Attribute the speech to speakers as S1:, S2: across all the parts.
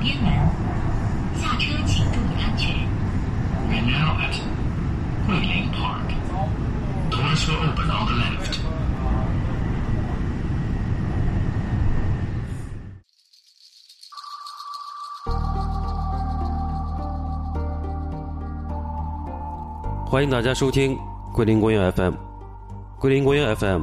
S1: 边门，下车请注意安全。
S2: We're now at Guilin Park. Doors will open on the left.
S3: 欢迎大家收听桂林公园 FM。桂林公园 FM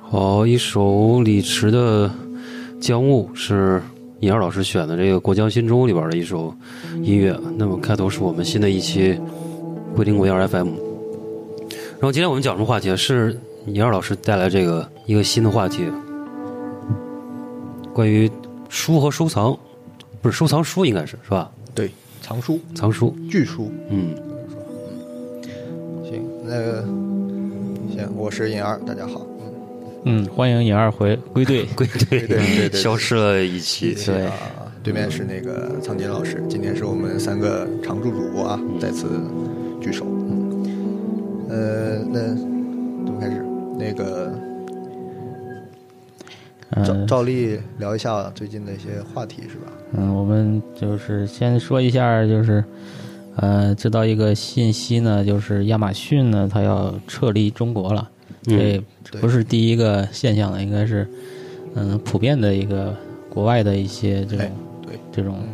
S3: 好，一首李池的《江雾》是尹二老师选的这个《国江新州》里边的一首音乐。那么开头是我们新的一期桂林国园 FM。然后今天我们讲什么话题啊？是尹二老师带来这个一个新的话题，关于书和收藏，不是收藏书应该是是吧？
S4: 对，藏书、
S3: 藏书，
S4: 巨书。
S3: 嗯，
S4: 行，那个行，我是尹二，大家好。嗯，
S5: 嗯，欢迎尹二回归队。
S3: 归队
S4: 对对对对
S3: 消失了一期，
S5: 对，
S4: 啊，对面是那个苍金老师，今天是我们三个常驻主播啊，再次聚首。嗯，呃，那怎么开始？那个照
S5: 嗯
S4: 照例聊一下最近的一些话题是吧？
S5: 嗯，我们就是先说一下，就是呃，知道一个信息呢，就是亚马逊呢，它要撤离中国了。
S3: 嗯
S5: 这不是第一个现象了，应该是嗯普遍的一个国外的一些这种、
S4: 哎对
S5: 这种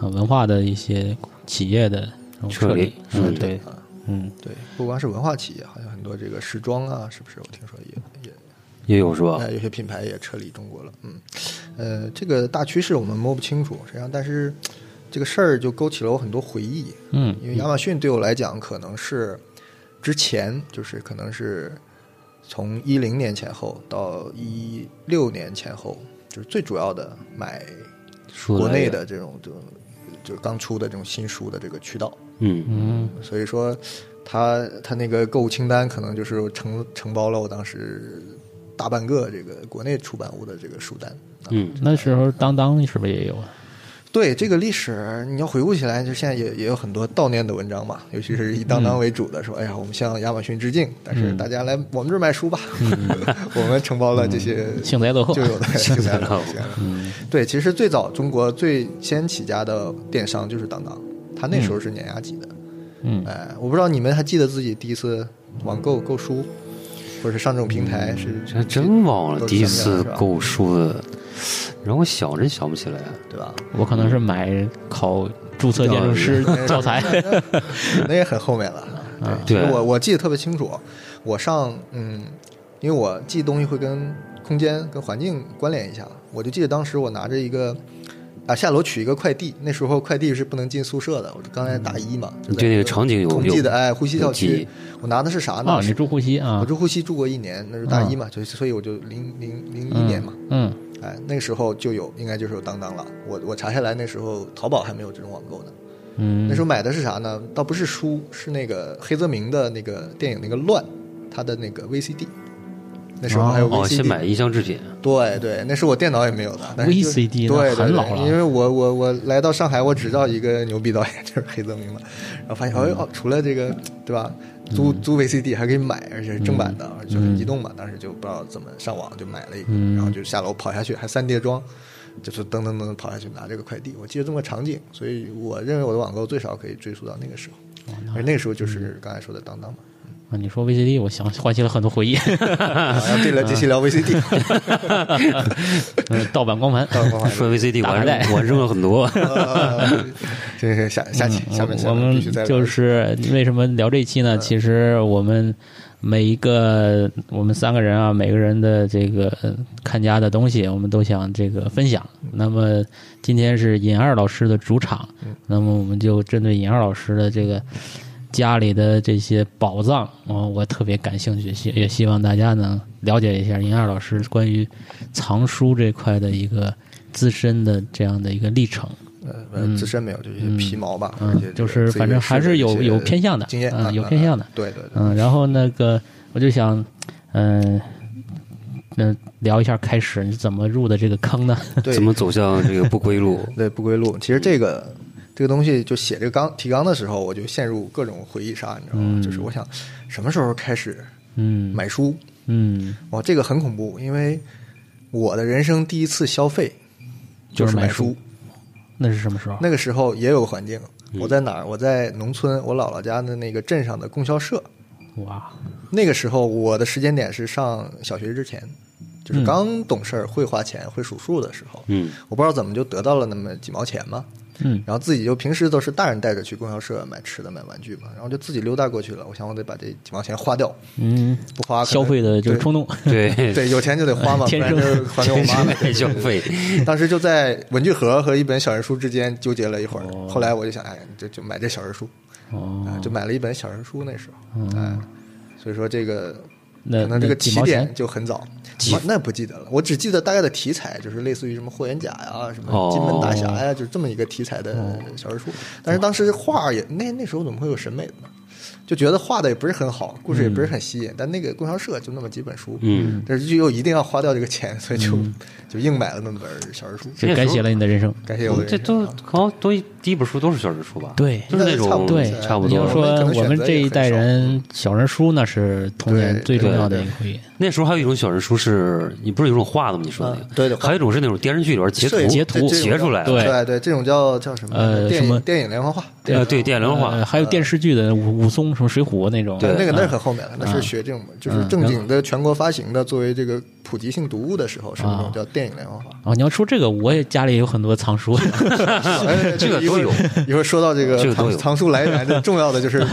S5: 呃文化的一些企业的这种
S3: 撤
S5: 撤
S3: 离
S5: 嗯，
S3: 是
S5: 对，
S4: 啊，
S5: 嗯，
S4: 对，不光是文化企业，好像很多这个时装啊，是不是？我听说也也
S3: 也有是吧？
S4: 那有些品牌也撤离中国了，嗯，呃，这个大趋势我们摸不清楚，实际上，但是这个事儿就勾起了我很多回忆，
S5: 嗯
S4: 因为亚马逊对我来讲可能是之前就是可能是从一零年前后到一六年前后，就是最主要的买
S5: 嗯
S3: 说
S4: 国
S3: 来
S4: 内
S3: 也，
S4: 的这种这种就是刚出的这种新书的这个渠道，
S3: 嗯，
S5: 嗯
S4: 所以说他他那个购物清单可能就是承承包了我当时大半个这个国内出版物的这个书单。啊
S3: 嗯，
S5: 那时候当当是不是也有啊？
S4: 对这个历史，你要回顾起来，就现在也也有很多悼念的文章嘛，尤其是以当当为主的，说哎呀，我们向亚马逊致敬，但是大家来我们这儿买书吧， 我们承包了这些
S5: 幸灾乐祸
S4: 就有的幸灾乐
S3: 乐
S4: 祸
S3: 祸。
S4: 对，其实最早中国最先起家的电商就是当当，他那时候是碾压级的。
S5: 嗯
S4: 哎，我不知道你们还记得自己第一次网购购书，或者是上这种平台是
S3: 还嗯真忘了
S4: 都是
S3: 第一
S4: 什么
S3: 次
S4: 样是吧
S3: 购书的，然后我想真想不起来。
S4: 对吧？
S5: 我可能是买考注册建筑师
S4: 嗯
S5: 教材，
S4: 那也很后面了。啊
S3: 嗯对
S4: 我我记得特别清楚，我上嗯，因为我记东西会跟空间跟环境关联一下，我就记得当时我拿着一个啊下楼取一个快递，那时候快递是不能进宿舍的，我刚才大一嘛，就
S3: 你嗯
S4: 在
S3: 对那个场景有
S4: 同
S3: 有
S4: 济的哎呼吸校
S3: 有记
S4: 区
S3: 忆，
S4: 我拿的是啥呢？
S5: 哦，你住呼吸啊
S4: 我？住呼吸住过一年，那是大
S3: 嗯
S4: 一嘛，就所以我就零零零一年嘛，
S5: 嗯，
S4: 哎，那个时候就有，应该就是有当当了。我我查下来，那时候淘宝还没有这种网购呢。
S5: 嗯
S4: 那时候买的是啥呢？倒不是书，是那个黑泽明的那个电影那个《乱》，他的那个 VCD。那时候还有 VCD，、
S3: 哦，先买音像制品，
S4: 对对，那时候我电脑也没有的。但是就
S5: VCD 那
S4: 对对
S5: 很老
S4: 对
S5: 了
S4: 因为我我我来到上海，我只知道一个牛逼导演就是黑泽明嘛，然后发现哎哦，除了这个对吧，租
S5: 嗯
S4: 租 VCD 还可以买，而且是正版的，就是移动嘛，当时就不知道怎么上网就买了一个，
S5: 嗯
S4: 然后就下楼跑下去，还三叠装。就是噔噔噔跑下去拿这个快递，我记得这么个场景，所 以我认为我的网购最少可以追溯到那个时候，而那个时候就是刚才说的当当嘛。
S5: 啊，你说 VCD，我想唤起了很多 回忆，
S4: 啊这了这期聊 VCD，
S5: 嗯盗版光盘。
S3: 说 VCD，我还
S5: 打个带
S3: 扔我还扔了很多。
S4: 这是下下期下面
S5: 嗯我
S4: 下面
S5: 们
S4: 必须再聊
S5: 就是为什么聊这一期
S4: 嗯
S5: 呢？其实我们每一个我们三个人啊，每个人的这个呃看家的东西，我们都想这个分享。
S4: 嗯
S5: 那么今天是尹二老师的主场，
S4: 嗯
S5: 那么我们就针对尹二老师的这个家里的这些宝藏，我我特别感兴趣，希也希望大家能了解一下尹二老师关于藏书这块的一个自身的这样的一个历程。
S4: 呃，自身没有，就一些皮毛吧，
S5: 嗯
S4: 而且
S5: 就
S4: 这个
S5: 是
S4: 自己
S5: 反正
S4: 的
S5: 还是
S4: 一
S5: 有
S4: 些
S5: 有偏向的
S4: 经验，啊
S5: 嗯有偏向的
S4: 对对对，
S5: 嗯，然后那个我就想，嗯、嗯、聊一下开始你怎么入的这个坑呢？
S4: 对
S3: 怎么走向这个不归路？
S4: 对不归路。其实这个这个东西，就写这个纲提纲的时候，我就陷入各种回忆杀，你知道吗？就是我想什么时候开始
S5: 嗯
S4: 买书？
S5: 嗯，
S4: 哇，这个很恐怖，因为我的人生第一次消费
S5: 就是
S4: 是
S5: 买
S4: 买
S5: 书那是什么时候？
S4: 那个时候也有环境，
S5: 嗯
S4: 我在哪儿？我在农村，我姥姥家的那个镇上的供销社。
S5: 哇，
S4: 那个时候我的时间点是上小学之前，
S5: 嗯
S4: 就是刚懂事儿、会花钱、会数数的时候。
S3: 嗯，
S4: 我不知道怎么就得到了那么几毛钱嘛。
S5: 嗯
S4: 然后自己就平时都是大人带着去供销社买吃的、买玩具嘛，然后就自己溜达过去了。我想我得把这几毛钱花掉，
S5: 嗯，
S4: 不花可能
S5: 消费的这个
S4: 啊对
S5: 冲动，
S3: 对，
S4: 对，有钱就得花 嘛，不
S5: 天
S4: 然
S5: 生
S4: 就还给我妈了。
S3: 爱消费。
S4: 当时就在文具盒和一本小人书之间纠结了一会儿，后来我就想，哎，就就买这小人书，啊，
S5: 哦，
S4: 就买了一本小人书。那时候，哎，所以说这个
S5: 嗯那
S4: 可能这个
S5: 那几
S4: 起
S5: 毛
S4: 点
S5: 钱
S4: 就很早，啊那不记得了，我只记得大概的题材，就是类似于什么霍元甲呀、什
S3: 哦
S4: 么金门大侠呀，就这么一个题材
S5: 哦
S4: 的小人书。但是当时画儿也那那时候怎么会有审美呢？就觉得画的也不是很好，故事也不是
S5: 嗯
S4: 很吸引，但那个供销社就那么几本书，
S3: 嗯，
S4: 但是就又一定要花掉这个钱，所以就
S5: 嗯
S4: 就硬买了那么本小人书。
S5: 就改写了你的人生。
S4: 感谢我的人
S3: 这都
S4: 生啊
S3: 好像都第一本书都是小人书吧？
S5: 对
S3: 就是那种
S5: 对，
S3: 差不
S5: 你要
S3: 多。
S5: 说我们这一代
S4: 我们可能选择也嗯
S5: 人，小人书那是童年
S4: 对
S5: 最重要的
S4: 对
S5: 一个回忆。
S3: 那时候还有一种小人书是，你不是有一种画的吗？你说的那个，
S4: 嗯对对画
S3: 还有一种是那种电视剧里边截
S4: 摄
S3: 图
S4: 影
S5: 截图
S4: 这这种
S3: 截出来的，
S5: 对
S4: 对对，这种叫叫什
S5: 呃
S4: 么？电
S5: 什么
S4: 影电影连环画，
S3: 呃，对，电轮画
S5: 呃，还有电视剧的武武松什么水浒那种，
S3: 对
S4: 那个
S5: 嗯
S4: 那是很后面了，那是学这种就是正经的全国发行的，作为这个普及性读物的时候，是那
S5: 啊
S4: 种叫电影连环画。
S5: 哦，你要说这个，我也家里有很多 藏书，
S4: 哎
S3: 这个
S4: 一
S3: 都
S4: 会儿
S3: 有。
S4: 一会儿说到这
S3: 这个
S4: 个
S3: 都有
S4: 藏藏书来源，这重要的 就是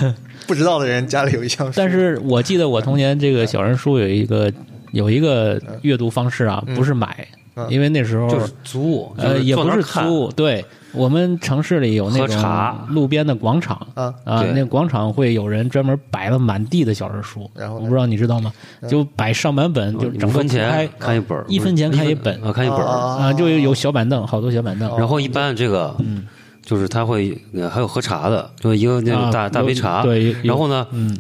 S4: 不知道的人家里有一箱书，
S5: 但是我记得我童年
S3: 哎
S5: 这个小人书有一个有一个阅读方式啊，不是买，
S4: 嗯
S5: 因为那时候
S3: 就是租，就
S5: 呃也
S3: 坐
S5: 不
S3: 那
S5: 是
S3: 儿看
S5: 租，对我们城市里有那
S3: 喝茶
S5: 种路边的广场
S4: 啊
S3: 对
S5: 那广场会有人专门摆了满地的小人书，
S4: 然后
S5: 我
S4: 呢
S5: 不知道你知道吗？
S3: 嗯
S5: 就摆上满本，就
S3: 五
S5: 整个
S3: 分钱
S5: 铺开
S3: 看一本，
S5: 一分钱看一本
S3: 啊，看一本。哦
S4: 啊
S5: 啊，就有小板凳，好多小板凳，
S3: 然后一般这个，
S5: 嗯
S3: 就是他会呃还有喝茶的，就一个那
S5: 啊
S3: 种大大
S5: 有
S3: 杯茶，
S5: 对有
S3: 然后呢，
S5: 嗯，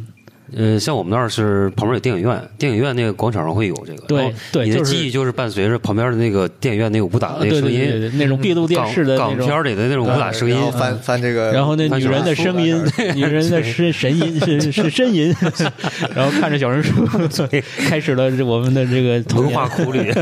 S3: 呃，像我们那儿是旁边有电影院，电影院那个广场上会有这个。
S5: 对
S3: 然后
S5: 对
S3: 你的
S5: 就是啊
S3: 记忆就是伴随着旁边的那个电影院那个武打的那个
S5: 对对
S3: 声
S5: 对对
S3: 音，
S5: 对，那种闭路电
S3: 港
S5: 视的那
S3: 港
S5: 种啊
S3: 片儿里的那种武打声音
S4: 然，后翻翻这个，
S5: 嗯然后那
S3: 那
S5: 女
S3: 就是
S5: 人的
S4: 书
S5: 声
S4: 吧
S5: 音
S4: 还，
S5: 女人的神神音是是呻 吟，然后看着小人书，开始了这我们的这个童
S3: 文
S5: 年
S3: 化苦 旅。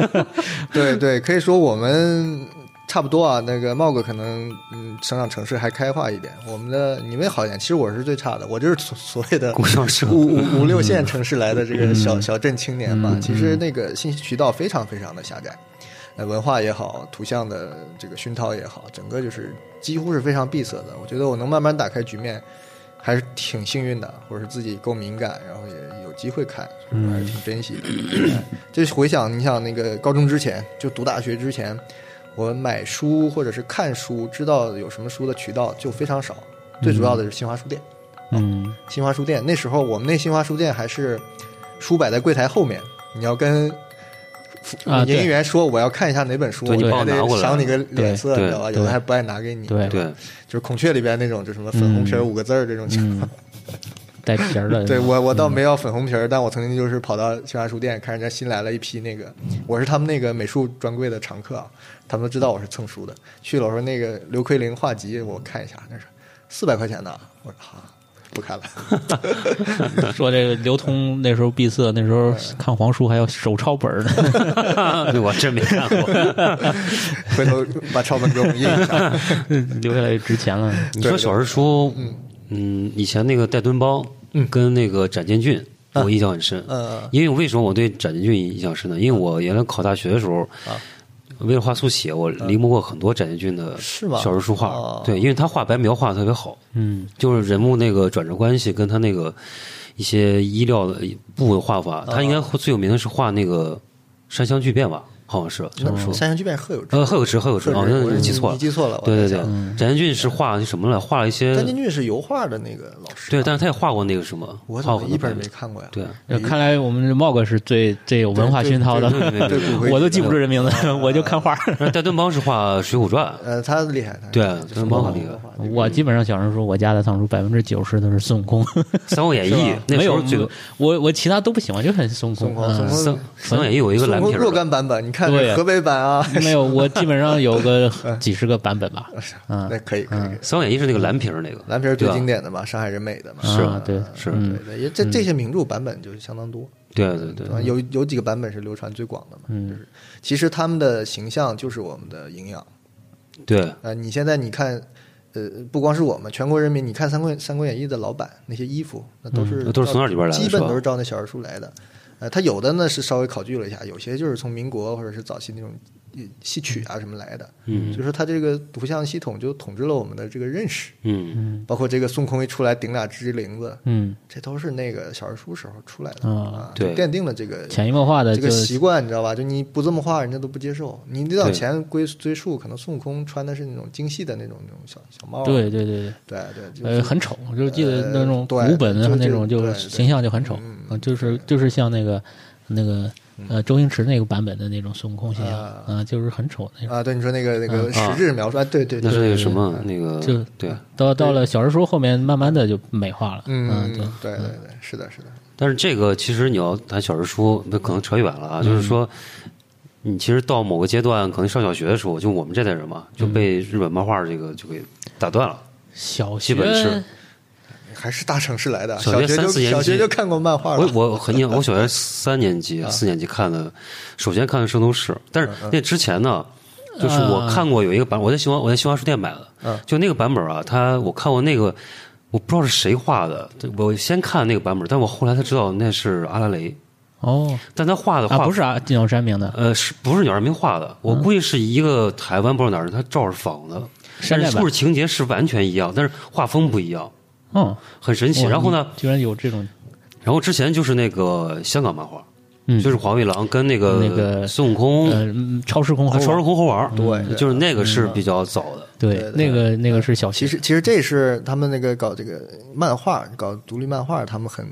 S4: 对对，可以说我们差不多啊。那个茂哥可能嗯，生长城市还开化一点，我们的你们好一点。其实我是最差的，我就是所所谓的
S3: 供销社
S4: 五五五六线城市来的这个小小镇青年嘛。其实那个信息渠道非常非常的狭窄，呃，文化也好，图像的这个熏陶也好，整个就是几乎是非常闭塞的。我觉得我能慢慢打开局面。还是挺幸运的，或者是自己够敏感，然后也有机会看，所以说还是挺珍惜的。哎这回想，你想那个高中之前，就读大学之前，我买书或者是看书，知道有什么书的渠道就非常少。最主要的是新华书店，
S5: 嗯
S4: 新华书店那时候我们那新华书店还是书摆在柜台后面，你要跟
S5: 啊，
S4: 营业
S5: 对
S4: 员说我要看一下哪本书，
S3: 对
S4: 我
S3: 你帮我
S4: 还
S3: 拿
S4: 得
S3: 过来
S4: 赏你个脸色，
S3: 对
S4: 你知道吧？
S5: 对
S4: 有的还不爱拿给你，
S5: 对
S3: 对，
S4: 就是《孔雀》里边那种，就什么粉红皮儿五个字儿这种情
S3: 嗯
S4: 况。
S5: 嗯带皮儿的，
S4: 对我，我倒没要粉红皮儿，但我曾经就是跑到新华书店，看人家新来了一批那个，我是他们那个美术专柜的常客啊，他们都知道我是蹭书的。去了我说那个刘奎林画集，我看一下，那是四百块钱呢，我说哈、不看了。
S5: 说这个流通那时候闭塞，那时候看黄书还要手抄本儿呢，
S3: 我真没看过。
S4: 回头把抄本给我们印一下。嗯
S5: 留下来值钱了。
S3: 嗯你说小人书，嗯，以前那个戴敦邦，
S4: 嗯
S3: 跟那个展建俊，我印象很深。
S4: 嗯
S3: 因为为什么我对展建俊印象深呢？因为我原来考大学的时候，
S4: 啊
S3: 为了画速写，我临摹过很多展建俊的
S4: 是吗
S3: 小人书画。
S4: 哦
S3: 对，因为他画白描画的特别好，
S5: 嗯
S3: 就是人物那个转折关系跟他那个一些衣料的布的画
S4: 啊
S3: 法，他应该最有名的是画那个山乡巨变吧，好像是小人书。
S4: 山羊巨变是贺有志，
S3: 呃，贺有池，贺有池，
S4: 贺有
S3: 哦，
S4: 志
S3: 那
S4: 我
S3: 你记
S4: 你
S3: 错了，
S4: 你记错了嗯我
S3: 对对
S4: 在
S3: 对，展建俊是画什么了？画了一些
S4: 詹金俊是油画的那个老师，啊
S3: 对，但是他也画过那个什么，
S4: 我怎
S3: 画过
S4: 么
S3: 很
S4: 一
S3: 多
S4: 本
S3: 版
S4: 没看过呀？
S3: 对，
S5: 呃看来我们这茂哥是最最有文化熏陶的，
S4: 对对对对 对
S5: 我都记不住人名字，我就看画儿。
S3: 但是戴顿邦是画《水浒传
S4: 呃，他厉害，他
S3: 对
S4: 厉害
S3: 真蛮好的
S4: 油画这个
S5: 我基本上小人书，我家的藏书百分之九十都是孙悟空，》
S3: 《三国演义》，那
S5: 没
S3: 时候
S5: 有嗯
S3: 最多《
S5: 我我其他都不喜欢，就很孙悟
S4: 孙悟
S5: 空。
S4: 空，孙
S5: 嗯
S4: 悟
S3: 三
S4: 空
S3: 三国演义》有一个
S4: 孙
S3: 蓝
S4: 悟
S3: 皮
S4: 空
S3: 儿
S4: 若
S3: 的，
S4: 干版本，你看
S5: 对
S4: 河北 版啊，
S5: 没有，我基本上有个几十个版本吧。嗯
S4: 那可以可以，可以
S3: 《三国演义》是那个蓝皮儿那个，
S4: 蓝皮儿最
S3: 对吧
S4: 经典的嘛，上海人美的嘛，
S5: 是啊对
S3: 是嗯
S4: 对对，也这这些名著版本就相当多，
S3: 对对对
S4: 对吧？有有几个版本是流传最广的嘛，
S5: 嗯
S4: 就是其实他们的形象就是我们的营养。
S3: 对
S4: 呃，你现在你看，呃，不光是我们，全国人民，你看三国《三国演义》的老版那些衣服，那都是、
S3: 嗯都是从那里边来的
S4: 基本
S3: 是吧
S4: 都是照那小人书来的。呃，它有的呢是稍微考据了一下，有些就是从民国或者是早期那种呃戏曲啊什么来的。嗯，就是它这个图像系统就统治了我们的这个认识，
S3: 嗯，
S4: 包括这个孙悟空一出来顶俩支铃子，
S5: 嗯，
S4: 这都是那个小人书时候出来的、
S5: 啊
S4: 啊，就
S3: 对
S4: 奠定了这个
S5: 潜移默化
S3: 呃
S5: 的
S4: 这
S5: 就
S4: 个习惯，你知道吧？就你不这么画，人家都不接受。你得往
S3: 对
S4: 前归追溯，可能孙悟空穿的是那种精细的那种那种小小帽儿，
S5: 对对对
S4: 对对，就
S5: 对，呃，
S4: 是
S5: 很丑，就记得那种
S4: 呃对
S5: 古本啊
S4: 就
S5: 那种，
S4: 就
S5: 就
S4: 对
S5: 是形象就很丑
S4: 对嗯，
S5: 呃就是就是像那个那个呃周星驰那个版本的那种孙悟空形象
S4: 啊
S5: 啊，就是很丑那种。
S4: 啊，对你说那个那个实
S3: 啊
S4: 质描述，啊，对对
S3: 那是那
S4: 对
S3: 个什么那个
S5: 就
S3: 对，
S5: 到到了小人书后面，慢慢的就美化了。
S3: 啊
S5: 啊
S4: 嗯，
S5: 对，
S4: 对对对，是的，是的，
S3: 但是这个其实你要谈小人书，那可能扯远了啊。
S4: 嗯
S3: 就是说，你其实到某个阶段，可能上小学的时候，就我们这代人嘛，
S4: 嗯
S3: 就被日本漫画这个就给打断了。
S5: 小
S3: 基本是
S5: 学
S4: 还是大城市来的，
S3: 小
S4: 小
S3: 学
S4: 学
S3: 三
S4: 就
S3: 四年
S4: 小学
S3: 级
S4: 就看过漫画了
S3: 我，我很印，我小学三年级、四年级看的，首先看的《圣斗士》，但是那之前呢，就是
S5: 嗯
S3: 我看过有一个版，我在新华我在新华书店买的
S4: 嗯，
S3: 就那个版本啊，他我看过那个，我不知道是谁画的，我先看那个版本，但我后来才知道那是阿拉蕾，
S5: 哦
S3: 但他画的画
S5: 啊，不是嗯啊，金鸟山明的
S3: 呃，是不是鸟人民画的？我估计是一个台湾不知道哪儿人，他照着仿的，
S5: 山
S3: 但
S5: 寨
S3: 是
S5: 版
S3: 故事，情节是完全一样，但是画风不一样，
S5: 嗯，
S3: 很神奇。
S5: 哇
S3: 然后呢
S5: 你，居然有这种
S3: 然后之前就是那个香港漫画，
S5: 嗯
S3: 就是黄玉郎跟那
S5: 那个
S3: 孙悟空、
S5: 呃嗯超时空
S3: 啊
S5: 猴
S3: 超
S5: 王
S3: 人红猴王，
S4: 对对
S3: 就是那个是比较早的。
S5: 对
S4: 对，
S5: 那个那个是小
S4: 其
S5: 学，
S4: 实其实这是他们那个搞这个漫画、搞独立漫画，他们很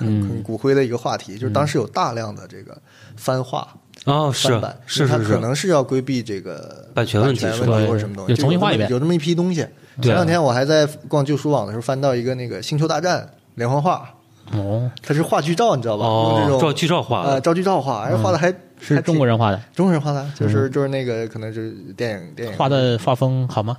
S3: 嗯
S4: 很很骨灰的一个话题，就是当时有大量的这个翻画。
S3: 哦，是
S4: 翻版，
S3: 是
S4: 因为
S3: 是
S4: 它可
S3: 是，
S4: 能是要规避这个
S3: 版权问题
S4: 版
S3: 是
S4: 权
S3: 吧
S4: 问题或者什么东西，
S5: 就重新画一遍
S4: 有这么一批东西。
S3: 对啊
S4: 前两天我还在逛旧书网的时候翻到一个那个《星球大战》连环画，
S5: 哦，
S4: 它是画剧照，你知道吧？
S3: 哦
S4: 用这种
S3: 照剧照画的
S4: 呃，照剧照画，而且画的还
S5: 嗯是中国
S4: 人，
S5: 人画的，
S4: 中国人画的，就是就是那个可能就是电影电影
S5: 画的画风好吗？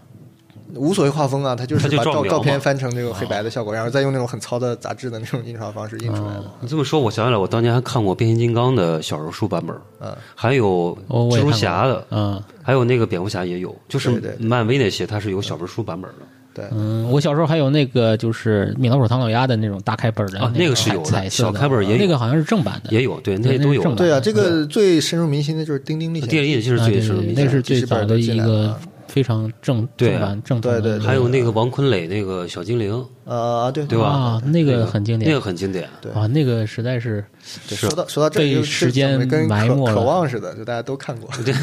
S4: 无所谓画风啊，它就
S3: 它
S4: 是
S3: 就
S4: 把
S3: 照
S4: 照
S3: 描
S4: 照片
S3: 嘛哦
S4: 翻成这个黑白的效果，然后再用那种很糙的杂志的那种印刷方式印出来
S5: 哦
S4: 的。
S3: 你这么说，我想起来，我当年还看过变形金刚的小人书版本，
S4: 嗯，
S3: 还有
S5: 哦
S3: 蜘
S5: 我也
S3: 蛛
S5: 看过
S3: 侠的，
S5: 嗯
S3: 还有那个蝙蝠侠也有，就
S4: 对
S3: 是
S4: 对对
S3: 漫威那些，它是有小人书版本的
S4: 对，
S5: 嗯，我小时候还有那个就是米老鼠、唐老鸭的那种大开本的
S3: 啊，那
S5: 那
S3: 个是
S5: 彩
S3: 有的
S5: 彩色
S3: 小开本也有
S5: 那个好像是正版的，
S3: 也有，对，那
S5: 对
S3: 些都
S5: 那是
S3: 有
S5: 正。版
S4: 对啊，这个最深入民心的就是《丁丁历险
S3: 嗯
S4: 记
S3: 电》。影也是
S5: 啊
S3: 最
S5: 对
S3: 深入
S5: 对
S3: 民
S5: 那
S3: 间
S5: 是
S3: 的。
S5: 最早的一个非常正
S3: 对
S5: 正版正统的
S4: 啊对对
S3: 还有那个王昆磊那个小精灵，
S4: 啊，对
S3: 对吧
S5: 啊，那个很经典，
S3: 那个很经典。
S4: 对
S5: 啊，那个实在是
S4: 对，
S3: 是
S4: 说到说到这
S5: 被
S4: 里，就
S5: 时间
S4: 就跟
S5: 埋
S4: 渴
S5: 没了嗯
S4: 渴望似的，就大家都看过。
S3: 对，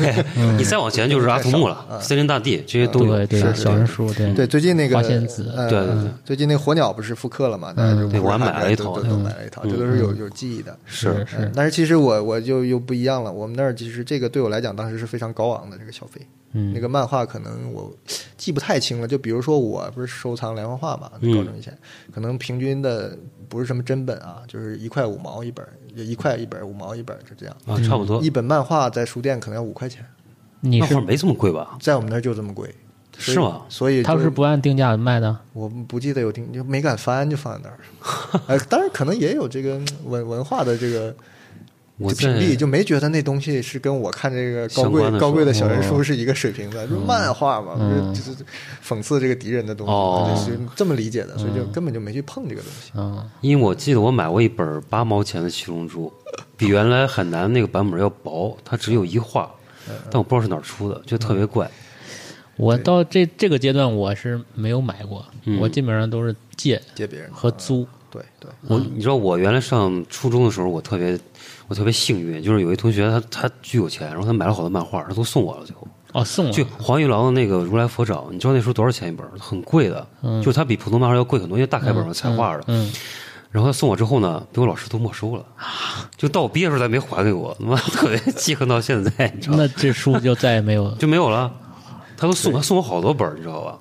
S3: 你再往前就是阿童木了，森林大地这些都有
S5: 对。对
S4: 是是
S5: 小人书对
S4: 对，最近那个
S5: 花仙子嗯
S4: 呃
S3: 对对对
S4: 最近那个火鸟不是复刻了嘛？大家就
S3: 对我还买了一套
S4: 都都都买了一套，这都是有有记忆的。
S3: 是
S5: 是
S4: 嗯，但是其实我我就又不一样了，我们那儿其实这个对我来讲当时是非常高昂的这个消费。
S5: 嗯
S4: 那个漫画可能我记不太清了，就比如说我不是收藏连环画嘛，
S3: 嗯
S4: 高中以前可能平均的不是什么真本啊，就是一块五毛一本，一块一本，五毛一本，就这样。
S3: 啊，差不
S5: 哦
S3: 多
S4: 一。本漫画在书店可能要五块钱，
S5: 你
S3: 漫
S5: 是
S3: 画没这么贵吧？
S4: 在我们那儿就这么贵，所以
S3: 是吗？
S4: 所以
S5: 他
S4: 就是
S5: 不按定价卖的，
S4: 我不记得有听，就没敢翻，就放在那儿。呃，当然可能也有这个嗯文文化的这个
S3: 我
S4: 就屏
S3: 在
S4: 蔽，就没觉得那东西是跟我看这个高
S3: 相
S4: 贵
S3: 关的
S4: 高贵的
S3: 书
S4: 小人
S3: 哦
S4: 书是一个水平的，就漫画嘛，
S5: 嗯
S4: 不是就是讽刺这个敌人的东西
S3: 哦
S4: 嘛，就是这么理解的，所以就根本就没去碰这个东西。
S5: 嗯，
S3: 因为我记得我买过一本八毛钱的《七龙珠》，比原来海南那个版本要薄，它只有一画，但我不知道是哪儿出的，就特别怪。
S5: 我到这这个阶段我是没有买过，
S4: 嗯
S5: 我基本上都是借
S4: 借别人的
S5: 和租。
S4: 对对，
S3: 我你知道我原来上初中的时候，我特别我特别幸运，就是有一同学他他巨有钱，然后他买了好多漫画，他都送我了，最后。
S5: 哦，送我
S3: 就黄玉郎的那个《如来佛掌》，你知道那时候多少钱一本？很贵的，就是它比普通漫画要贵很多，因为大开本嘛，彩画的。
S5: 嗯
S3: 然后他送我之后呢，被我老师都没收了，就到我毕业的时候才没还给我，他妈特别记恨到现在，你知道吗？
S5: 那这书就再也没有
S3: 就没有了。他都送他送我好多本儿，你知道吧？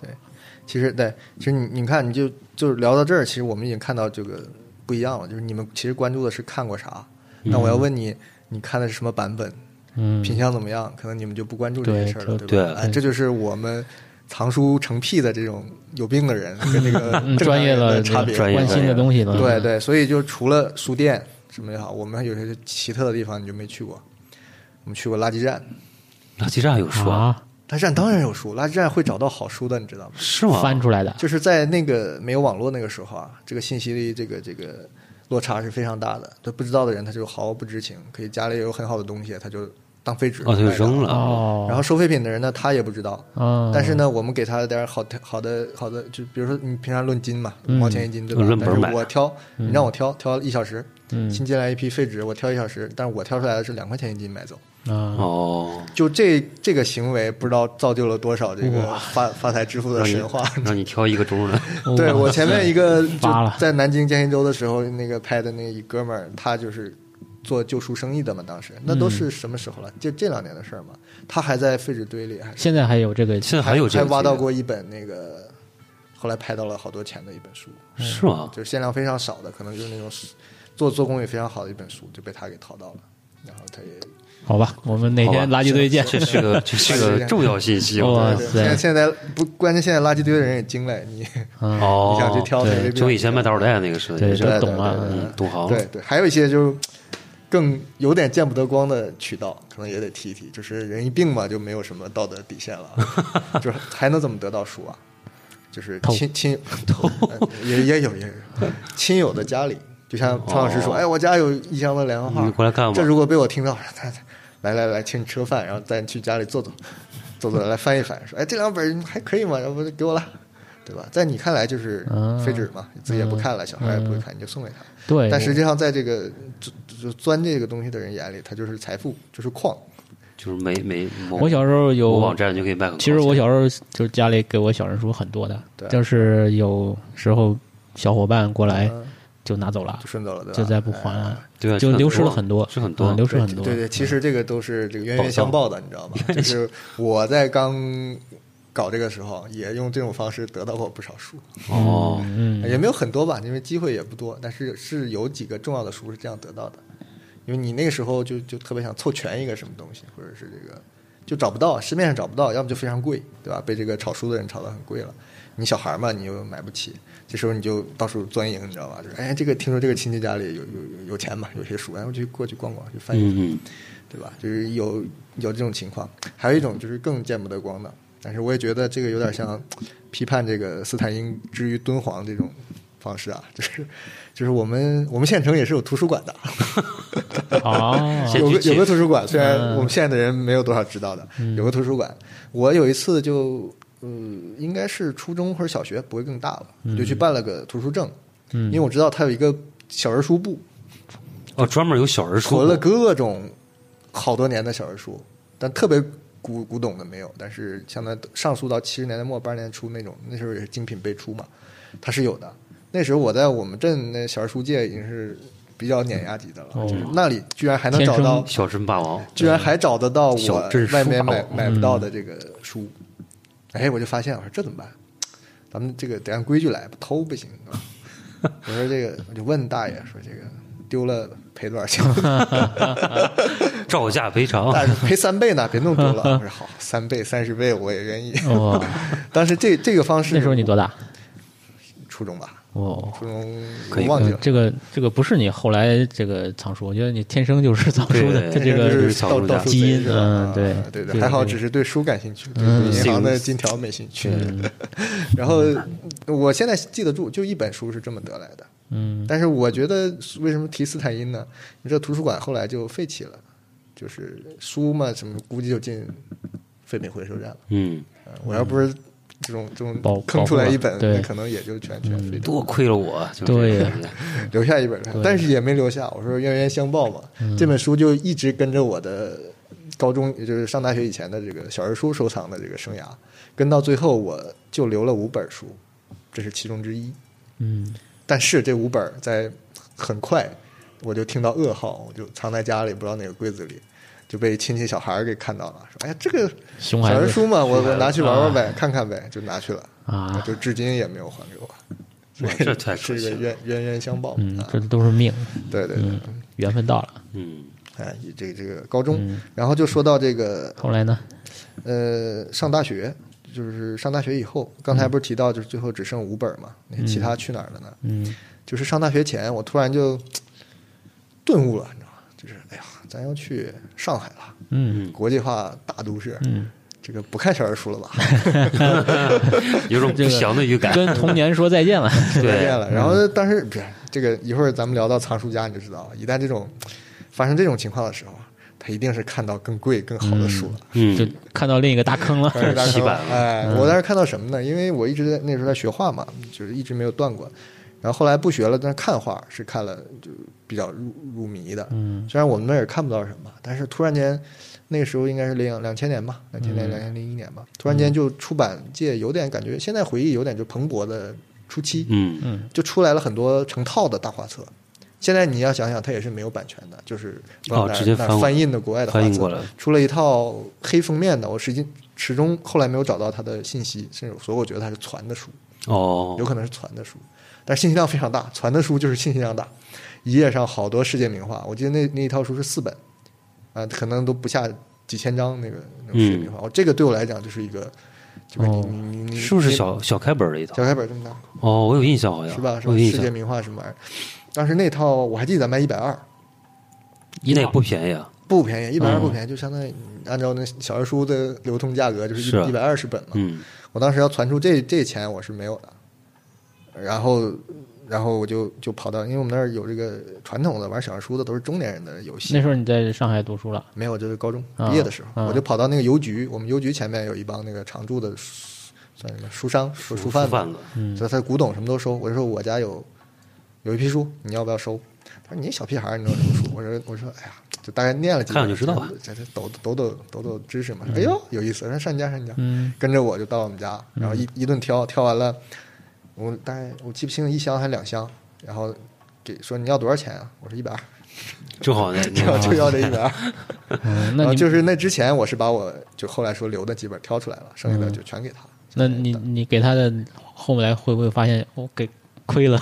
S4: 其实对，其实你你看，你就就是聊到这儿，其实我们已经看到这个不一样了，就是你们其实关注的是看过啥，那我要问你，你看的是什么版本，
S5: 嗯
S4: 品相怎么样？可能你们就不关注这些事儿了，对
S5: 对
S3: 对
S4: 吧？哎，这就是我们藏书成癖的这种有病的人跟那个
S5: 嗯
S4: 正常
S5: 专业
S4: 人的
S5: 了
S4: 差别。
S3: 专业
S5: 关心的东西了。
S4: 对对，所以就除了书店什么也好，我们还有些奇特的地方你就没去过。我们去过垃圾站，
S3: 垃圾站有说
S5: 啊，
S4: 垃圾站当然有书，垃圾站会找到好书的，你知道吗？
S3: 是吗？
S5: 翻出来的
S4: 就是在那个没有网络那个时候啊，这个信息的这个这个落差是非常大的。对不知道的人，他就毫不知情，可以家里有很好的东西，他就当废纸
S3: 哦，他就
S4: 卖掉
S3: 扔了。
S5: 哦，
S4: 然后收废品的人呢，他也不知道。
S5: 嗯，
S4: 但是呢，我们给他点儿好好的好的，就比如说你平常论斤嘛，五
S5: 嗯
S4: 毛钱一斤对吧
S3: 论？本
S4: 但是
S3: 买
S4: 我挑，你让我挑，挑一小时，
S5: 嗯
S4: 新进来一批废纸，我挑一小时，但是我挑出来的是两块钱一斤买走。
S5: 啊，
S3: 哦，
S4: 就这这个行为，不知道造就了多少这个发发财致富的
S3: 让
S4: 神话。
S3: 你让你挑一个钟 的，
S4: 对我前面一 个就
S5: 发了
S4: 在南京建新州的时候，那个拍的那一哥们儿，他就是做旧书生意的嘛，当时那
S3: 嗯
S4: 都是什么时候了？就这两年的事儿嘛。他还在废纸堆里，还是
S5: 现在还有这个
S3: 现在还有这
S4: 还
S3: 个
S4: 挖
S3: 节
S4: 到
S3: 目
S4: 过一本那个，后来拍到了好多钱的一本书，
S3: 是吗？
S4: 就是限量非常少的，可能就是那种做做工也非常好的一本书，就被他给淘到了。然后他也
S5: 好吧，我们哪
S3: 好吧
S5: 天垃圾堆见。
S3: 这是 个这是个重要信息。我
S5: 哇
S4: 对对
S5: 塞
S4: 现在现在不，关键现在垃圾堆的人也精了，你
S5: 嗯
S3: 哦，
S4: 你想去挑谁？
S3: 就跟以前卖大手袋那个似的，
S5: 对
S3: 就是
S5: 这
S4: 对
S5: 懂了
S4: 对对对
S3: 嗯懂行
S4: 对
S3: 了。
S4: 对，还有一些就是更有点见不得光的渠道，可能也得提一提。就是人一病嘛，就没有什么道德底线了，就是还能怎么得到书啊？就是
S5: 偷
S4: 亲亲偷、呃也也有也有亲友的家里，就像常老师说，
S3: 哦
S4: 哎，我家有一箱的连环画，
S3: 你过来看
S5: 啊
S3: 吧
S4: 嗯这如果被我听到，来来来，请你吃个饭，然后再去家里坐坐， 走走来翻一翻，说哎这两本还可以嘛，要不就给我了，对吧？在你看来就是
S5: 嗯
S4: 废纸嘛，你自己也不看了，小孩也不会看，你就送给他。
S5: 对，
S4: 但实际上在这个就就钻这个东西的人眼里，他就是财富，就是矿。
S3: 就是没没某
S5: 我小时候有
S3: 某网站就可以卖很多
S5: 其
S3: 钱。
S5: 实我小时候就是家里给我小人书很多的，
S4: 对啊
S5: 就是有时候小伙伴过来
S4: 嗯
S5: 就拿走了
S4: 就，顺走了，对吧？哎
S5: 就再不还了，
S3: 对啊
S5: 就流失了很
S3: 很
S5: 多，
S3: 是很多
S5: 嗯流失
S4: 对
S5: 很多。
S4: 对对，其实这个都是这个冤
S3: 宝藏
S4: 冤相报的，你知 道吗？就是我在刚搞这个时候，也用这种方式得到过不少书，
S3: 哦，
S5: 嗯，
S4: 也没有很多吧，因为机会也不多，但是是有几个重要的书是这样得到的。因为你那个时候就就特别想凑全一个什么东西，或者是这个就找不到，市面上找不到，要么就非常贵，对吧？被这个炒书的人炒得很贵了。你小孩嘛，你又买不起，这时候你就到处钻营，你知道吧？就是哎，这个听说这个亲戚家里有有有有钱嘛，有些书，然后就过去逛逛，去翻一翻，
S3: 嗯嗯，
S4: 对吧？就是有有这种情况，还有一种就是更见不得光的，但是我也觉得这个有点像批判这个斯坦因之于敦煌这种方式啊，就是就是我们我们县城也是有图书馆的，哎
S5: 哦，
S3: 先
S4: 有个
S3: 去
S4: 有个图书馆，虽然
S5: 嗯
S4: 我们现在的人没有多少知道的，有个图书馆。我有一次就呃，应该是初中或者小学，不会更大了，
S5: 嗯
S4: 我就去办了个图书证，因为我知道它有一个小人书部，
S3: 哦，专门有小人书
S4: 囤了各种好多年的小人书，但特别古古董的没有，但是相当于上溯到七十年代末八十年代初那种，那时候也是精品辈出嘛，它是有的。那时候我在我们镇那小人书界已经是比较碾压级的了，
S5: 哦
S4: 就是那里居然还能找
S5: 天生
S4: 到
S3: 小镇霸王，
S4: 居然还找得到
S3: 小
S4: 我
S3: 镇书嗯
S4: 外面
S3: 霸
S4: 买
S3: 王
S4: 买不到的这个书，哎，我就发现我说这怎么办？咱们这个得按规矩来，不偷不行啊！我说这个，我就问大爷说这个丢了赔多少钱？
S3: 照价赔偿。
S4: 大爷说赔三倍呢，别弄丢了。我说好，三倍、三十
S3: 哦
S4: 倍我也愿意。
S5: 哇，
S4: 当时这这个方式，
S5: 那时候你多大？
S4: 初中吧？
S5: 哦，呃
S4: 初中
S3: 可以
S4: 我忘记了。
S5: 这个这个不是你后来这个藏书，我觉得你天生 就是藏书的，
S3: 对
S5: 它这
S4: 天生
S5: 个
S4: 就是到
S3: 草书
S4: 到
S3: 家
S4: 处
S5: 基
S4: 飞
S5: 因
S4: 是吧
S5: 嗯
S4: 啊
S5: 对
S4: 对
S5: 对
S4: 对，还好
S5: 对
S4: 只是对书感兴趣，对
S5: 嗯
S4: 银行的
S3: 行
S4: 金条没兴趣。 然后我现在记得住，就一本书是这么得来的。
S5: 嗯
S4: 但是我觉得为什么提斯坦因呢？你知道图书馆后来就废弃了，就是书嘛，什么估计就进废品回收站了。
S3: 嗯，
S4: 呃我要不是这种这
S5: 保
S4: 种坑出来一本
S5: 保，护了对嗯
S4: 那可能也就全全废掉了，
S3: 多亏了我，就是
S5: 对
S3: 这 样的
S4: 留下一本了
S5: 对，嗯
S4: 但是也没留下。我说冤冤相报嘛，这本书就一直跟着我的高中，也就是上大学以前的这个小人书收藏的这个生涯，跟到最后我就留了五本书，这是其中之一。
S5: 嗯
S4: 但是这五本儿在很快我就听到噩耗，我就藏在家里，不知道哪个柜子里，就被亲戚小孩儿给看到了，说：“哎呀，这个
S5: 熊
S4: 小
S5: 孩
S4: 人
S5: 子
S4: 书嘛，我我拿去玩玩呗，看看呗。”就拿去了，
S5: 啊，
S4: 就至今也没有还给我。
S3: 哇这太可
S4: 是一
S3: 惜
S4: 个
S3: 了。
S4: 冤冤冤相报
S5: 嗯
S4: 啊，！
S5: 这都是命，
S4: 对对对，
S5: 缘分到了。
S3: 嗯，
S4: 哎，这个这个高中，然后就说到这个
S5: 后来呢？
S4: 呃，上大学就是上大学以后，刚才不是提到就是最后只剩五本儿嘛，那其他去哪儿了呢？
S5: 嗯
S4: 就是上大学前，我突然就顿悟了，你知道吗？就是哎呀，咱要去上海了，
S5: 嗯
S4: 国际化大都市，
S5: 嗯，
S4: 这个不看小人书了吧？
S3: 有种不祥的预感。
S5: 跟童年说再见了。
S4: 再见
S3: 对，
S4: 了。然后，但是不是这个一会儿咱们聊到藏书家你就知道了，一旦这种发生这种情况的时候，他一定是看到更贵更好的书了。
S5: 就
S3: 嗯，
S5: 看到另一个大 坑了。
S4: 当时大家
S3: 洗
S4: 说
S3: 版了嗯
S4: 哎，我当时看到什么呢？因为我一直在那时候在学画嘛，就是一直没有断过。然后后来不学了，但是看画是看了，就比较入入迷的。
S5: 嗯，
S4: 虽然我们那儿也看不到什么，但是突然间，那个时候应该是两两千年吧，两千
S3: 嗯
S4: 年、两千零一年吧，突然间就出版界有点感觉，现在回忆有点就蓬勃的初期，
S3: 嗯，
S4: 就出来了很多成套的大画册。现在你要想想，它也是没有版权的，就是
S3: 哦
S4: 哪儿
S3: 直接
S4: 哪
S3: 翻
S4: 儿
S3: 过
S4: 翻印的国外的画册，
S3: 翻译过来。
S4: 出了一套黑封面的，我实际始终后来没有找到它的信息，甚至所以我觉得它是传的书，
S3: 哦
S4: 有，可能是传的书，但是信息量非常大， 传的书就是信息量大，一页上好多世界名画，我记得那那一套书是四本，啊、可能都不下几千张那个那种世界名
S3: 嗯
S4: 画，我、哦这个对我来讲就是一个，就是你、
S5: 哦
S4: 你你你
S3: 是不是
S4: 你
S3: 小小开本的一套
S4: 小？开本这么大
S3: 哦，我有印象，好像
S4: 是吧？是
S3: 我有
S4: 吧？
S3: 印
S4: 世界
S3: 象，
S4: 名画什么玩意儿？当时那套我还记得咱卖一百二，
S3: 那也不便宜啊。
S4: 不便宜，一百二
S5: 嗯
S4: 不便宜，就相当于你按照那小人书的流通价格就是
S3: 是
S4: 一一百二十本嘛。
S3: 嗯
S4: 我当时要传出这这钱我是没有的，然后然后我就就跑到，因为我们那儿有这个传统的玩小人书的都是中年人的游戏，
S5: 那时候你在上海读书了，
S4: 没有就是高中
S5: 啊
S4: 毕业的时候，
S5: 啊
S4: 我就跑到那个邮局，我们邮局前面有一帮那个常驻的书算什么书商、书书贩子，
S3: 贩子，
S4: 所以他古董什么都收。我就说我家有有一批书，你要不要收？他说你小屁孩儿，你能什么书？我说我说哎呀，就大概念了几
S3: 看
S4: 本
S3: 看就知道啊吧，
S4: 这这抖抖抖抖抖知识嘛。哎呦，有意思，那上你家上你家，
S5: 嗯
S4: 跟着我就到我们家，然后一一顿挑，挑完了，我大概我记不清一箱还是两箱，然后给说你要多少钱啊？我说一百二，
S3: 正好那
S4: 就要就
S3: 那
S4: 要 这一百二。
S5: 嗯那
S4: 然后
S5: 你
S4: 就是那之前我是把我就后来说留的几本挑出来了，剩下的就全给他。
S5: 嗯那你你给他的后来会不会发现我给亏了？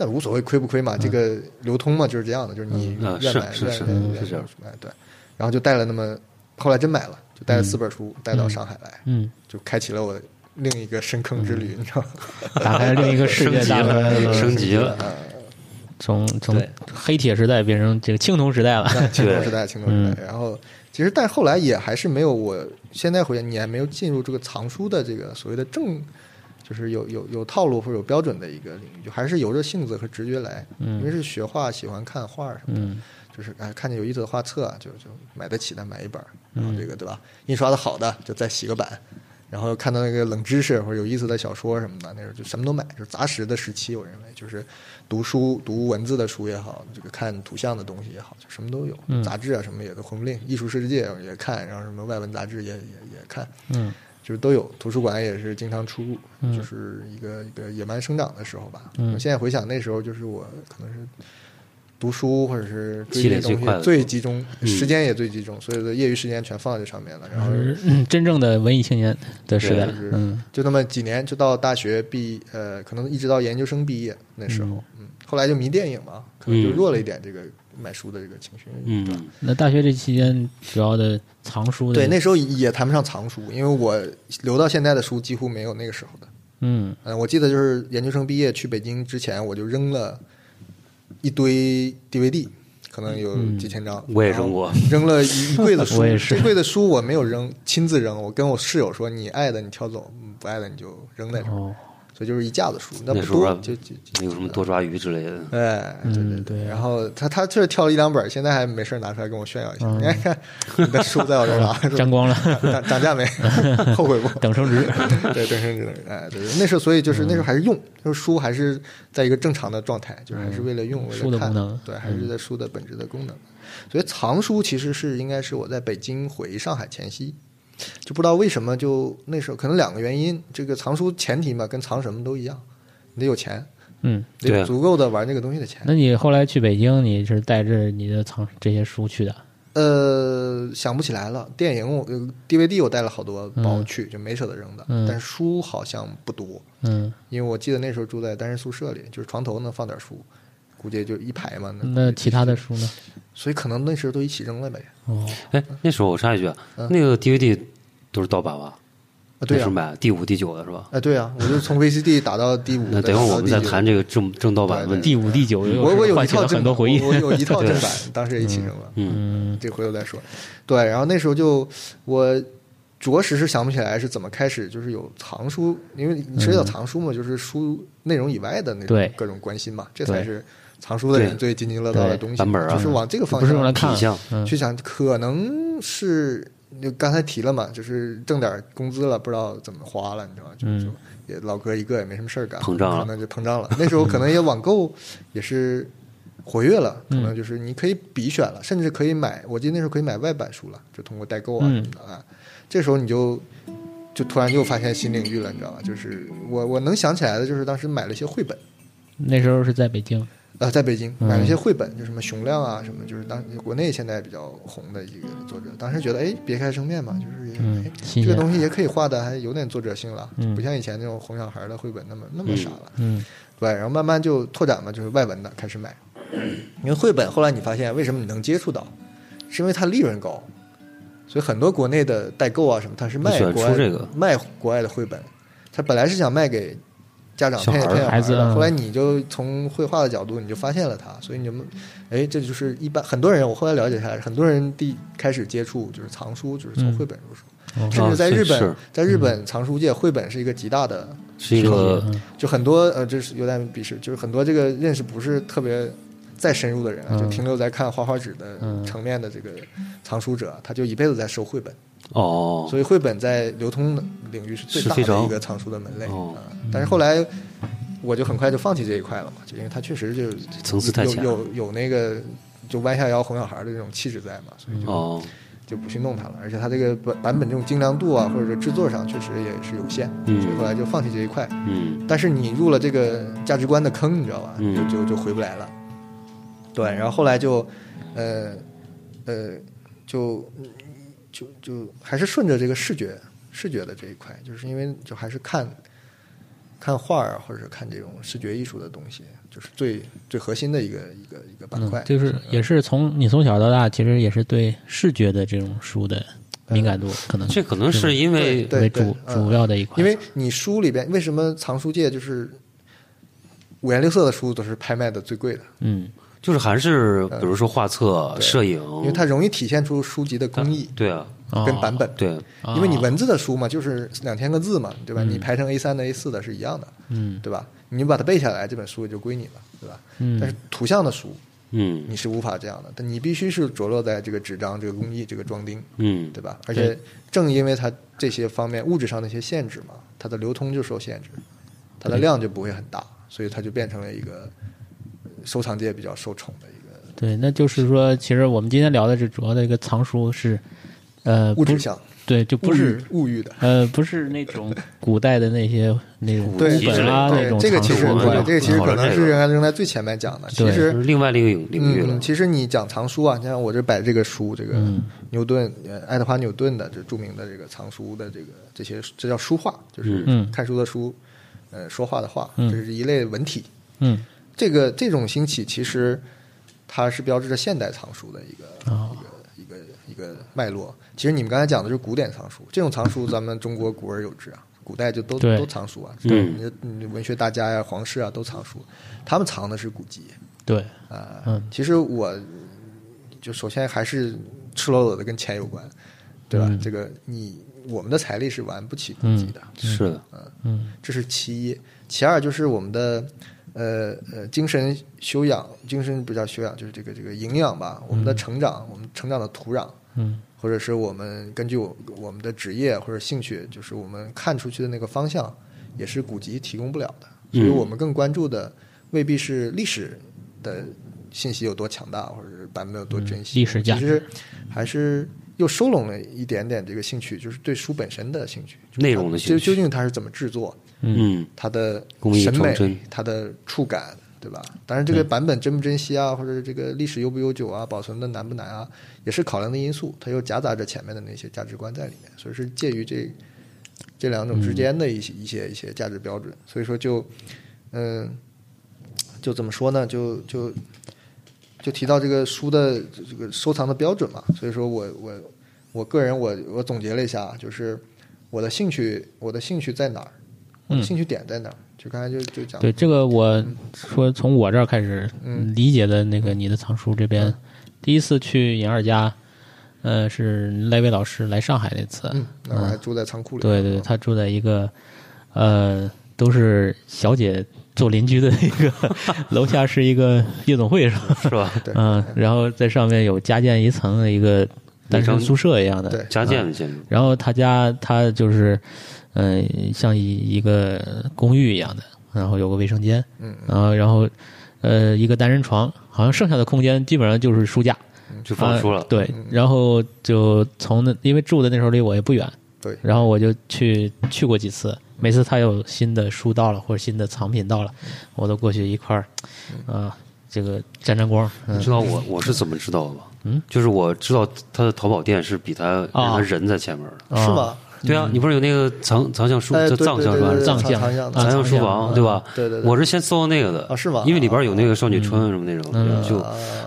S4: 那无所谓亏不亏嘛，
S5: 嗯
S4: 这个流通嘛就是这样的，就是你
S3: 嗯啊
S4: 愿
S3: 是
S4: 买
S3: 是
S4: 愿
S3: 是
S4: 愿
S3: 是这样
S4: 愿买对。然后就带了那么，后来真买了，就带了四本书带到上海来，
S5: 嗯，
S4: 就开启了我另一个深坑之旅，你知道吗？
S5: 打开另一个世
S3: 升
S5: 界，
S3: 级
S5: 大
S3: 了，
S5: 门，
S3: 升级了，
S5: 从从
S3: 对
S5: 黑铁时代变成这个青铜时代 了。
S4: 青铜时代，青铜时代。然后其实，但后来也还是没有我现在回想，你还没有进入这个藏书的这个所谓的正，就是有有有套路或者有标准的一个领域，就还是由着性子和直觉来。因为是学画，喜欢看画什么的，
S5: 嗯
S4: 就是哎看见有意思的画册啊，就就买得起的买一本儿，然后这个对吧？印刷的好的就再洗个版。然后看到那个冷知识或者有意思的小说什么的，那时候就什么都买，就是杂食的时期。我认为就是读书、读文字的书也好，这个看图像的东西也好，就什么都有。杂志啊什么也都混不吝，艺术世界也看，然后什么外文杂志也也也看，
S5: 嗯，
S4: 就是都有。图书馆也是经常出入，
S3: 嗯
S4: 就是一个一个野蛮生长的时候吧。
S5: 嗯
S4: 我现在回想那时候，就是我可能是读书或者是追
S3: 积累
S4: 这些
S3: 最快
S4: 东
S3: 的
S4: 西最集中，
S3: 嗯
S4: 时间也最集中，所以说业余时间全放在这上面了。然后
S5: 嗯，真正的文艺青年的时代
S4: 对就是，
S5: 嗯
S4: 就那么几年，就到大学毕，呃，可能一直到研究生毕业那时候，嗯，后来就迷电影嘛，可能就弱了一点这个买书的这个情绪。对吧
S3: 嗯，
S5: 那大学这期间主要的藏书的
S4: 对，那时候也谈不上藏书，因为我留到现在的书几乎没有那个时候的，
S5: 嗯
S4: 嗯，我记得就是研究生毕业去北京之前，我就扔了一堆 DVD，可能有几千张。
S3: 我也扔过，
S4: 扔了一柜子书。
S5: 嗯 我也是
S4: 这柜子书我没有扔，亲自扔。我跟我室友说：“你爱的你挑走，不爱的你就扔在这儿。
S5: 哦，
S4: 所以就是一架子书，那
S3: 那
S4: 不
S3: 时候
S4: 多
S3: 啊，
S4: 就就就
S3: 有什么多抓鱼之类的。
S4: 哎，对对
S5: 嗯对
S4: 然后他他确实挑了一两本，现在还没事儿拿出来跟我炫耀一下。你看看
S5: 嗯
S4: 你的书在我这儿 拿着，
S5: 沾光了，
S4: 涨涨 价没？后悔不？
S5: 等升值。
S4: 对，等升值等升值，哎，对，对那时候所以就是那时候还是用，就是书还是在一个正常的状态，就是还是为了用，为了
S5: 书的
S4: 看
S5: 功能
S4: 对，还是在书的本质的功能。所以藏书其实是应该是我在北京回上海前夕，就不知道为什么就那时候可能两个原因，这个藏书前提嘛，跟藏什么都一样，你得有钱，
S5: 嗯，
S4: 得
S3: 对
S4: 有
S3: 啊
S4: 足够的玩这个东西的钱。
S5: 那你后来去北京，你是带着你的藏这些书去的？
S4: 呃，想不起来了。电影我呃 DVD 我带了好多包
S5: 嗯
S4: 去，就没舍得扔的。
S5: 嗯
S4: 但是书好像不多，
S5: 嗯，
S4: 因为我记得那时候住在单人宿舍里，就是床头能放点书，估计就一排嘛。那
S5: 那其他的书呢？
S4: 所以可能那时候都一起扔了呗。
S5: 哦，
S3: 哎，那时候我插一句啊，那个 DVD 都是盗版吧？
S4: 嗯啊，对
S3: 那时
S4: 啊
S3: 候，买第五、第九的是吧？
S4: 啊，对啊，我就从 VCD 打到第五，
S3: 那等会儿我们再谈
S4: 这。
S3: 这个正正盗版问题。
S5: 第五、第九，
S4: 嗯我我有
S5: 唤
S4: 一
S5: 起
S4: 套
S5: 了
S4: 正
S5: 很多
S4: 版
S5: 回忆。啊
S4: 我我有一套正版，当时也一起扔了。
S3: 嗯，
S5: 嗯
S4: 这回头再说。对，然后那时候就我着实是想不起来是怎么开始，就是有藏书，因为你涉及到藏书嘛，就是书内容以外的那
S5: 嗯对
S4: 种各种关心嘛，这
S5: 对
S4: 才是藏书的人
S3: 对
S4: 最津津乐道的
S5: 对
S4: 东西
S3: 版本
S4: 嘛，
S3: 啊
S4: 就是往这个方
S5: 不是用来
S4: 向
S5: 看
S3: 品相，
S5: 嗯
S4: 去想，可能是。就刚才提了嘛，就是挣点工资了，不知道怎么花了，你知道吗？就
S5: 嗯
S4: 就也老哥一个，也没什么事儿干，
S3: 膨胀了
S4: 可能就膨胀了。那时候可能也网购也是活跃了，可
S5: 嗯
S4: 能就是你可以比选了，甚至可以买。我记得那时候可以买外版书了，就通过代购啊
S5: 嗯
S4: 什么的啊。这时候你就就突然就发现新领域了，你知道吧？就是我我能想起来的就是当时买了一些绘本，
S5: 那时候是在北京。
S4: 呃，在北京
S5: 嗯
S4: 买了一些绘本，就什么熊亮啊，什么就是当国内现在比较红的一个作者。当时觉得，哎，别开生面嘛，就是也、
S5: 嗯
S4: 哎
S5: 新
S4: 这个
S5: 鲜
S4: 东西也可以画的还有点作者性了，
S5: 嗯
S4: 不像以前那种哄小孩的绘本那么那么傻了。
S5: 嗯
S4: 对，然后慢慢就拓展嘛，就是外文的开始买，因为绘本后来你发现为什么你能接触到，是因为它利润高，所以很多国内的代购啊什么，它是卖
S3: 喜欢
S4: 国外
S3: 出这个
S4: 卖国外的绘本，它本来是想卖给家长
S3: 小
S4: 骗
S3: 孩儿
S4: 骗
S5: 孩子
S4: 的，
S5: 嗯
S4: 后来你就从绘画的角度你就发现了它，所以你就，哎，这就是一般很多人我后来了解下来，很多人第开始接触就是藏书，就是从
S5: 嗯
S4: 绘本入手，
S5: 哦
S4: 甚至在
S3: 啊是
S4: 日本
S3: 是，嗯
S4: 在日本藏书界，绘本是一个极大的
S3: 是一个
S5: 嗯
S4: 就很多呃，就是有点鄙视，就是很多这个认识不是特别再深入的人啊，
S5: 嗯
S4: 就停留在看花花纸的
S5: 嗯
S4: 层面的这个
S3: 嗯
S4: 藏书者，他就一辈子在收绘本，
S3: 哦，
S4: 所以绘本在流通的领域是最
S3: 是
S4: 大
S3: 非常
S4: 的一个藏书的门类啊、
S3: 哦
S4: 但是后来我就很快就放弃这一块了嘛，就因为它确实就
S3: 层次太
S4: 有
S3: 浅
S4: 有有那个就弯下腰哄小孩的这种气质在嘛，所以就、
S3: 哦，
S4: 就不去弄它了。而且它这个版版本这种精良度啊，或者是制作上确实也是有限，
S3: 嗯
S4: 所以后来就放弃这一块。
S3: 嗯，
S4: 但是你入了这个价值观的坑，你知道吧？
S3: 嗯
S4: 就就就回不来了。对，然后后来就，呃，呃，就就就还是顺着这个视觉视觉的这一块，就是因为就还是看看画儿啊或者是看这种视觉艺术的东西，就是最最核心的一个一个一个板块。
S5: 嗯，就是也是从你从小到大，其实也是对视觉的这种书的敏感度，可能
S3: 这可能是因为
S4: 嗯对
S5: 为主
S4: 嗯
S5: 主要的一块。
S4: 因为你书里边为什么藏书界就是五颜六色的书都是拍卖的最贵的？
S5: 嗯
S3: 就是还是比如说画册、
S4: 嗯对
S3: 摄影，
S4: 因为它容易体现出书籍的工艺
S3: 对啊，
S5: 哦
S4: 跟版本。
S3: 对，啊
S5: 哦
S4: 因为你文字的书嘛，就是两千个字嘛，对吧？你排成 A 三的、A 四的是一样的，
S5: 嗯
S4: 对吧？你把它背下来，这本书也就归你了，对吧？
S5: 嗯
S4: 但是图像的书
S3: 嗯
S4: 你是无法这样的，但你必须是着落在这个纸张、这个工艺、这个装订，
S3: 嗯，
S4: 对吧？而且正因为它这些方面物质上的一些限制嘛，它的流通就受限制，它的量就不会很大，所以它就变成了一个收藏界比较受宠的一个
S5: 对，那就是说，其实我们今天聊的这主要的一个藏书是，呃，
S4: 物质
S5: 不
S4: 项、
S5: 对，就不是
S4: 物欲物欲的。
S5: 呃，不是那种古代的那些那种古
S4: 对
S3: 古籍之类
S5: 本啊
S3: 的
S5: 那
S4: 对，这个
S5: 种藏书啊，
S4: 其实
S3: 我们
S4: 对，
S3: 就
S4: 这个其实
S3: 讨
S4: 可
S3: 论
S4: 能
S3: 这
S4: 是
S3: 个
S4: 应该扔在最前面讲的。其
S5: 对
S3: 这
S4: 实
S3: 是另外的一个领领域了
S4: 嗯，。其实你讲藏书啊，像我这摆这个书，这个
S5: 嗯
S4: 牛顿、呃爱德华牛顿的这著名的这个藏书的这个这些，这叫书画，就是
S5: 嗯
S4: 看书的书，呃，说话的话，
S5: 嗯
S4: 这是一类文体。
S5: 嗯
S4: 这个这种兴起其实它是标志着现代藏书的一个、
S5: 哦
S4: 一个一个一个脉络。其实你们刚才讲的就是古典藏书，这种藏书咱们中国古而有之啊，古代就都
S5: 对
S4: 都藏书啊，
S5: 嗯
S4: 你的你的文学大家呀、皇室啊都藏书，他们藏的是古籍
S5: 对，
S4: 啊。
S5: 嗯
S4: 其实我就首先还是赤裸裸的跟钱有关，对吧？
S5: 嗯
S4: 这个你我们的财力是玩不起古籍的，
S3: 是的，
S5: 嗯
S4: 这是其一。其二就是我们的呃呃精神修养，精神不叫修养，就是这个这个营养吧，我们的成长，我们成长的土壤，
S5: 嗯
S4: 或者是我们根据我我们的职业或者兴趣，就是我们看出去的那个方向，也是古籍提供不了的。
S3: 嗯
S4: 所以我们更关注的未必是历史的信息有多强大，或者是版本有多珍
S3: 嗯
S4: 惜。
S5: 历史价值
S4: 其实还是又收拢了一点点这个兴趣，就是对书本身的兴趣，就是它
S3: 内容的兴趣
S4: 究究竟它是怎么制作？
S3: 嗯，
S4: 它的
S3: 工艺
S4: 审
S3: 创
S4: 美
S3: 真，
S4: 它的触感，对吧？当然，这个版本珍不珍惜啊，或者这个历史悠不悠久啊，保存的难不难啊，也是考量的因素。它又夹杂着前面的那些价值观在里面，所以是介于这这两种之间的一些、一些一些价值标准。所以说就，嗯、就怎么说呢？就就就提到这个书的这个收藏的标准嘛。所以说我我我个人我我总结了一下，就是我的兴趣我的兴趣在哪儿，我的兴趣点在哪儿？就刚才就就讲
S5: 嗯对，这个我说从我这儿开始
S4: 嗯
S5: 理解的那个你的藏书这边，第一次去尹二家，呃，是赖伟老师来上海那次，
S4: 嗯，那我还住在仓库里。啊
S5: 对对对，他住在一个呃都是小姐做邻居的一个 楼下是一个夜总会是吧？
S3: 是吧？
S4: 对
S5: 嗯，然后在上面有加建一层的一个单身宿舍一样的，
S4: 对
S3: 加建的建筑，
S5: 然后他家他就是，嗯、像一一个公寓一样的，然后有个卫生间，
S4: 嗯，
S5: 然后然后呃一个单人床，好像剩下的空间基本上就是书架，
S4: 嗯
S3: 就放书
S5: 啊
S3: 了。嗯
S5: 对，然后就从那因为住的那时候离我也不远，
S4: 对
S5: 然后我就去去过几次，每次他有新的书到了或者新的藏品到了，
S3: 嗯
S5: 我都过去一块儿，啊、这个沾沾光，嗯
S3: 你知道我我是怎么知道的吗？
S5: 嗯，
S3: 就是我知道他的淘宝店是比他
S5: 啊嗯
S3: 他人在前面的。
S5: 哦
S4: 是吗？
S3: 对啊，你不是有那个藏藏相书，
S4: 哎
S3: 叫
S4: 对对
S3: 藏相
S4: 对
S3: 是吧？
S4: 对对
S5: 藏
S4: 藏
S5: 相
S4: 藏相
S5: 啊
S3: 藏相书房对吧？
S4: 对对对
S3: 我是先搜到那个的
S4: 啊是吗啊
S3: 因为里边有那个少女春什么那种，
S5: 嗯
S3: 就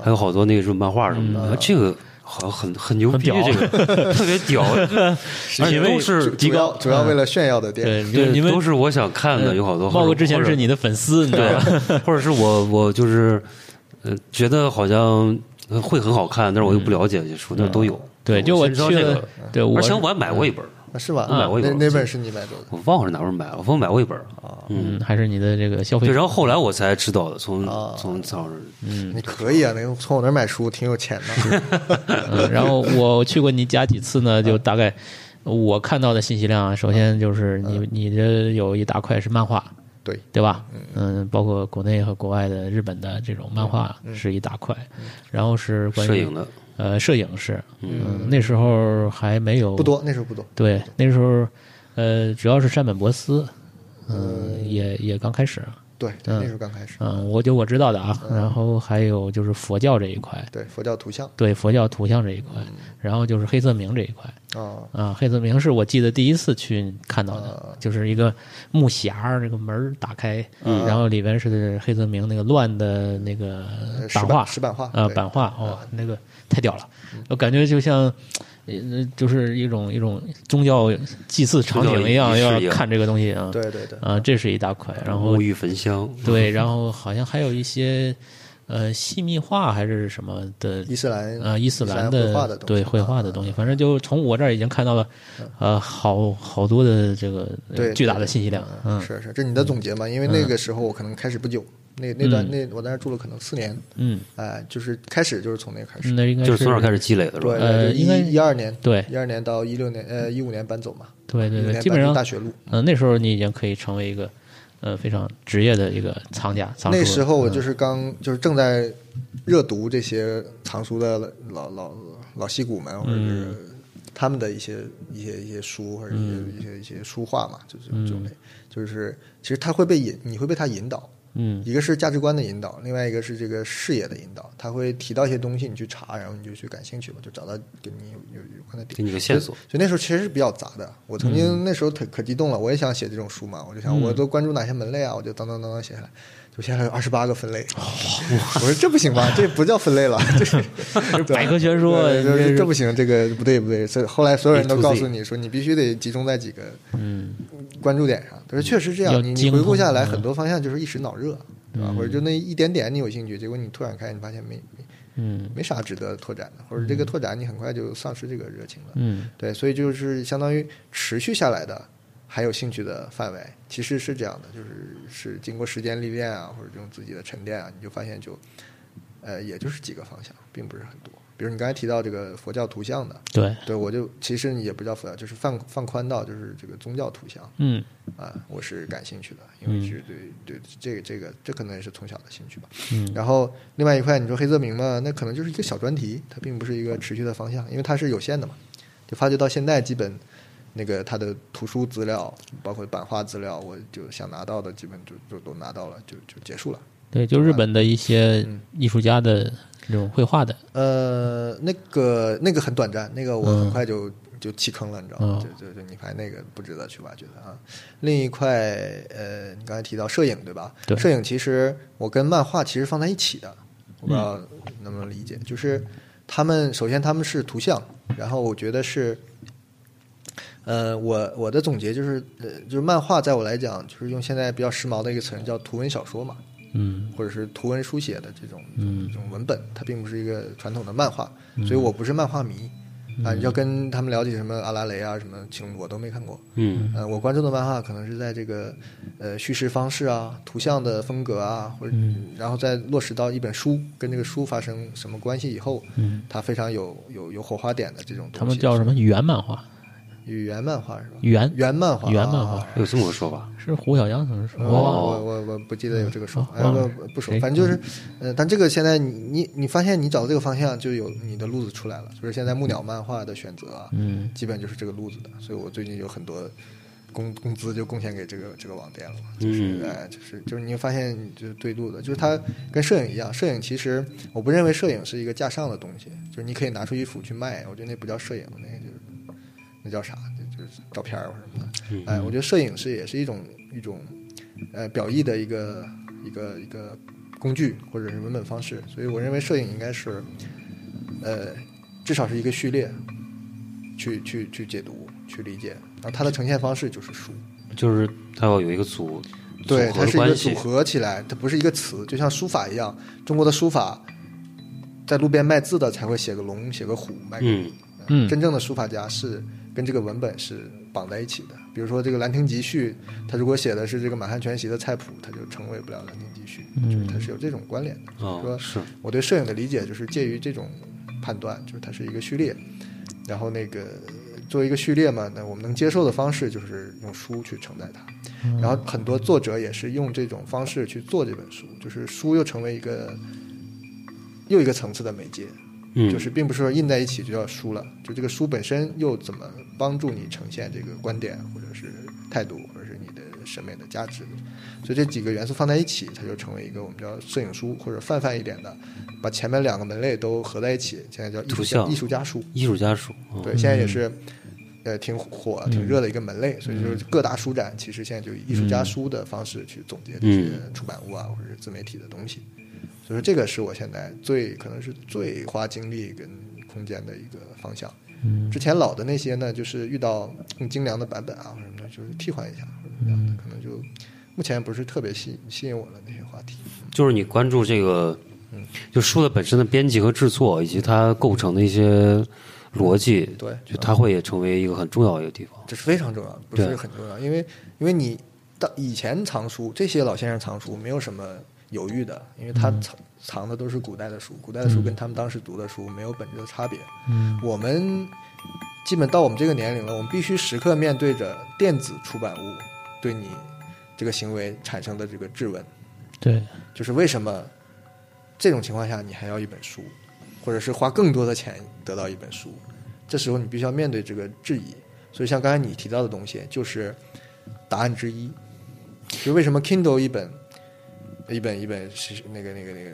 S3: 还有好多那个什么漫画什么的，啊这个好像很很牛逼，
S5: 很屌
S3: 这 个特别屌，而且都是嗯
S4: 主要主要为了炫耀的店，
S5: 对，就
S3: 对，
S5: 你们呃
S3: 都是我想看的，有好多。
S5: 嗯茂哥之前是你的粉丝， 你知道吧？
S3: 对，啊 或者是我我就是呃觉得好像呃会很好看，但是我又不了解这书，那都有。
S5: 对，就我
S3: 我先知道
S5: 去
S3: 这
S5: 了
S3: 个，，
S5: 对我
S3: 而且我还买过一本，
S4: 啊是吧？
S3: 我嗯买过一
S4: 那
S3: 本
S4: 那本是你买走的
S3: 我忘了哪本买了，我买过一本。啊
S5: 嗯，还是你的这个消费
S3: 对，
S5: 者
S3: 然后后来我才知道的，从
S4: 啊
S3: 从早上
S4: 你可以啊，那个从我那儿买书挺有钱的。
S5: 嗯然后我去过你家几次呢，就大概我看到的信息量啊，首先就是你你这有一大块是漫画，
S4: 对，
S5: 嗯对吧？嗯，包括国内和国外的日本的这种漫画是一大块，然后是关于
S3: 摄影的，
S5: 呃，摄影是，嗯，那时候还没有
S4: 不，多，那时候不多。
S5: 对，那时候呃，主要是山本博司，嗯，也也刚开始，
S4: 对，那时候刚开始。
S5: 嗯，我就我知道的啊，然后还有就是佛教这一块，
S4: 对，佛教图像
S5: 对佛教图像这一
S4: 嗯
S5: 块，然后就是黑色明这一块
S4: 啊，
S5: 啊，黑色明是我记得第一次去看到的，就是一个木匣儿，这个门儿打开，
S4: 嗯
S5: 然后里边是黑色明那个乱的那个
S4: 呃石
S5: 版
S4: 板
S5: 画，
S4: 石版画
S5: 啊，
S4: 对嗯
S5: 版画哦，那个太屌了，我感觉就像。呃，就是一种一种宗教祭祀场景一样，
S3: 宗教仪式一
S5: 要
S3: 样
S5: 看这个东西啊。
S4: 对对嗯对，
S5: 啊，这是一大块。然后
S3: 沐浴焚香，
S5: 对，然后好像还有一些呃细密画还是什么的
S4: 伊斯兰
S5: 呃伊斯兰的
S4: 绘画的东西啊嗯
S5: 对绘画的东西，反正就从我这儿已经看到了呃好好多的这个呃
S4: 对
S5: 巨大的信息量，嗯
S4: 是是，这是你的总结嘛？因为那个时候我可能开始不久，那那段
S5: 嗯
S4: 那我在那儿住了可能四年，
S5: 嗯，
S4: 哎，就是开始就是从那开始。
S5: 那应该
S3: 就是从哪开始积累的是吧？
S4: 对，
S5: 呃
S4: 对就
S5: 应该
S4: 一一二年，
S5: 对
S4: 一二年到一六年，呃，一五年搬走嘛，
S5: 对对
S4: 一五
S5: 对，
S4: 年
S5: 基本
S4: 搬
S5: 上
S4: 出大学路。
S5: 嗯、那时候你已经可以成为一个呃非常职业的一个藏家，藏
S4: 那
S5: 书
S4: 时候我就是刚就是正在热读这些藏书的老老老戏骨们，或者是
S5: 嗯
S4: 他们的一些一些一些书，或者一些、一些一些书画嘛，就是这种类，就是其实他会被引，你会被他引导。
S5: 嗯
S4: 一个是价值观的引导，另外一个是这个视野的引导。他会提到一些东西，你去查，然后你就去感兴趣嘛，就找到给你有有有关的点
S3: 给。你个线索，
S4: 所以那时候其实是比较杂的。我曾
S5: 嗯
S4: 经那时候可可激动了，我也想写这种书嘛，我就想我都关注哪些门类啊，我就当当当当写下来，就写下来有二十八个分类。
S5: 哦
S4: 我说这不行吧，这不叫分 类了，这是对
S5: 百科全书
S4: 对就
S5: 这是
S4: 是这不行，这个不对不对。所以后来所有人都
S3: A to Z
S4: 告诉你说，你必须得集中在几个
S5: 嗯
S4: 关注点上。但是确实这
S5: 要
S4: 样，你你
S5: 精
S4: 回顾
S5: 通
S4: 下来，
S5: 嗯
S4: 很多方向就是一时脑热，对吧？或者就那一点点你有兴趣，结果你拓展开，你发现没没
S5: 嗯
S4: 没啥值得拓展的，或者这个拓展你很快就丧失这个热情了。
S5: 嗯
S4: 对，所以就是相当于持续下来的，还有兴趣的范围，其实是这样的，就是是经过时间历练啊，或者这种自己的沉淀啊，你就发现就，呃，也就是几个方向，并不是很多。比如你刚才提到这个佛教图像的，
S5: 对，
S4: 对我就其实也不叫佛教，就是放放宽到就是这个宗教图像
S5: 嗯
S4: 啊，我是感兴趣的，因为是对对这个这个这可能也是从小的兴趣吧。
S5: 嗯
S4: 然后另外一块，你说黑泽明嘛，那可能就是一个小专题，它并不是一个持续的方向，因为它是有限的嘛。就发掘到现在，基本那个它的图书资料，包括版画资料，我就想拿到的，基本就就都拿到了，就就结束了。
S5: 对，就日本的一些
S4: 嗯
S5: 艺术家的这种绘画的，
S4: 呃，那个那个很短暂，那个我很快就、就弃坑了，你知道吗？
S5: 嗯
S4: 就就就你拍那个不值得去挖掘的啊。另一块，呃，你刚才提到摄影对吧？
S5: 对
S4: 摄影其实我跟漫画其实放在一起的，我不知
S5: 嗯
S4: 道能不能理解。就是他们首先他们是图像，然后我觉得是。呃，我我的总结就是，呃，就是漫画在我来讲，就是用现在比较时髦的一个词儿叫图文小说嘛。
S5: 嗯
S4: 或者是图文书写的这种这种文本，它并不是一个传统的漫画，
S5: 嗯
S4: 所以我不是漫画迷啊。要跟他们了解什么阿拉蕾啊、什么青龙，我都没看过。
S3: 嗯
S4: 呃，我关注的漫画可能是在这个呃叙事方式啊、图像的风格啊，或者、
S5: 嗯
S4: 然后再落实到一本书跟这个书发生什么关系以后，
S5: 嗯，
S4: 它非常有有有火花点的这种东西。
S5: 他们叫什么原漫画，
S4: 语言漫画是吧？
S5: 原
S4: 原漫画，
S5: 原漫
S4: 啊
S5: 画
S3: 有这么个说法？
S5: 是胡小阳曾是
S4: 呃
S5: 我忘了，
S4: 我我我不记得有这个说法，
S5: 哦
S4: 哎
S5: 忘
S4: 不
S5: 了嗯
S4: 不说，
S5: 谁
S4: 反正就是，呃，但这个现在你你你发现你找的这个方向就有你的路子出来了，就是现在木鸟漫画的选择啊，
S5: 嗯
S4: 基本就是这个路子的，所以我最近有很多工工资就贡献给这个这个网店了嘛，就是
S3: 嗯
S4: 哎就是就是你会发现就是对路的，就是它跟摄影一样，摄影其实我不认为摄影是一个架上的东西，就是你可以拿出衣服去卖，我觉得那不叫摄影，那个就是那叫啥，就就是照片儿或什么的。哎，我觉得摄影是也是一种一种呃表意的一个一个一个工具或者是文本方式，所以我认为摄影应该是呃至少是一个序列，去去去解读去理解，然后它的呈现方式就是书，
S3: 就是它要有一个组
S4: 对，
S3: 组
S4: 它
S3: 合的
S4: 是一个
S3: 关
S4: 组
S3: 系，嗯
S4: 合起来，它不是一个词，就像书法一样，中国的书法。在路边卖字的才会写个龙，写个虎，卖个
S3: 嗯
S5: 嗯
S4: 真正的书法家是跟这个文本是绑在一起的。比如说这个《兰亭集序》，他如果写的是这个满汉全席的菜谱，他就成为不了《兰亭集序》，
S5: 嗯
S4: 就是它是有这种关联的。所以
S3: 哦
S4: 说
S3: 是
S4: 我对摄影的理解就是介于这种判断，就是它是一个序列，然后那个作为一个序列嘛，那我们能接受的方式就是用书去承载它。然后很多作者也是用这种方式去做这本书，就是书又成为一个又一个层次的媒介。
S3: 嗯
S4: 就是并不是说印在一起就叫书了，就这个书本身又怎么帮助你呈现这个观点或者是态度或者是你的审美的价值，所以这几个元素放在一起，它就成为一个我们叫摄影书或者泛泛一点的，把前面两个门类都合在一起，现在叫艺术
S3: 图
S4: 家
S3: 像
S4: 艺术家书，
S3: 艺术家属，哦
S4: 对，现在也是。呃，挺火、挺热的一个门类，所以就是各大书展其实现在就以艺术家书的方式去总结这些出版物啊，或者是自媒体的东西。所以说这个是我现在最可能是最花精力跟空间的一个方向。之前老的那些呢，就是遇到更精良的版本啊或者什么的，就是替换一下或者怎么样的，可能就目前不是特别吸吸引我的那些话题。
S3: 就是你关注这个，就书的本身的编辑和制作，以及它构成的一些逻辑，
S4: 对
S3: 就它会也成为一个很重要的一个地方。
S4: 这是非常重要，不
S3: 对
S4: 是很重要，因为因为你到以前藏书，这些老先生藏书没有什么犹豫的，因为他藏、藏的都是古代的书，古代的书跟他们当时读的书没有本质的差别。
S5: 嗯，
S4: 我们基本到我们这个年龄了，我们必须时刻面对着电子出版物对你这个行为产生的这个质问，
S5: 对，
S4: 就是为什么这种情况下你还要一本书，或者是花更多的钱得到一本书？这时候你必须要面对这个质疑。所以像刚才你提到的东西，就是答案之一，就是为什么 Kindle 一本一本一本是那个那个那个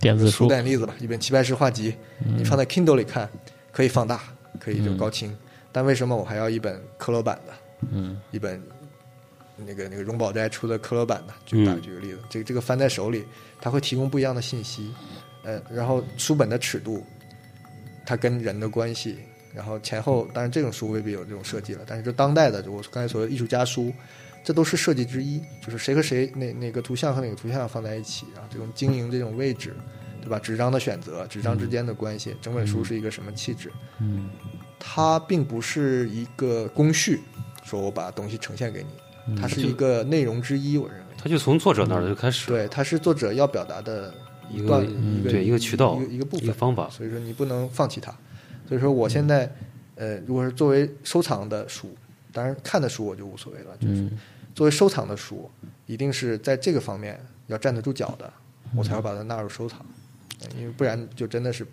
S5: 电子
S4: 书
S5: 书，
S4: 单例子吧，一本齐白石画集，你放在 Kindle 里看，可以放大，可以就高清，但为什么我还要一本刻罗版的？
S5: 嗯
S4: 一本那个那个荣宝斋出的科罗版的，就打
S3: 嗯
S4: 举个例子，这个这个翻在手里，它会提供不一样的信息，呃，然后书本的尺度，它跟人的关系，然后前后，当然这种书未必有这种设计了，但是就当代的，就我刚才所说的艺术家书，这都是设计之一，就是谁和谁哪哪个图像和哪个图像放在一起，然后这种经营这种位置，对吧？纸张的选择，纸张之间的关系，整本书是一个什么气质？
S5: 嗯，
S4: 它并不是一个工序，说我把东西呈现给
S3: 嗯
S4: 你，它是一个内容之一，我认为。
S3: 他就从作者那儿就开始，
S4: 对，它是作者要表达的
S3: 一
S4: 段
S3: 个
S4: 一个
S3: 嗯对一个渠道
S4: 一个一个部
S3: 一
S4: 分
S3: 个嗯方法，
S4: 所以说你不能放弃它。所以说我现在，呃，如果是作为收藏的书，当然看的书我就无所谓了，就是
S5: 嗯
S4: 作为收藏的书，一定是在这个方面要站得住脚的，
S3: 嗯
S4: 我才要把它纳入收藏，呃因为不然就真的是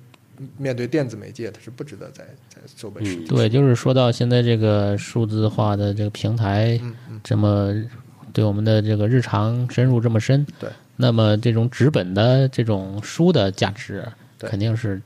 S4: 面对电子媒介，它是不值得再再收本书
S3: 嗯
S4: 的。
S5: 对，就是说到现在这个数字化的这个平台，
S4: 嗯嗯，
S5: 这么对我们的这个日常深入这么深，
S4: 对，
S5: 那么这种纸本的这种书的价值，
S4: 对
S5: 肯定是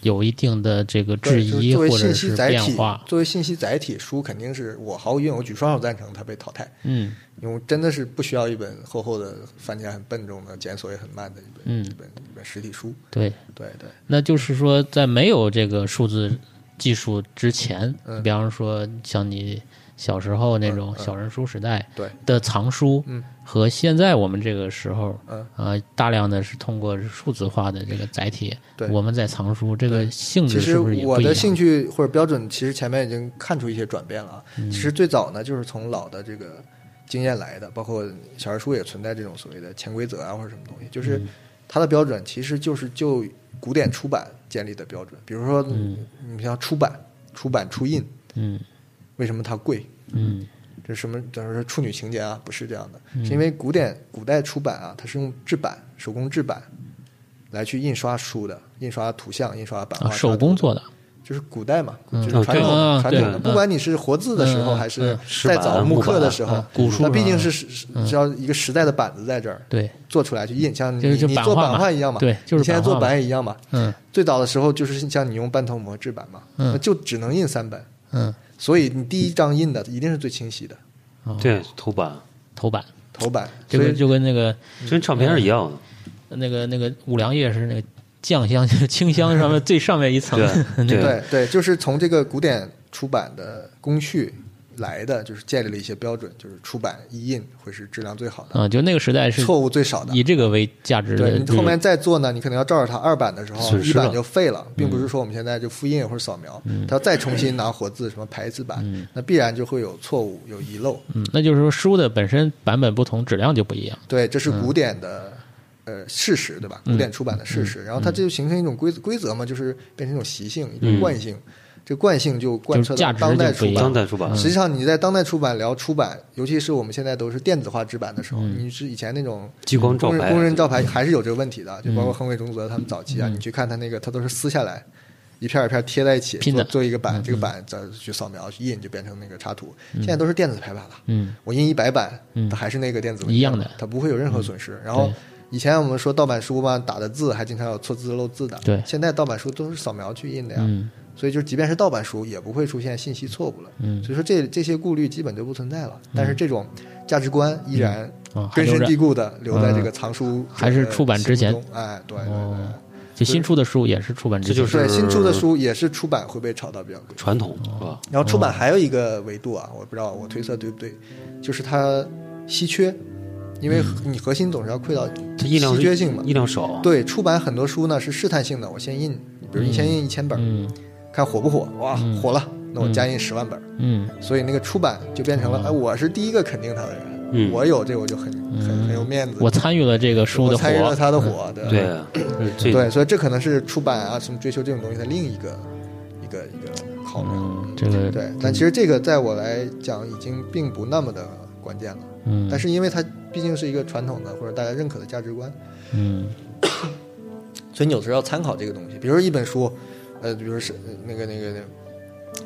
S5: 有一定的这个质
S4: 对就是
S5: 疑
S4: 作
S5: 或
S4: 为
S5: 者
S4: 信息
S5: 是
S4: 载
S5: 变
S4: 体
S5: 化，，
S4: 作为信息载体，书肯定是我毫无怨，我举双手赞成它被淘汰。
S5: 嗯
S4: 因为我真的是不需要一本厚厚的、翻起来很笨重的、检索也很慢的一本、
S5: 嗯
S4: 一本一本实体书。
S5: 对，
S4: 对对，
S5: 那就是说在没有这个数字技术之前，
S4: 嗯
S5: 比方说像你小时候那种
S4: 嗯嗯
S5: 小人书时代
S4: 对
S5: 的藏书，
S4: 嗯
S5: 和现在我们这个时候，
S4: 嗯
S5: 呃，大量的是通过数字化的这个载体，
S4: 对
S5: 我们在藏书，这个性
S4: 其
S5: 质
S4: 实
S5: 嗯是不是也不
S4: 我
S5: 一
S4: 的
S5: 样？
S4: 兴趣或者标准，其实前面已经看出一些转变了啊。
S5: 嗯
S4: 其实最早呢，就是从老的这个经验来的，包括小人书也存在这种所谓的潜规则啊，或者什么东西，就是
S5: 嗯
S4: 它的标准其实就是就古典出版建立的标准。比如说，你像出版、出版、出印，
S5: 嗯
S4: 为什么它贵？
S5: 嗯
S4: 这什么？等于说处女情节啊，不是这样的，是因为古典古代出版啊，它是用制版、手工制版来去印刷书的，印刷图像、印刷版画、
S5: 啊，手工做
S4: 的，
S5: 的，
S4: 就是古代嘛，
S5: 嗯
S4: 就是传统、
S5: 啊对
S4: 传统的，
S5: 嗯
S4: 不管你是活字的时候，
S5: 嗯
S4: 还是
S3: 石
S4: 再
S3: 板
S4: 早木刻的时候，
S5: 木板啊古书
S4: 那
S5: 上
S4: 毕竟是是是只要一个时代的板子在这儿
S5: 对，
S4: 做出来去印，像你
S5: 就是就
S4: 你
S5: 版
S4: 做
S5: 画
S4: 版
S5: 嘛
S4: 画一样嘛，
S5: 对就是
S4: 你现在做
S5: 版画嘛
S4: 版也一样嘛。
S5: 嗯
S4: 最早的时候就是像你用半透膜制版嘛，
S5: 嗯
S4: 那就只能印三本，
S5: 嗯，
S4: 所以你第一张印的一定是最清晰的嗯
S5: 哦，
S3: 对头版，
S5: 头版，
S4: 头版，
S5: 这
S4: 所以
S5: 个就跟那个
S4: 嗯
S3: 就跟唱片是一样的。
S5: 那个那个五粮液是那个酱香， 就是清香上面最上面一层
S3: 对
S5: 那个，
S4: 嗯对对，就是从这个古典出版的工序来的，就是建立了一些标准，就是出版一印会是质量最好的，
S5: 啊，就那个时代是
S4: 错误最少的。
S5: 以这个为价值的
S4: 对
S5: 这
S4: 你
S5: 种，
S4: 后面再做呢，你可能要照着它二版的时候，
S3: 损失
S4: 一版
S3: 了
S4: 就废了，
S5: 嗯
S4: 并不是说我们现在就复印或者扫描，它要再重新拿活字什么排字版，那必然就会有错误有遗漏。
S5: 嗯，那就是说书的本身版本不同，质量就不一样。
S4: 对，这是
S5: 嗯
S4: 古典的、呃事实，对吧？古典出版的事
S5: 嗯
S4: 实，然后它这就形成一种规则规则嘛，就是变成一种习性，一种惯性。这惯性就贯彻
S5: 嗯就是
S4: 到
S5: 价值
S4: 当代
S5: 就不
S4: 出版，
S5: 一样
S3: 当代出版，
S4: 实际上，你在当代出版聊出版，尤其是我们现在都是电子化制版的时候，
S5: 嗯
S4: 你是以前那种
S3: 激光照
S4: 工人
S3: 牌，
S4: 工人招牌还是有这个问题的，就
S5: 嗯
S4: 包括横尾中则他们早期啊，你去看他那个，他都是撕下来。一片儿一片儿贴在一起，
S5: 拼
S4: 做
S5: 的
S4: 做一个
S5: 嗯
S4: 版，这个版再去扫描、去印，就变成那个插图。现在都是电子排版了，
S5: 嗯
S4: 我印一百版，
S5: 嗯
S4: 它还是那个电子文
S5: 一样
S4: 件
S5: 的嗯
S4: 它不会有任何损失。然后
S5: 对
S4: 以前我们说盗版书嘛，打的字还经常有错字漏字的，
S5: 对
S4: 现在盗版书都是扫描去印的呀，
S5: 嗯
S4: 所以就即便是盗版书，也不会出现信息错误了。
S5: 嗯
S4: 所以说这这些顾虑基本就不存在了。但是这种价值观依然
S5: 啊，还
S4: 根
S5: 留
S4: 深
S5: 着嗯
S4: 蒂固的留在这个藏书
S5: 还是出版之前
S4: 心目中哎，对对对。
S5: 哦就新出的书也是出版之
S3: 这就
S5: 前，
S3: 是
S4: 对新出的书也是出版会被炒到比较贵，
S3: 传统是吧？
S4: 然后出版
S5: 哦
S4: 还有一个维度啊，我不知道我推测对不对，就是它稀缺，因
S5: 嗯
S4: 为你核心总是要窥到
S3: 它印量
S4: 稀缺嗯性嘛。
S3: 印量少，
S4: 对，出版很多书呢是试探性的，我先印，比如你先印一千本，
S5: 嗯
S4: 看火不火，哇，火了，那我加印十万本，
S5: 嗯，
S4: 所以那个出版就变成了，哎，我是第一个肯定他的人，
S3: 嗯
S4: 我有这个我就很很很有面子，
S5: 嗯我参与了这个书
S4: 我
S5: 的嗯
S4: 参与了
S5: 火，
S4: 他的火，对
S3: 对
S4: 吧，
S3: 最
S4: 嗯对，所以这可能是出版啊什么追求这种东西的另一个一个一个考量。
S5: 嗯，这个
S4: 对，但其实这个在我来讲已经并不那么的关键了，
S5: 嗯，
S4: 但是因为它毕竟是一个传统的或者大家认可的价值观，
S5: 嗯
S4: 所以你有时候要参考这个东西。比如说一本书，呃，比如是呃那个那个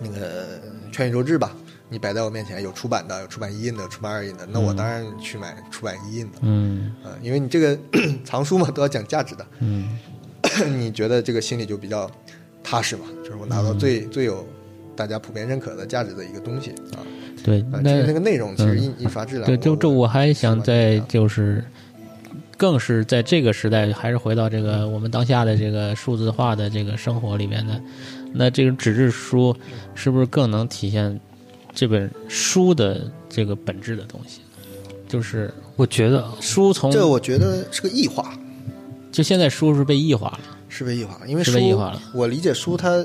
S4: 那个呃《全宇宙志》吧，你摆在我面前，有出版的，有出版一印的，有出版二印的，那我当然去买出版一印的，
S5: 嗯
S4: 嗯、因为你这个 藏书嘛都要讲价值的，
S5: 嗯
S4: 你觉得这个心里就比较踏实嘛，就是我拿到最、最有大家普遍认可的价值的一个东西啊。
S5: 对，
S4: 呃，其
S5: 那
S4: 实那个内容其实印印刷质量，
S5: 对，这这我还想
S4: 在
S5: 再就是更是在这个时代，还是回到这个我们当下的这个数字化的这个生活里面的，那这个纸质书是不是更能体现这本书的这个本质的东西？就是
S3: 我觉得
S5: 书从
S4: 这个我觉得是个异化，
S5: 就现在书是被异化了，
S4: 是被异化，因为
S5: 是
S4: 书
S5: 被异化了
S4: 我理解书它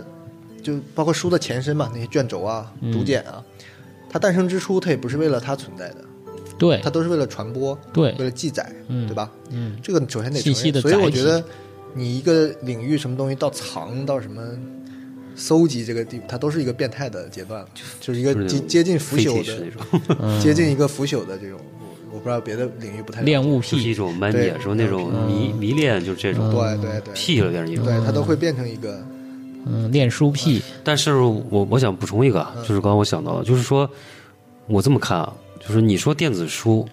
S4: 就包括书的前身嘛，那些卷轴啊、
S5: 嗯
S4: 竹简啊，它诞生之初它也不是为了它存在的，
S5: 对
S4: 它都是为了传播，
S5: 对
S4: 为了记载，
S5: 嗯
S4: 对吧？
S5: 嗯，
S4: 这个首先得
S5: 信
S4: 承
S5: 息
S4: 认
S5: 的
S4: 所以我
S5: 载
S4: 觉
S5: 体
S4: 得你一个领域什么东西到藏到什么搜集这个地步，它都是一个变态的阶段，就是一个
S3: 就是那
S4: 接
S3: 种
S4: 接近腐
S3: 废
S4: 朽
S3: 弃式那
S4: 的，
S3: 种，
S4: 接近一个腐朽的这种，我我不知道别的领域不太了解
S5: 嗯恋物
S3: 就是一
S5: 癖，
S3: 种 mania，说那种迷迷恋，就是这种
S4: 嗯对对对，
S3: 屁了点一种。
S4: 对它都会变成一个
S5: 嗯，恋书癖，
S3: 但是我我想补充一个
S5: 嗯
S3: 啊，就是刚刚我想到的，就是说，我这么看啊，就是你说电子书，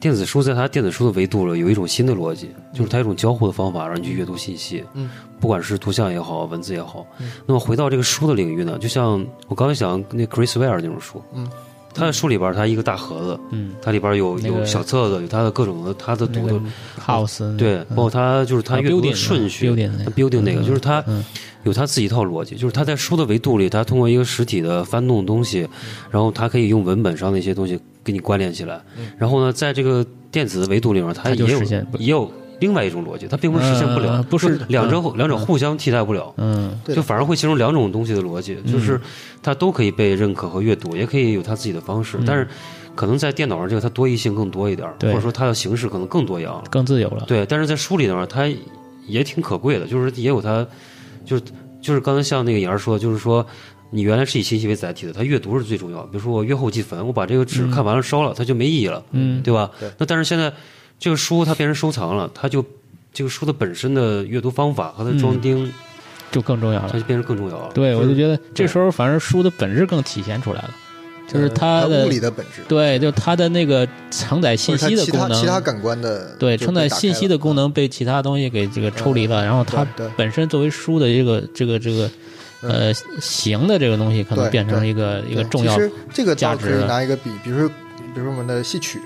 S3: 电子书在它电子书的维度了有一种新的逻辑，
S5: 嗯
S3: 就是它有一种交互的方法让你去阅读信息，
S4: 嗯，
S3: 不管是图像也好，文字也好。
S5: 嗯
S3: 那么回到这个书的领域呢，就像我刚才想那 Chris Ware 那种书，
S4: 嗯。
S3: 他的书里边，他一个大盒子，
S5: 嗯，
S3: 它里边有
S5: 那个
S3: 有小册子，有他的各种的他的读
S5: 那
S3: 的
S5: 个嗯 house
S3: 对，包括他就是他
S5: 啊
S3: 阅读
S5: 嗯 building
S3: 的
S5: 啊
S3: 顺序
S5: building 那个
S3: 他 building 那个，
S5: 嗯
S3: 就是他
S5: 嗯
S3: 有他自己一套逻辑，就是他在书的维度里，他通过一个实体的翻动东西，然后他可以用文本上的一些东西给你关联起来，然后呢，在这个电子的维度里面，他
S5: 它
S3: 也
S5: 嗯就
S3: 有
S5: 实现不了
S3: 也有另外一种逻辑，它并不是实现不了，
S5: 嗯不是
S3: 两者两者互相替代不了。
S5: 嗯
S4: 对的
S3: 就反而会形成两种东西的逻辑，就是它都可以被认可和阅读，也可以有它自己的方式，但是可能在电脑上这个它多义性更多一点儿，
S5: 嗯对
S3: 或者说它的形式可能更多样了。
S5: 更自由了，
S3: 对，但是在书里呢，它也挺可贵的，就是也有它，就是就是刚才像那个杨儿说，就是说你原来是以信息为载体的，它阅读是最重要。比如说我阅后即焚，我把这个纸看完了烧了，它就没意义了，
S5: 嗯
S3: 对吧？
S4: 对
S3: 那但是现在这个书它变成收藏了，它就这个书的本身的阅读方法和它的装订，
S5: 就更重要了
S3: 它。就变成更重要了。
S5: 嗯对，
S3: 就
S5: 我
S3: 是
S5: 就觉得这时候反正书的本质更体现出来了，就是
S4: 呃它
S5: 的
S4: 物理的本质，
S5: 对，就它的那个承载信
S4: 或者它
S5: 息的
S4: 其
S5: 功
S4: 他
S5: 能，
S4: 其他感官的
S5: 对
S4: 就
S5: 承
S4: 被
S5: 载
S4: 打开
S5: 信息
S4: 了嗯
S5: 的功能被其他东西给这个抽离了，然后它
S4: 对对嗯
S5: 本身作为书的这个这个这个呃形的这个东西，可能
S4: 对
S5: 变成
S4: 对
S5: 一个一
S4: 对
S5: 个重要
S4: 其，实这个倒
S5: 价
S4: 可
S5: 值
S4: 以
S5: 了
S4: 拿一个比，比如说比如说我们的戏曲，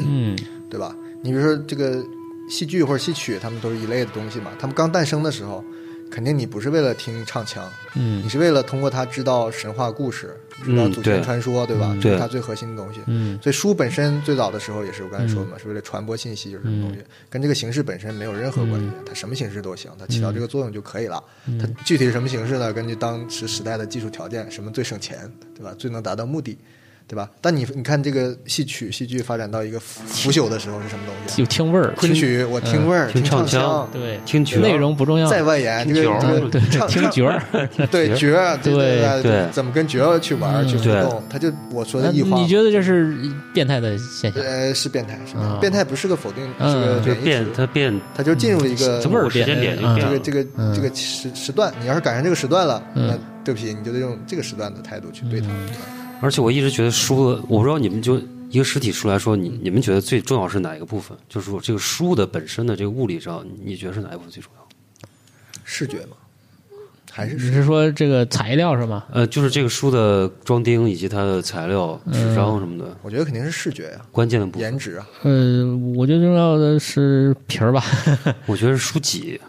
S5: 嗯
S4: 对吧？你比如说这个戏剧或者戏曲，他们都是一类的东西嘛。他们刚诞生的时候，肯定你不是为了听唱腔，你
S5: 嗯
S4: 是为了通过它知道神话故事，知道
S3: 嗯
S4: 祖先
S3: 对
S4: 传说，对吧？
S5: 嗯
S4: 这是
S3: 对
S4: 它最核心的东西。
S5: 嗯
S4: 所以书本身最早的时候也是我刚才说
S3: 嗯
S4: 的嘛，是为了传播信息，就是什么东西，跟这个形式本身没有任何关
S3: 嗯
S4: 系，它什么形式都行，它起到这个作用就可以了。它具体是什么形式呢？根据当时时代的技术条件，什么最省钱，对吧？最能达到目的，对吧？但你你看这个戏曲、戏剧发展到一个腐腐朽的时候是什么东西啊？
S5: 有听味儿，
S4: 昆曲我听味儿，
S3: 嗯听
S4: 唱
S3: 唱腔
S5: 对
S3: 听觉
S5: 内容不重要，嗯
S4: 再外延 这
S3: 听
S4: 个
S3: 角
S4: 这个
S5: 对
S4: 唱
S5: 听
S4: 唱
S5: 角儿，
S4: 对角儿
S5: 对
S4: 对
S3: 对嗯
S4: 怎么跟角儿去玩儿去互
S3: 对
S4: 动？它就我说
S5: 那
S4: 的异化嘛。
S5: 你觉得这是变态的现象？
S4: 呃，是变态，是变态。
S5: 啊
S4: 变态不是个否定，
S5: 嗯
S4: 是个
S3: 就
S4: 贬义
S3: 变
S4: 词，
S3: 它变
S4: 它就进入了一个
S5: 什么味儿
S3: 时间点就变
S5: 变
S3: 了
S4: 这个。这个
S5: 嗯
S4: 这个时时段。你要是赶上这个时段了，
S5: 嗯
S4: 那对不起，你就得用这个时段的态度去对它。
S3: 而且我一直觉得书的，我不知道你们就一个实体书来说，你你们觉得最重要是哪一个部分？就是说这个书的本身的这个物理上，你觉得是哪一部分最重要？
S4: 视觉嘛，还是
S5: 你
S4: 视
S5: 是说这个材料是吗？
S3: 呃，就是这个书的装订以及它的材料、
S5: 嗯
S3: 纸张什么的，
S4: 我觉得肯定是视觉呀，
S3: 关键的部分。
S4: 颜值啊，
S5: 呃，我觉得重要的是皮儿吧。
S3: 我觉得是书籍，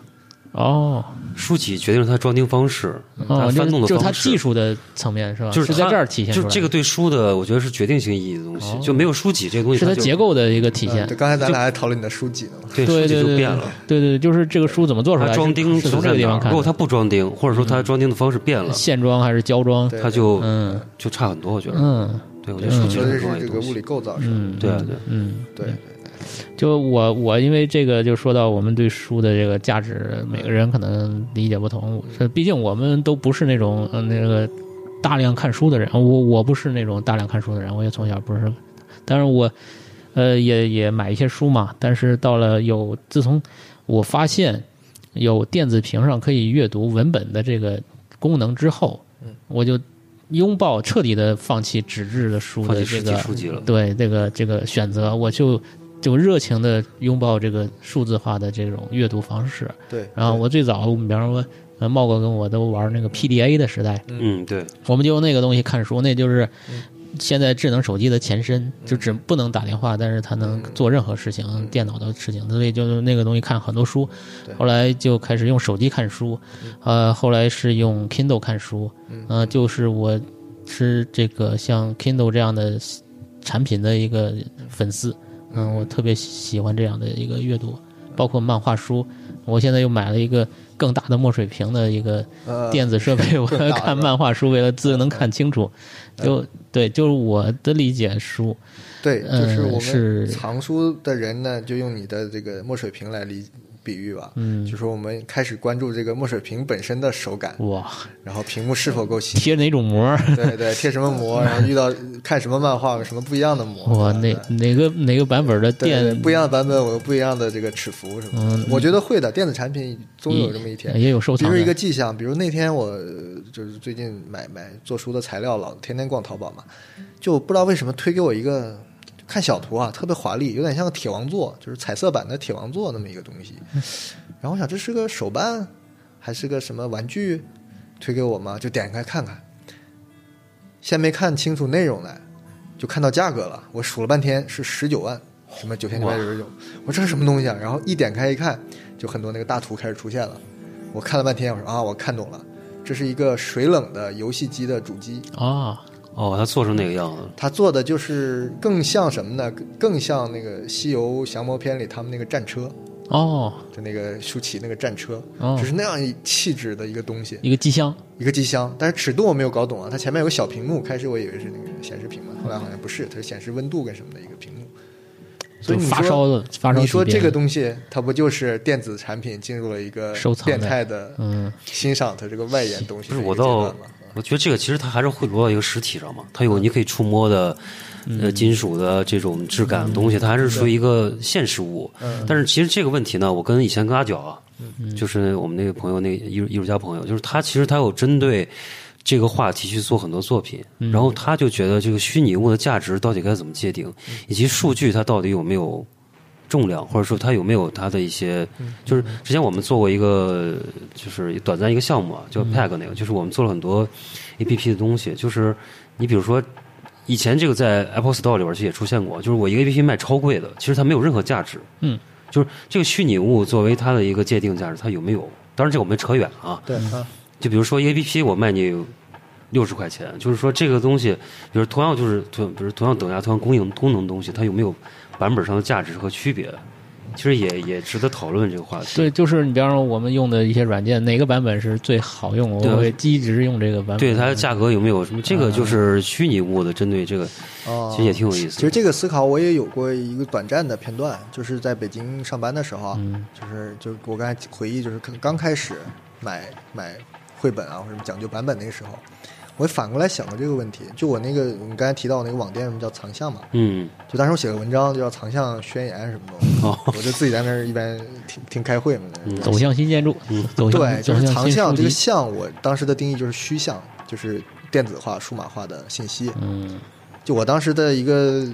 S5: 哦
S3: 书籍决定了它装订方式，它
S5: 哦，就
S3: 翻
S5: 是
S3: 动的
S5: 就是它
S3: 方式。
S5: 技术的层面是吧？
S3: 就是
S5: 在
S3: 它
S5: 这儿体现出
S3: 就是
S5: 来的，哦
S3: 这个对书的，我觉得是决定性意义的东西。就没有书籍这个东西，
S5: 是它
S3: 就
S5: 结构的一个体现
S4: 对，。刚才咱俩还讨论你的书籍呢嘛，
S3: 对
S5: 对
S3: 书籍
S5: 对
S3: 就
S5: 对
S3: 变了。
S5: 对对，就是这个书怎么做出来
S3: 它
S5: 是，
S3: 装订
S5: 是
S3: 存
S5: 从这
S3: 在
S5: 个地
S3: 哪
S5: 方
S3: 儿？
S5: 看
S3: 如果它
S5: 的，
S3: 不装订，或者说它装订的方式变了，
S5: 线装还是胶装？
S4: 对
S3: 它就
S5: 嗯
S3: 就差很多。我觉得，
S5: 嗯
S3: 对我觉得书
S4: 我
S3: 籍
S4: 觉得
S3: 很
S4: 是
S3: 重要一
S4: 这
S3: 个
S4: 个
S3: 东西
S4: 物理构造是吧，
S5: 嗯，
S3: 对对
S5: 嗯，
S4: 对，
S5: 就我我因为这个就说到我们对书的这个价值，每个人可能理解不同。是毕竟我们都不是那种嗯那个大量看书的人，我我不是那种大量看书的人，我也从小不是。但是我呃也也买一些书嘛，但是到了有自从我发现有电子屏上可以阅读文本的这个功能之后，我就拥抱彻底的放弃纸质的书
S3: 放
S5: 的
S3: 弃
S5: 这
S3: 实
S5: 个
S3: 体书籍了。
S5: 对这个这个选择，我就就热情的拥抱这个数字化的这种阅读方式。
S4: 对。
S5: 然后我最早，比方说，呃，茂哥跟我都玩那个 PDA 的时代，
S3: 嗯，对，
S5: 我们就用那个东西看书，那就是现在智能手机的前身，就只不能打电话，但是它能做任何事情，电脑的事情，所以就是那个东西看很多书
S4: 对，
S5: 后来就开始用手机看书，呃，后来是用 Kindle 看书，呃，就是我是这个像 Kindle 这样的产品的一个粉丝，嗯，我特别喜欢这样的一个阅读，包括漫画书，我现在又买了一个更大的墨水屏的一个。
S4: 呃，
S5: 电子设备，我
S4: 更大是吧
S5: 看漫画书为了字能看清楚，
S4: 嗯
S5: 就对，就是我的理解书，
S4: 对，就是
S5: 呃
S4: 我
S5: 是
S4: 们藏书的人呢，就用你的这个墨水瓶来理比喻吧，嗯，就说我们开始关注这个墨水瓶本身的手感，
S5: 哇，
S4: 然后屏幕是否够新，
S5: 贴哪种膜儿？
S4: 对对，贴什么膜，然后遇到看什么漫画，什么不一样的膜，啊
S5: 哇，哪
S4: 对
S5: 哪个哪个版本的
S4: 对对对
S5: 电嗯
S4: 不一样的版本，我有不一样的这个尺幅什么的，我觉得会的，电子产品总有这么一天，
S5: 也也有收藏
S4: 比
S5: 的
S4: 如一个迹象，比如那天我呃就是最近买买做书的材料，老天天逛淘宝嘛，就不知道为什么推给我一个看小图啊，特别华丽，有点像个铁王座，就是彩色版的铁王座那么一个东西。
S5: 嗯
S4: 然后我想这是个手办还是个什么玩具，推给我嘛，就点开看看。先没看清楚内容来，就看到价格了，我数了半天是十九万。什么九千九百九十九？我说这是什么东西啊？然后一点开一看，就很多那个大图开始出现了。我看了半天，我说啊，我看懂了，这是一个水冷的游戏机的主机，
S5: 啊？
S3: 哦，它做成那个样子，
S4: 它做的就是更像什么呢？更更像那个《西游降魔篇》里他们那个战车，
S5: 哦，
S4: 就那个舒淇那个战车，
S5: 哦
S4: 就是那样一气质的一个东西，
S5: 一个机箱，
S4: 一个机箱。但是尺度我没有搞懂啊，它前面有个小屏幕，开始我以为是那个显示屏嘛，后来好像不是，它是显示温度跟什么的一个屏幕。所以
S5: 就
S4: 你
S5: 是
S4: 说
S5: 发烧的发烧级别的。
S4: 你说这个东西，它不就是电子产品进入了一个
S5: 收藏的
S4: 变态的
S5: 嗯
S4: 欣赏它这个外延东西
S3: 不
S4: 的
S3: 是
S4: 一
S3: 我
S4: 个阶段
S3: 倒
S4: 吗？，
S3: 我觉得这个其实它还是回流到一个实体上嘛，它有你可以触摸的，呃，金属的这种质感的嗯东西，它还嗯是属于一个现实物。但是其实这个问题呢，我跟以前跟阿角啊，就是我们那个朋友，那个艺术艺术家朋友，就是他其实他有针对。这个话题去做很多作品，然后他就觉得这个虚拟物的价值到底该怎么界定，以及数据它到底有没有重量，或者说它有没有它的一些，就是之前我们做过一个，就是短暂一个项目啊，叫 Pag 那个，就是我们做了很多 A P P 的东西，就是你比如说。以前这个在 Apple Store 里边其实也出现过，就是我一个 A P P 卖超贵的，其实它没有任何价值。
S5: 嗯，
S3: 就是这个虚拟物作为它的一个界定价值，它有没有？当然这个我们扯远了啊。
S4: 对
S5: 嗯
S4: 啊，
S3: 就比如说一个 A P P 我卖你六十块钱，就是说这个东西，比如同样就是同，比如同样等价、同样供应功能的东西，它有没有版本上的价值和区别？其实也也值得讨论这个话题。
S5: 对，就是你比方说我们用的一些软件，哪个版本是最好用？
S3: 对
S5: 我会一直用这个版本。
S3: 对它的价格有没有什么？这个就是虚拟物的，针对这个，
S4: 哦
S3: 其实也挺有意
S4: 其
S3: 思
S4: 实
S3: 的。
S4: 这个思考我也有过一个短暂的片段，就是在北京上班的时候啊，
S5: 嗯
S4: 就是就是我刚才回忆，就是刚刚开始买买绘本啊或者什么讲究版本那个时候，我也反过来想过这个问题。就我那个我们刚才提到那个网店，什么叫藏象嘛？
S3: 嗯，
S4: 就当时我写个文章就叫《藏象宣言》什么东西，
S3: 哦
S4: 我就自己在那儿一边听听开会嘛。在那儿
S5: 走向新建筑，嗯
S3: 嗯
S5: 走向
S4: 对，就
S5: 走
S4: 是
S5: 向
S4: 藏
S5: 新
S4: 象
S5: 书
S4: 这个
S5: 籍
S4: 象，我当时的定义就是虚像，就是电子化、数码化的信息。
S5: 嗯
S4: 就我当时的一个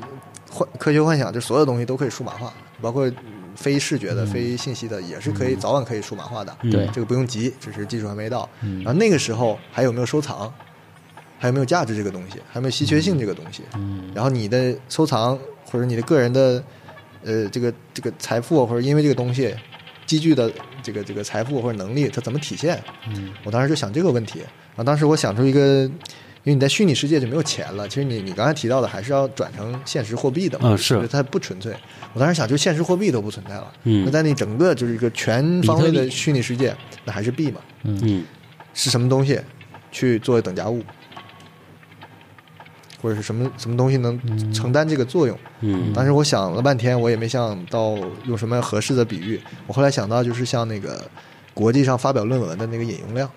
S4: 幻科学幻想，就所有东西都可以数码化，包括非视觉的、非信息的，也是可以早晚可以数码化的。
S5: 对
S4: 这个不用急，只是技术还没到。然后那个时候还有没有收藏？还有没有价值这个东西？还有没有稀缺性这个东西？
S5: 嗯
S4: 然后你的收藏或者你的个人的呃这个这个财富，啊或者因为这个东西积聚的这个这个财富或者能力，它怎么体现？
S5: 嗯，
S4: 我当时就想这个问题。然后当时我想出一个，因为你在虚拟世界就没有钱了，其实你你刚才提到的还是要转成现实货币的嘛，
S5: 啊
S3: 嗯是
S4: 就它不纯粹。我当时想，就现实货币都不存在了，
S3: 嗯
S4: 那在你整个就是一个全方位
S5: 比特
S4: 的
S5: 币
S4: 虚拟世界，那还是币嘛？
S3: 嗯，
S4: 是什么东西去做等价物，或者是什么什么东西能承担这个作用？
S3: 嗯，
S4: 当时我想了半天，我也没想到用什么合适的比喻。我后来想到就是像那个国际上发表论文的那个引用量、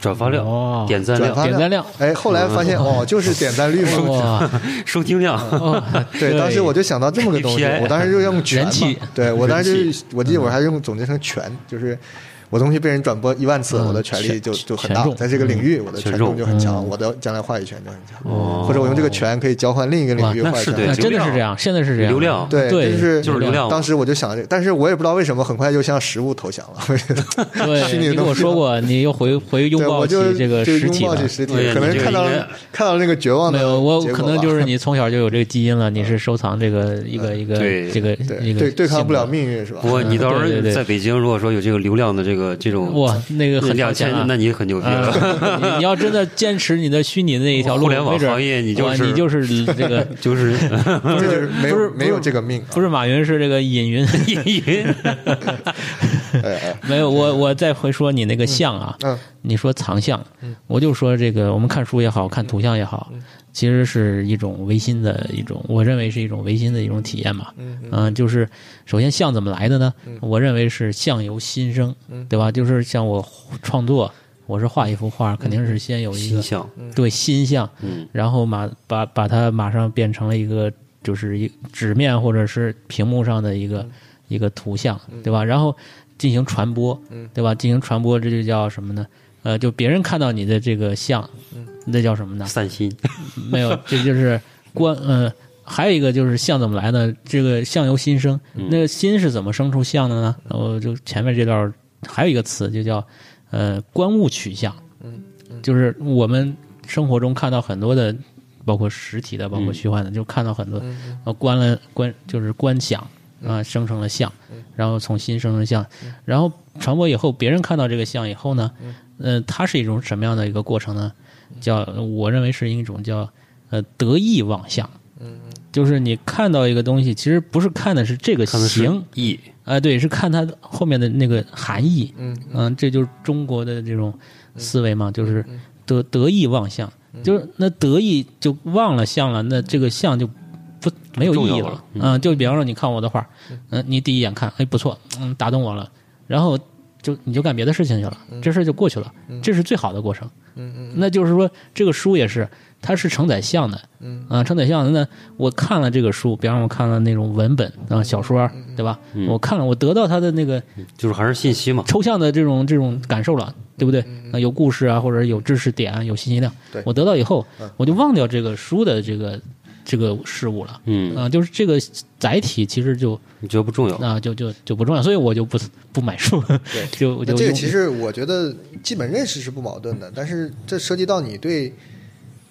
S3: 转发量、
S5: 哦
S3: 点赞
S4: 转
S3: 量、
S4: 发
S5: 点赞量
S4: 哎，后来 发现哦，就是点赞率嘛。
S5: 嗯哇，
S3: 收听量，
S5: 哦
S4: 对，当时我就想到这么个东西
S3: API，
S4: 我当时就用全
S5: 人
S4: 嘛
S5: 气，
S4: 对我当时
S3: 人
S5: 嗯
S4: 就我记得我还用总结成全，就是我东西被人转播一万次，
S5: 嗯
S4: 我的权利就
S5: 权
S4: 就很大
S5: 权，重
S4: 在这个领域我的
S3: 权
S4: 权重
S3: 重
S4: 就很强，
S5: 嗯
S4: 我的将来话语权就很强，
S3: 哦
S4: 或者我用这个权可以交换另一个领域
S3: 哇
S4: 话
S3: 那
S4: 语
S3: 是
S4: 权。
S3: 对
S5: 啊真的
S3: 流
S5: 是
S3: 量
S5: 这样，现在是这样，
S3: 流量
S4: 对
S5: 对，
S4: 就是
S3: 就是流量
S4: 当时我就想这个，但是我也不知道为什么，很快就向实物投降了。我觉得 虚
S5: 对，
S4: 拟的
S5: 你跟我
S4: 东西
S5: 说过，你又回回拥
S4: 对，
S5: 抱
S4: 我
S5: 起
S4: 就
S5: 这个
S4: 就
S5: 实体
S4: 拥抱
S5: 了
S4: 起。实体
S3: 对呀，
S4: 可能
S3: 你就
S4: 看到
S3: 应该
S4: 看到那个绝望的
S5: 没有，我
S4: 结果
S5: 可能
S4: 吧
S5: 就是你从小就有这个基因了，你是收藏这个一个一个
S3: 对
S5: 这个
S4: 对
S5: 一个
S4: 对对抗不了
S5: 性格。
S4: 命运是吧
S3: 不？过你到时
S5: 对对
S3: 候
S5: 对
S3: 在北京，如果说有这个流量的这个这种
S5: 哇，那个很
S3: 两
S5: 超前
S3: 千
S5: 啊，
S3: 那你很牛逼了。
S5: 啊，你你要真的坚持你的虚拟的那一条路，
S3: 互联网
S5: 没准儿
S3: 行业你就
S5: 哇
S3: 是
S5: 你就是这个
S3: 就是
S5: 嗯
S4: 就是没
S5: 不是
S4: 有
S5: 不是
S4: 没有这个命啊，
S5: 不是马云是这个尹云，
S4: 哎哎
S5: 没有我我再回说你那个像啊，
S4: 嗯
S5: 你说藏像，我就说这个我们看书也好看图像也好，其实是一种唯心的一种，我认为是一种唯心的一种体验嘛。
S4: 嗯
S5: 嗯、就是首先相怎么来的呢？我认为是相由心生，对吧？就是像我创作，我是画一幅画，肯定是先有 一
S3: 心
S5: 个
S3: 象，
S5: 对心象，
S3: 嗯，
S5: 然后马把把它马上变成了一个就是一纸面或者是屏幕上的一个、一个图像，对吧？然后进行传播，对吧？进行传播，这就叫什么呢？呃，就别人看到你的这个像，那叫什么呢？
S3: 散心，
S5: 没有，这就是观呃，还有一个就是相怎么来呢？这个相由心生，那个心是怎么生出相的呢？我就前面这段儿还有一个词，就叫呃观物取相，就是我们生活中看到很多的，包括实体的，包括虚幻的，就看到很多，呃，观了观就是观想啊、生成了相，然后从心生成相，然后传播以后，别人看到这个相以后呢，呃，它是一种什么样的一个过程呢？叫我认为是一种叫呃得意忘相，就是你看到一个东西，其实不是看的是这个
S3: 看的是 E
S5: 形，
S3: 意，
S5: 啊，对，是看它后面的那个含义。
S4: 嗯
S5: 这就是中国的这种思维嘛，就是
S4: 嗯
S5: 得得意忘相，就是那得意就忘了相了，那这
S4: 嗯
S5: 个相就不没有意义
S3: 不重要了嗯
S5: 啊、就比方说你看我的画，嗯、你第一眼看，哎，不错，嗯，打动我了，然后就你就干别的事情去了，这事儿就过去了，这是最好的过程。
S4: 嗯嗯
S5: 那就是说，这个书也是，它是承载像的，
S4: 嗯
S5: 啊，承载像的。那我看了这个书，比方我看了那种文本啊，小说，
S4: 嗯
S5: 对吧？
S3: 嗯
S5: 我看了，我得到它的那个
S3: 就是还是信息嘛。
S5: 抽象的这种这种感受了，对不对？啊，有故事啊，或者有知识点啊，有信息量
S4: 嗯对，嗯
S5: 我得到以后，我就忘掉这个书的这个这个事物了。
S3: 嗯，
S5: 啊，就是这个载体其实就
S3: 你觉得不重
S4: 哦
S3: 要？
S5: 啊就就就不重要，所以我就不不买书， 就我
S4: 那
S5: 就
S4: 这个
S5: 用
S4: 其实我觉得基本认识是不矛盾的，但是这涉及到你对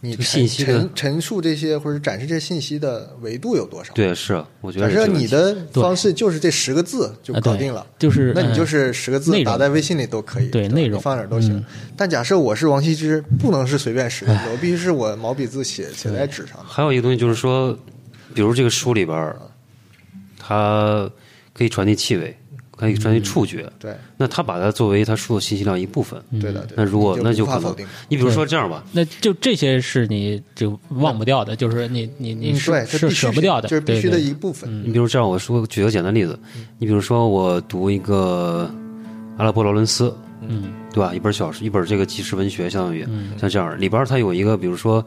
S4: 你
S3: 就
S4: 陈
S3: 信息的
S4: 陈陈述这些或者展示这些信息的维度有多少。，
S3: 对，是，我觉
S4: 假
S3: 得是
S4: 设
S3: 这个
S4: 你
S3: 问题
S4: 的方式就是这十个字就
S5: 啊
S4: 搞
S5: 对
S4: 定了。
S5: 就是
S4: 那你就
S5: 嗯
S4: 是十个字
S5: 内容
S4: 打在微信里都可以，
S5: 对
S4: 吧
S5: 内容嗯
S4: 你放哪儿都行。但假设我是王羲之，不能是随便十个字，我必须是我毛笔字写写在纸上的。
S3: 还有一个东西就是说，比如这个书里边儿，它可以传递气味，可以传递触觉，
S4: 对，
S3: 那他把它作为他书的信息量一部分。
S4: 对的，对的
S3: 那如果
S4: 你
S3: 那
S4: 就
S3: 就
S4: 无法
S3: 可
S4: 否
S3: 能
S4: 定了，
S3: 你比如说这样吧，
S5: 那就这些是你就忘不掉的，就是你你你
S4: 嗯
S5: 是、
S4: 对，这
S5: 是
S4: 必须
S5: 舍不掉的，
S4: 就是必须
S5: 对
S4: 的
S5: 对嗯
S4: 一部分。
S3: 你比如这样，我说举个简单例子，你比如说我读一个阿拉伯劳伦斯，
S5: 嗯，
S3: 对吧？一本小说，一本这个纪实文学，相当于、像这样，里边它有一个，比如说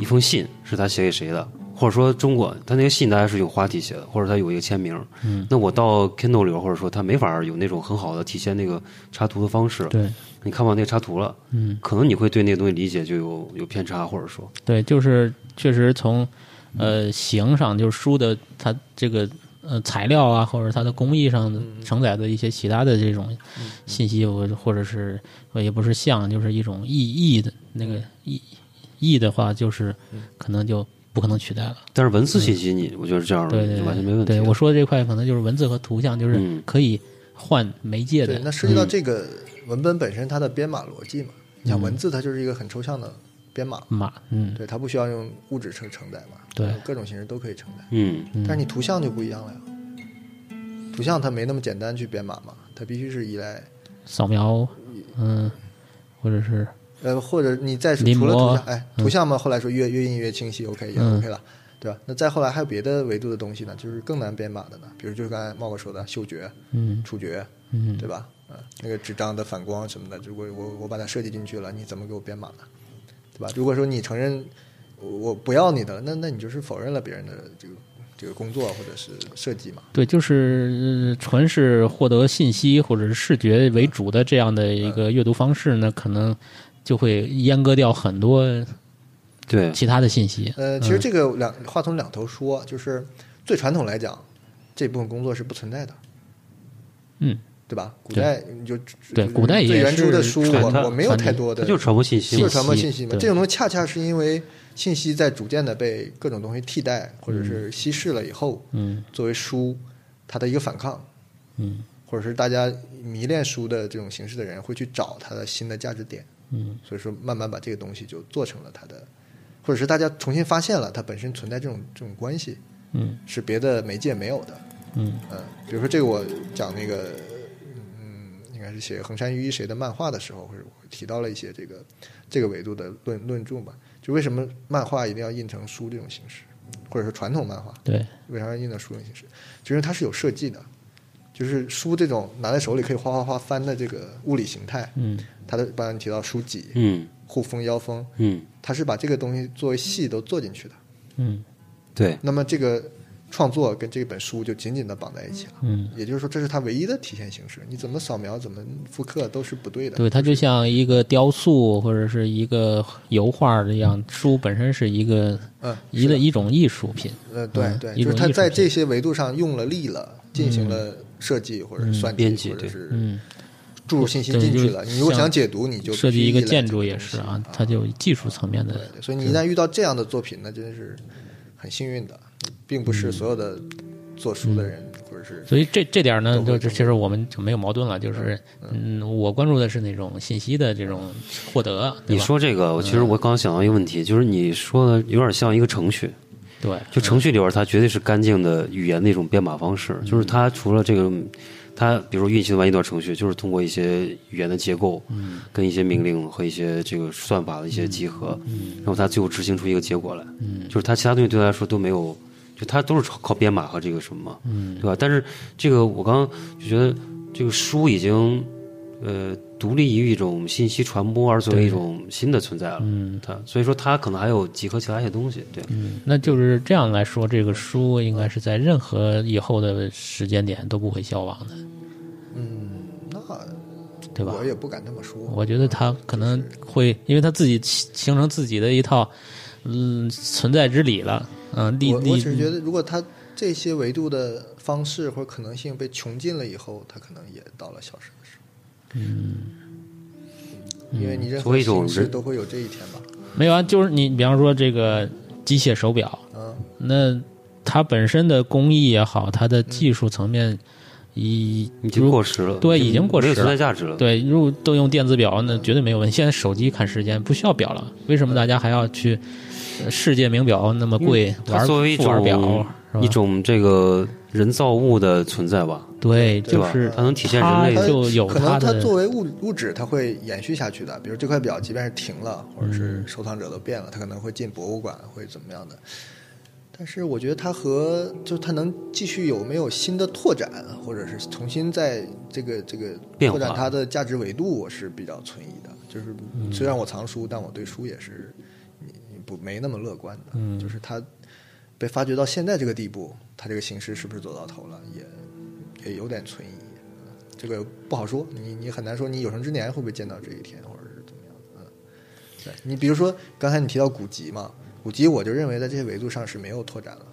S3: 一封信是他写给谁的，或者说中国他那个信大家是有花体写的，或者他有一个签名。嗯，那我到 Kindle 里边，或者说他没法有那种很好的体现那个插图的方式。
S5: 对，
S3: 你看完那个插图了，嗯，可能你会对那个东西理解就有有偏差，或者说
S5: 对，就是确实从呃形上，就是书的它这个呃材料啊，或者它的工艺上
S3: 嗯
S5: 承载的一些其他的这种信息，我或者是呃也不是像，就是一种意义的那
S3: 嗯
S5: 个意意的话，就是可能就不可能取代了。
S3: 但是文字信息你，我觉得是这样的
S5: 对对
S3: 就
S5: 对，
S3: 嗯完全没问题
S5: 对
S3: 的。
S5: 我说的这块，可能就是文字和图像，就是
S3: 嗯
S5: 可以换媒介的。
S4: 对，那涉及到这个文本本身它的编码逻辑嘛，你像文字它就是一个很抽象的编码，
S5: 码，嗯，
S4: 对，它不需要用物质承承载嘛，
S5: 对
S4: 各种形式都可以承载。
S3: 嗯，
S5: 嗯
S4: 但是你图像就不一样了呀，图像它没那么简单去编码嘛，它必须是依赖
S5: 扫描，嗯，或者是
S4: 呃，或者你再除
S5: 临摹
S4: 了图像，哎，图像嘛，后来说越越印越清晰，OK 也
S5: 嗯
S4: OK 了，对吧？那再后来还有别的维度的东西呢，就是更难编码的呢，比如就是刚才茂哥说的嗅觉、
S5: 嗯
S4: 触觉，
S5: 嗯
S4: 对吧？嗯，那个纸张的反光什么的，如果我我把它设计进去了，你怎么给我编码呢？对吧？如果说你承认我我不要你的，那那你就是否认了别人的这个这个工作或者是设计嘛。
S5: 对，就是、呃纯是获得信息或者是视觉为主的这样的一个阅读方式呢，可能就会阉割掉很多
S3: 对，
S5: 其他的信息。
S4: 呃，其实这个两话从两头说，就是最传统来讲，这部分工作是不存在的，
S5: 嗯，
S4: 对吧？古代你就
S5: 对古代也
S4: 最原初的书，
S5: 是传
S4: 我
S5: 它
S4: 我没有
S5: 传
S4: 太多
S3: 它
S4: 的，
S3: 就是传播信息
S4: 就
S3: 嘛
S4: 是。传播信息嘛。
S5: 对
S4: 这种东西恰恰是因为信息在逐渐的被各种东西替代或者是稀释了以后，
S5: 嗯
S4: 作为书它的一个反抗，
S5: 嗯
S4: 或者是大家迷恋书的这种形式的人会去找它的新的价值点，
S5: 嗯
S4: 所以说慢慢把这个东西就做成了它的，或者是大家重新发现了它本身存在这种这种关系，
S5: 嗯
S4: 是别的媒介没有的。
S5: 嗯
S4: 嗯，比如说这个我讲那个，嗯，应该是写横山裕一谁的漫画的时候，或者我提到了一些这个这个维度的论论著吧，就为什么漫画一定要印成书这种形式，或者说传统漫画
S5: 对，
S4: 为啥要印成书这种形式，就是因为它是有设计的，就是书这种拿在手里可以哗哗哗翻的这个物理形态，
S5: 嗯
S4: 它的刚才你提到书脊、
S3: 嗯
S4: 护封、腰封，
S3: 嗯，
S4: 它是把这个东西作为戏都做进去的，
S5: 嗯
S3: 对，
S4: 那么这个创作跟这本书就紧紧的绑在一起了。
S5: 嗯，
S4: 也就是说，这是它唯一的体现形式。你怎么扫描、怎么复刻都是不对的。
S5: 对，它就像一个雕塑或者是一个油画一样，书本身是一个
S4: 嗯，
S5: 一个一种艺术品。
S4: 呃，对
S5: 嗯
S4: 对，
S5: 一
S4: 就
S5: 种
S4: 是它
S5: 艺术嗯
S4: 在
S5: 品
S4: 这些维度上用了力了，进行了设计或者是算
S3: 编
S4: 计，
S3: 辑
S4: 或者
S3: 对
S4: 是
S5: 嗯，
S4: 注入信息
S5: 对
S4: 进去
S5: 就
S4: 了。你如果
S5: 像
S4: 想解读，你就
S5: 设
S4: 必
S5: 计
S4: 须
S5: 一个
S4: 依赖
S5: 建
S4: 这
S5: 筑
S4: 个
S5: 也
S4: 东
S5: 是
S4: 西
S5: 啊，它就有技术层面的
S4: 对，所以你一旦遇到这样的作品，那真是很幸运的，并不是
S5: 嗯
S4: 所有的做书的人或者是
S5: 所以这这点儿呢，
S4: 都
S5: 就
S4: 会
S5: 是
S4: 中
S5: 其实我们就没有矛盾了，就是嗯，我关注的是那种信息的这种获得，对
S3: 你
S5: 吧？
S3: 说这个，我其实我刚想到一个问题，就是你说的有点像一个程序，
S5: 对，
S3: 就程序里边儿它绝对是干净的语言的一种编码方式，就是它除了这个，它比如运行完一段程序，就是通过一些语言的结构，跟一些命令和一些这个算法的一些集合，然后它最后执行出一个结果来，就是它其他东西对它来说都没有，就它都是靠编码和这个什么嘛，对吧？但是这个我刚刚就觉得这个书已经呃独立于一种信息传播，而作为一种新的存在了，它所以说它可能还有集合其他一些东西，对，
S5: 嗯那就是这样来说，这个书应该是在任何以后的时间点都不会消亡的，
S4: 嗯那
S5: 对吧
S4: 我？也不敢这么说。
S5: 我觉得它可能会，因为它自己形形成自己的一套嗯存在之理了，嗯，立
S4: 我我只是觉
S5: 立
S4: 得，如果它这些维度的方式或者可能性被穷尽了以后，它可能也到了消失的时候。嗯，因为你任
S3: 作为
S4: 何
S3: 一种
S4: 形式
S3: 人
S4: 都会有这一天吧。
S5: 没有啊，就是你比方说这个机械手表，
S4: 嗯，
S5: 那它本身的工艺也好，它的技术层面已
S3: 已经
S5: 如
S3: 过时了，
S5: 对已经过
S3: 没
S5: 时
S3: 有存在
S5: 了
S3: 价值了，
S5: 对，如果都用电子表，那绝对没有问题。现在手机看时间不需要表了，为什么大家还要去呃世界名表那么贵，
S3: 它
S5: 玩
S3: 作为一
S5: 副腕表
S3: 种
S5: 是吧
S3: 一种这个人造物的存在吧，
S5: 对，
S3: 对
S5: 就
S3: 吧？
S5: 是
S3: 它能体现人类
S5: 它
S3: 的
S5: 就有
S4: 可能
S5: 它的
S4: 作为物物质，它会延续下去的。比如这块表，即便是停了，或者
S5: 嗯
S4: 是收藏者都变了，它可能会进博物馆，会怎么样的。但是我觉得它和就它能继续有没有新的拓展，或者是重新在这个这个
S3: 变
S4: 拓展
S3: 化
S4: 它的价值维度，我是比较存疑的。就是
S5: 嗯
S4: 虽然我藏书，但我对书也是你你不没那么乐观的。
S5: 嗯
S4: 就是它被发掘到现在这个地步，它这个形式是不是走到头了，也也有点存疑。嗯这个不好说，你你很难说你有生之年会不会见到这一天，或者是怎么样的。嗯，对你比如说刚才你提到古籍嘛，古籍我就认为在这些维度上是没有拓展了，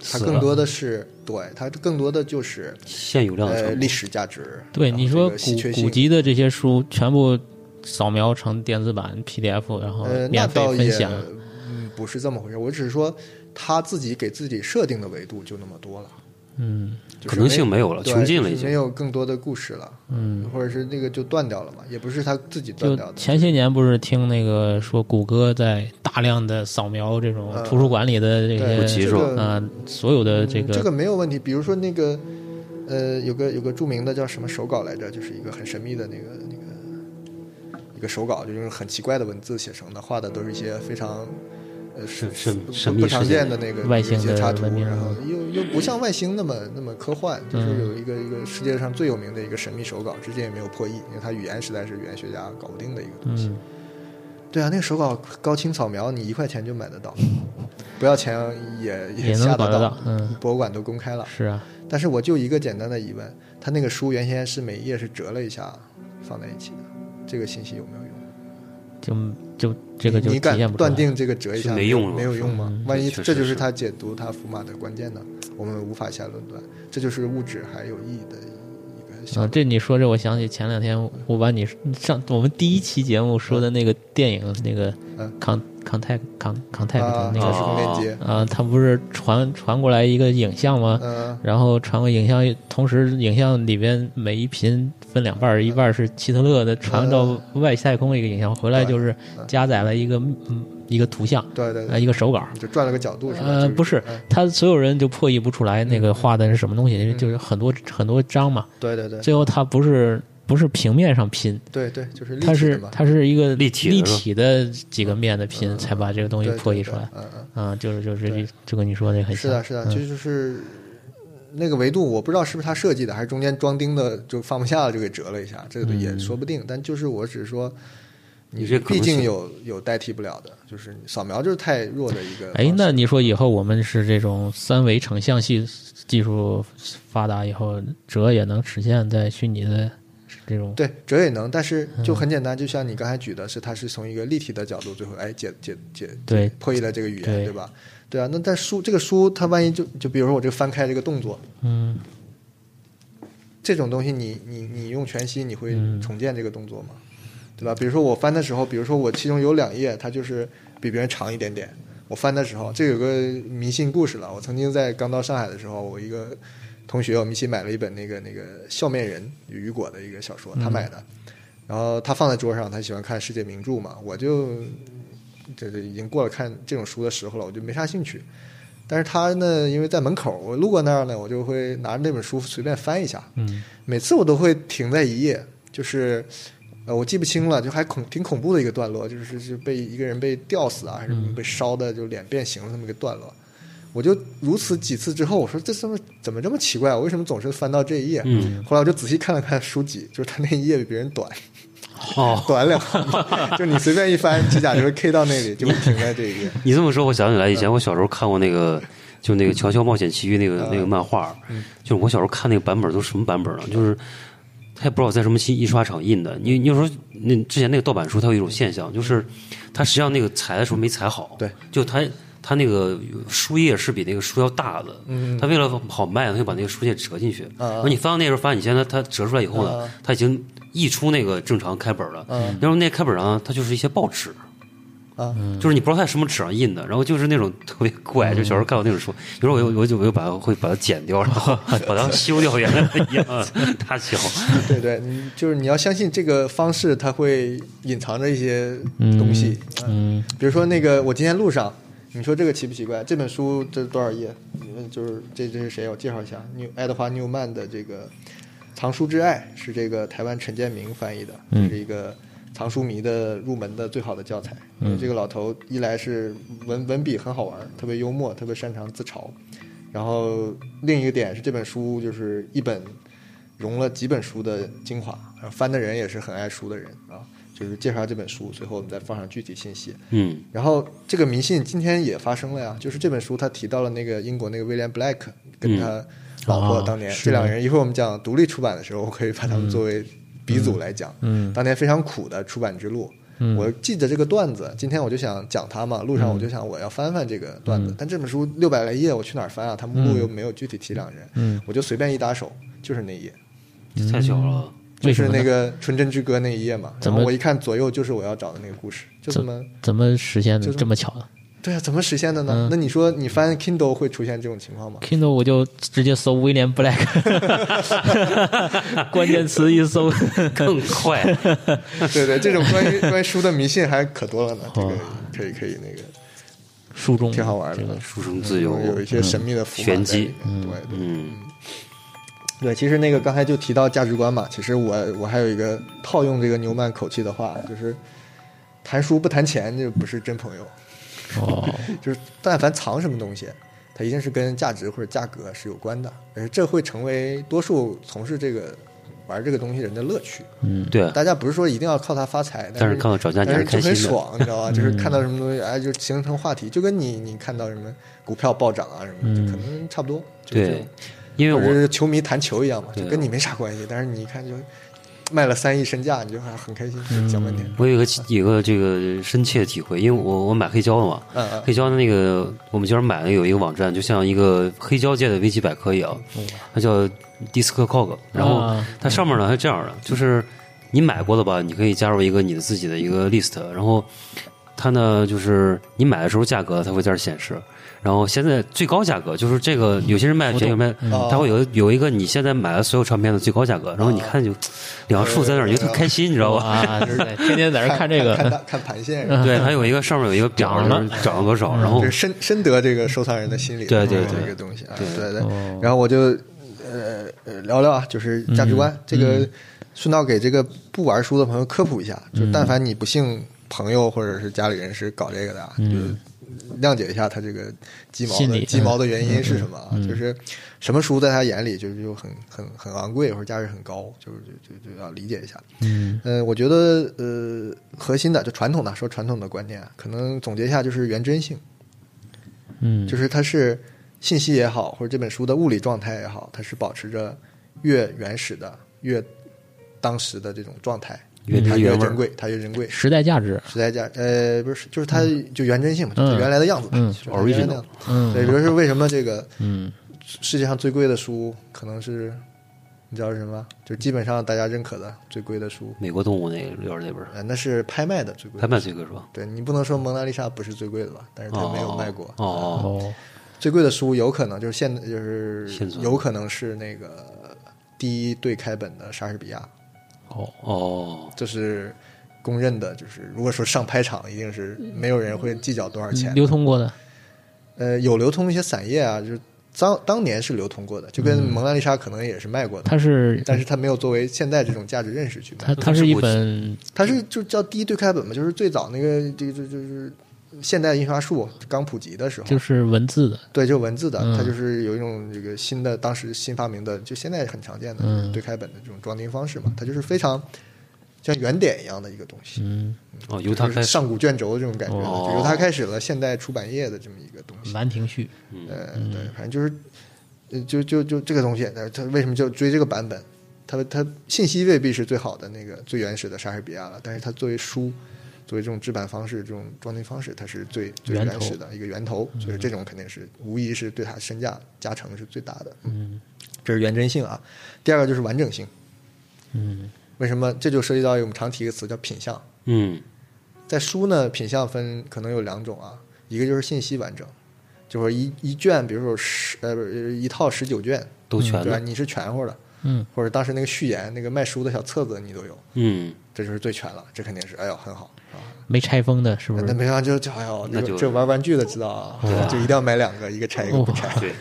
S4: 它
S5: 死
S4: 更
S5: 了。嗯
S4: 多的是对它更多的就是
S3: 现有量的
S4: 呃
S3: 成
S4: 历
S3: 果。
S4: 史价值。
S5: 对
S4: 然
S3: 啊
S4: 后
S5: 你说
S4: 这个稀
S5: 古
S4: 缺性
S5: 古籍的这些书全部扫描成电子版 PDF，然后
S4: 呃，那
S5: 免费
S4: 倒
S5: 分
S4: 也
S5: 享。
S4: 嗯不是这么回事，我只是说他自己给自己设定的维度就那么多了。
S5: 嗯，
S4: 就是
S3: 可能性没有了，
S4: 对
S3: 穷尽了
S4: 就
S3: 已
S4: 是
S3: 经
S4: 没。有更多的故事了，嗯，或者是那个就断掉了嘛，也不是他自己断
S5: 就
S4: 掉的，
S5: 前些年不是听那个说谷歌在大量的扫描这种图书馆里的这
S4: 呃对
S5: 些
S3: 古籍
S4: 这
S3: 数
S4: 个
S5: 啊、所有的
S4: 嗯
S5: 这
S4: 这
S5: 个、
S4: 个没有问题。比如说那个，呃，有个有个著名的叫什么手稿来着，就是一个很神秘的那个那个一个手稿，就用很奇怪的文字写成的，画的都是一些非常呃
S3: 神
S4: 不
S3: 神
S4: 不
S3: 神秘
S4: 不
S3: 世
S4: 常
S3: 界
S4: 见的那个
S5: 外
S4: 一些
S5: 星的
S4: 插图
S5: 文，明嗯
S4: 然后又又不像外星那么那么科幻，就是有一个一个世界上最有名的一个神秘手稿，至今也没有破译，因为它语言实在是语言学家搞不定的一个东西。
S5: 嗯，
S4: 对啊，那个手稿高清扫描，你一块钱就买得到。不要钱也
S5: 也能
S4: 下
S5: 搞
S4: 得
S5: 得到，嗯，
S4: 博物馆都公开了。
S5: 是啊，
S4: 但是我就一个简单的疑问：他那个书原先是每一页是折了一下放在一起的，这个信息有没有用？
S5: 就就这个就
S4: 你
S5: 体
S4: 你敢
S5: 现不出来
S4: 断定这个折一下
S3: 是没用了
S4: 没有用吗
S5: 嗯？
S4: 万一
S3: 确实
S4: 这就是
S3: 是
S4: 他解读他符码的关键呢？我们无法下论断，这就是物质还有意义的一个小
S5: 啊，这你说这，我想起前两天我把你上我们第一期节目说的那个电影那个
S4: 嗯
S5: con contact con contact
S4: 啊，
S5: 那
S4: 小
S5: 个
S4: 时空链接，
S5: 啊，他不是传传过来一个影像吗？
S4: 嗯，
S5: 然后传过影像，同时影像里边每一频分两半儿，一
S4: 嗯
S5: 半儿是希特勒的传到外太空一个影像，回来就是加载了一个嗯一个图像，
S4: 对对
S5: 呃
S4: 对，
S5: 一个手稿。
S4: 就转了个角度是吧？
S5: 呃，
S4: 就是
S5: 不是
S4: 嗯，
S5: 他所有人就破译不出来那个画的是什么东西，就是很多很多张嘛。
S4: 对对对
S5: 最后他不是不是平面上拼，
S4: 对对，就是立
S5: 它
S4: 体的
S5: 是
S4: 嘛，
S5: 它是一个
S3: 立体的
S5: 立
S3: 是吧
S5: 体的几个面的拼，才把这个东西
S4: 对
S5: 破译出来。。
S4: 对对嗯嗯。
S5: 啊，就是就是
S4: 对
S5: 这就跟你说的很
S4: 是
S5: 像。
S4: 的，是的，
S5: 嗯
S4: 这就是那个维度，我不知道是不是他设计的，还是中间装钉的就放不下了，就给折了一下，这个也说不定。但就是我只是说，
S3: 有些
S4: 你
S3: 可能
S4: 毕竟
S3: 性
S4: 有有代替不了的，就是扫描就是太弱的一个方式。
S5: 哎，那你说以后我们是这种三维成像系技术发达以后，折也能实现在虚拟的这种
S4: 对折也能，但是就很简单，就像你刚才举的是，它是从一个立体的角度，最后哎解解解
S5: 对
S4: 破译了这个语言，
S5: 对
S4: 对吧？对啊，那但书这个书，它万一就就比如说我这个翻开这个动作，
S5: 嗯
S4: 这种东西你，你你用全息，你会
S5: 嗯
S4: 重建这个动作吗？对吧？比如说我翻的时候，比如说我其中有两页，它就是比别人长一点点。我翻的时候，这有个迷信故事了。我曾经在刚到上海的时候，我一个同学，我们一起买了一本那个那个《笑面人》雨果的一个小说，他买的。然后他放在桌上，他喜欢看世界名著嘛，我就这这已经过了看这种书的时候了，我就没啥兴趣。但是他呢，因为在门口，我路过那儿呢，我就会拿着那本书随便翻一下。
S5: 嗯
S4: 每次我都会停在一页，就是呃，我记不清了，就还恐挺恐怖的一个段落，就是是被一个人被吊死啊，还是被烧的就脸变形了那么一个段落。我就如此几次之后，我说这怎么怎么这么奇怪？啊我为什么总是翻到这一页？
S3: 嗯
S4: 后来我就仔细看了看书籍，就是它那一页比别人短，
S3: 哦，
S4: 短两行，就你随便一翻，指甲就会 K 到那里，就会停在这一页。
S3: 你这么说，我想起来以前我小时候看过那个，就那个《乔乔冒险奇遇》那个那个漫画，就是我小时候看那个版本都是什么版本呢？就是他也不知道在什么新印刷厂印的。你你有时候那之前那个盗版书，它有一种现象，就是它实际上那个裁的时候没裁好，
S4: 对，
S3: 就它它那个书页是比那个书要大的，嗯，它为了好卖，它就把那个书页折进去。然后你翻到那时候，发现你现在它折出来以后呢，它已经溢出那个正常开本了。嗯，然后那开本上它就是一些报纸。
S4: 啊，
S3: 就是你不知道它什么纸上印的，然后就是那种特别怪，就小时候看过那种书，有时候我就我就我就把它会把它剪掉，然后把它修掉原来的一样大小。
S4: 对对，你就是你要相信这个方式，它会隐藏着一些东西。
S5: 嗯，
S4: 比如说那个，我今天路上，你说这个奇不奇怪？这本书这多少页？你们就是这这是谁？我介绍一下，纽爱德华纽曼的这个《藏书之爱》是这个台湾陈建明翻译的，
S5: 嗯
S4: 是一个藏书迷的入门的最好的教材。嗯、这个老头一来是文文笔很好玩，特别幽默，特别擅长自嘲。然后另一个点是这本书就是一本融了几本书的精华，然后翻的人也是很爱书的人啊。就是介绍这本书，随后我们再放上具体信息。
S3: 嗯，
S4: 然后这个迷信今天也发生了呀，就是这本书他提到了那个英国那个威廉 Black 跟他老婆
S5: 啊
S4: 当年、
S5: 是
S4: 这两个人，一会儿我们讲独立出版的时候，我可以把他们作为鼻祖来讲。
S5: 嗯嗯
S4: 当年非常苦的出版之路。
S5: 嗯
S4: 我记着这个段子，今天我就想讲它嘛。路上我就想我要翻翻这个段
S5: 嗯
S4: 子，但这本书六百来页，我去哪儿翻啊？它目录又没有具体提两人，
S5: 嗯
S4: 我就随便一打手，就是那一页。
S3: 太小了，
S5: 为
S4: 就
S5: 什
S4: 是
S5: 么呢
S4: 那个《纯真之歌》那一页嘛。
S5: 怎
S4: 然
S5: 么
S4: 后我一看左右就是我要找的那个故事，就这么
S5: 怎么实现的
S4: 就是
S5: 这么巧呢
S4: 对啊，怎么实现的呢？
S5: 嗯
S4: 那你说你翻 Kindle 会出现这种情 况吗？
S5: ？Kindle 我就直接搜威廉 Black，关键词一搜，
S3: 更快。
S4: 对对，这种关于关于书的迷信还可多了呢。这个
S5: 哦嗯
S4: 可以可以那个
S5: 书中
S4: 挺好玩的，
S3: 书生自由，嗯
S4: 有一些神秘的符码
S3: 玄
S4: 在里
S3: 机
S4: 面对对
S3: 嗯
S4: 对，其实那个刚才就提到价值观嘛，其实我我还有一个套用这个牛曼口气的话，就是谈书不谈钱，这不是真朋友。
S5: 哦，
S4: 就是但凡藏什么东西，它一定是跟价值或者价格是有关的，而这会成为多数从事这个玩这个东西人的乐趣。
S5: 嗯，
S3: 对啊，
S4: 大家不是说一定要靠它发财，
S3: 但
S4: 但
S3: 是
S4: 是
S3: 看到涨价你
S4: 但
S3: 还
S4: 是
S3: 是开心
S4: 就
S3: 的。嗯
S4: 很爽，你知 道吧？就是看到什么东西，哎，就形成话题，就跟你你看到什么股票暴涨啊什么，就可能差不多。就是这
S3: 嗯对
S4: 种，
S3: 因为
S4: 或者
S3: 我
S4: 是球迷谈球一样嘛，就
S3: 对
S4: 跟你没啥关系，但是你一看就卖了三亿身价，你就还很开心，
S3: 嗯
S4: 讲半天。
S3: 我有一个有个这个深切的体会，因为我我买黑胶的嘛，
S4: 嗯嗯，
S3: 黑胶的那个我们经常买的有一个网站，就像一个黑胶界的维基百科一样，它叫 DiscCog，然后
S5: 嗯啊
S3: 它上面呢它是这样的，就是你买过的吧，你可以加入一个你的自己的一个 list，然后它呢就是你买的时候价格它会在这儿显示，然后现在最高价格就是这个有些人卖便宜卖，
S5: 嗯
S4: 哦
S3: 它会有有一个你现在买的所有唱片的最高价格，然
S5: 啊
S3: 后你看就两个数在那儿，你就特开心，你知道吧？
S5: 哇 塞，天天在这看这
S4: 看
S5: 个，
S4: 大看盘线，
S3: 对，它有一个上面有一个表，
S5: 涨了嗯
S3: 就是涨了多少，然后
S4: 这深深得这个收藏人的心里，
S3: 哦对对
S4: 这
S3: 对
S4: 个东西啊，对对。然后我就呃呃聊聊啊，就是价值观，这个顺道给这个不玩书的朋友科普一下，就但凡你不幸朋友或者是家里人是搞这个的啊，就谅解一下他这个鸡毛
S5: 心
S4: 的
S5: 理
S4: 鸡毛的原因是什么啊？就是什么书在他眼里就是就很很很昂贵或者价值很高，就是就就就要理解一下。
S5: 嗯
S4: 呃，我觉得呃，核心的就传统的说传统的观念啊，可能总结一下就是原真性，
S5: 嗯，
S4: 就是它是信息也好，或者这本书的物理状态也好，它是保持着越原始的、越当时的这种状态，
S3: 原汁
S4: 它
S3: 原
S4: 越
S3: 味儿
S4: 珍贵，它越珍贵。
S5: 时代价值，
S4: 时代价呃不是，就是它就原真性嘛，就
S5: 嗯
S4: 是原来的样子嘛，
S5: 嗯
S4: 就是它原来的样子。
S5: 嗯
S4: 对，比如说为什么这个
S5: 嗯
S4: 世界上最贵的书可能是你知道是什么？就是基本上大家认可的最贵的书，
S3: 美国动物那个里边那本儿，
S4: 呃，那是拍卖的最贵的
S3: 拍卖最贵是吧？
S4: 对你不能说蒙娜丽莎不是最贵的吧，但是它没有卖过。呃
S3: 哦哦，
S5: 哦
S4: 最贵的书有可能就是现就是
S3: 现存
S4: 有可能是那个第一对开本的莎士比亚，
S5: 哦，
S3: 哦，
S4: 这是公认的，就是如果说上拍场，一定是没有人会计较多少钱的。嗯
S5: 嗯流通过的，
S4: 呃，有流通一些散页啊，就是当当年是流通过的，就
S5: 嗯
S4: 跟蒙娜丽莎可能也是卖过的。
S5: 它是
S4: 但是它没有作为现在这种价值认识去卖
S5: 它，它是一本
S4: 它是就叫第一对开本嘛，就是最早那个这个就就是现代印刷术刚普及的时候，
S5: 就是文字的，
S4: 对，就文字的，
S5: 嗯
S4: 它就是有一种这个新的，当时新发明的，就现在很常见的、
S5: 嗯
S4: 就是对开本的这种装订方式嘛，它就是非常像原点一样的一个东西，
S5: 嗯，
S3: 哦，由他
S4: 就
S3: 开
S4: 是
S3: 始，
S4: 上古卷轴这种感觉的，
S3: 哦
S4: 就由它开始了现代出版业的这么一个东西。
S5: 兰亭序，
S4: 呃，
S5: 嗯
S4: 对，反正就是，呃就就就这个东西，呃它为什么就追这个版本？它它信息未必是最好的那个最原始的莎士比亚了，但是它作为书，作为这种制版方式、这种装订方式，它是最最
S5: 源头嗯
S4: 原始的一个源头，所以这种肯定是无疑是对它身价加成是最大的。嗯，这是原真性啊。第二个就是完整性，
S5: 嗯
S4: 为什么这就涉及到一个我们常提一个词叫品相，
S3: 嗯，
S4: 在书呢，品相分可能有两种啊，一个就是信息完整，就是一一卷，比如说有十呃不是一套十九卷，
S3: 都全
S4: 对吧？
S3: 的，
S4: 你是全乎的，
S5: 嗯
S4: 或者当时那个序言、那个卖书的小册子你都有，
S3: 嗯，
S4: 这就是最全了，这肯定是哎呦很好。啊
S5: 没拆封的，是不
S4: 那
S5: 是？
S4: 没想到就就哎呦，
S3: 那
S4: 那
S3: 就
S4: 个这玩玩具的知道啊，就一定要买两个，一个拆一个不拆。
S3: 对，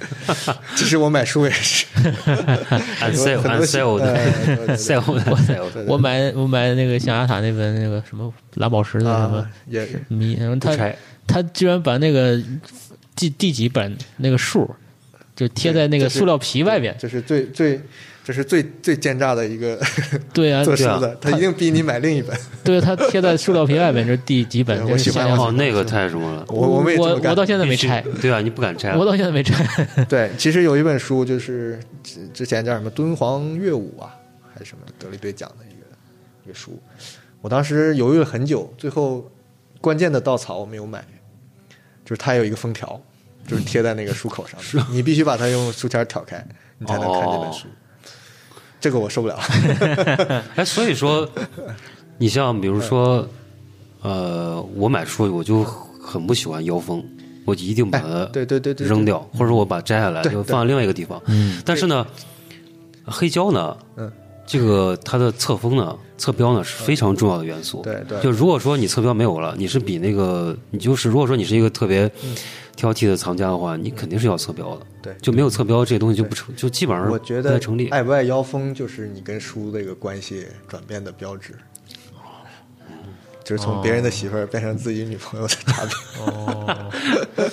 S4: 其实我买书也 是，
S3: 按
S4: 很多
S3: sale
S4: 很
S3: 按
S4: 多小
S3: sale
S4: 哎
S3: 的
S4: 对对对
S3: sale 的 sale 的，
S4: 对对
S5: 我买我买那个象牙塔那本那个什么蓝宝石的什么
S4: 啊也
S5: 迷，然后
S3: 不
S5: 他
S3: 拆，
S5: 他居然把那个第第几本那个数就贴在那个
S4: 对这是
S5: 塑料皮外边，
S4: 这是最最这是最最奸诈的一个
S5: 对啊，
S4: 做书
S3: 啊
S4: 的，他一定逼你买另一本。
S5: 对，它贴在塑料皮外面，这是第几本？
S4: 对
S5: 这
S4: 我
S5: 是
S4: 喜欢
S5: 限量
S3: 哦，
S5: 版。
S3: 那个太什么了，
S4: 我我们也这
S5: 我
S4: 么干。
S5: 我到现在没拆，
S3: 对啊，你不敢拆
S5: 我，到现在没拆。
S4: 对，其实有一本书就是之之前叫什么《敦煌乐舞》啊，还是什么得了一堆奖的一个一个书，我当时犹豫了很久，最后关键的稻草我没有买，就是它有一个封条，就是贴在那个书口上面，你必须把它用书签挑开，你才能看这本书。这个我受不了，
S3: 哎，所以说，你像比如说，呃，我买书我就很不喜欢腰封，我一定把它
S4: 哎对对对对，对
S3: 扔，掉，或者我把它摘下来
S4: 对
S3: 就放在另外一个地方。但是呢，黑胶呢，
S4: 嗯，
S3: 这个它的侧封呢、侧标呢是非常重要的元素。
S4: 嗯对对
S3: 就如果说你侧标没有了，你是比那个你就是如果说你是一个特别挑剔的藏家的话，你肯定是要侧标的。
S4: 嗯对
S3: 就没有侧标这些东西就不成，就基本上
S4: 我觉
S3: 不太
S4: 得
S3: 成立。
S4: 爱不爱妖风就是你跟书这个关系转变的标志。
S3: 哦
S4: 就是从别人的媳妇儿变成自己女朋友的差别。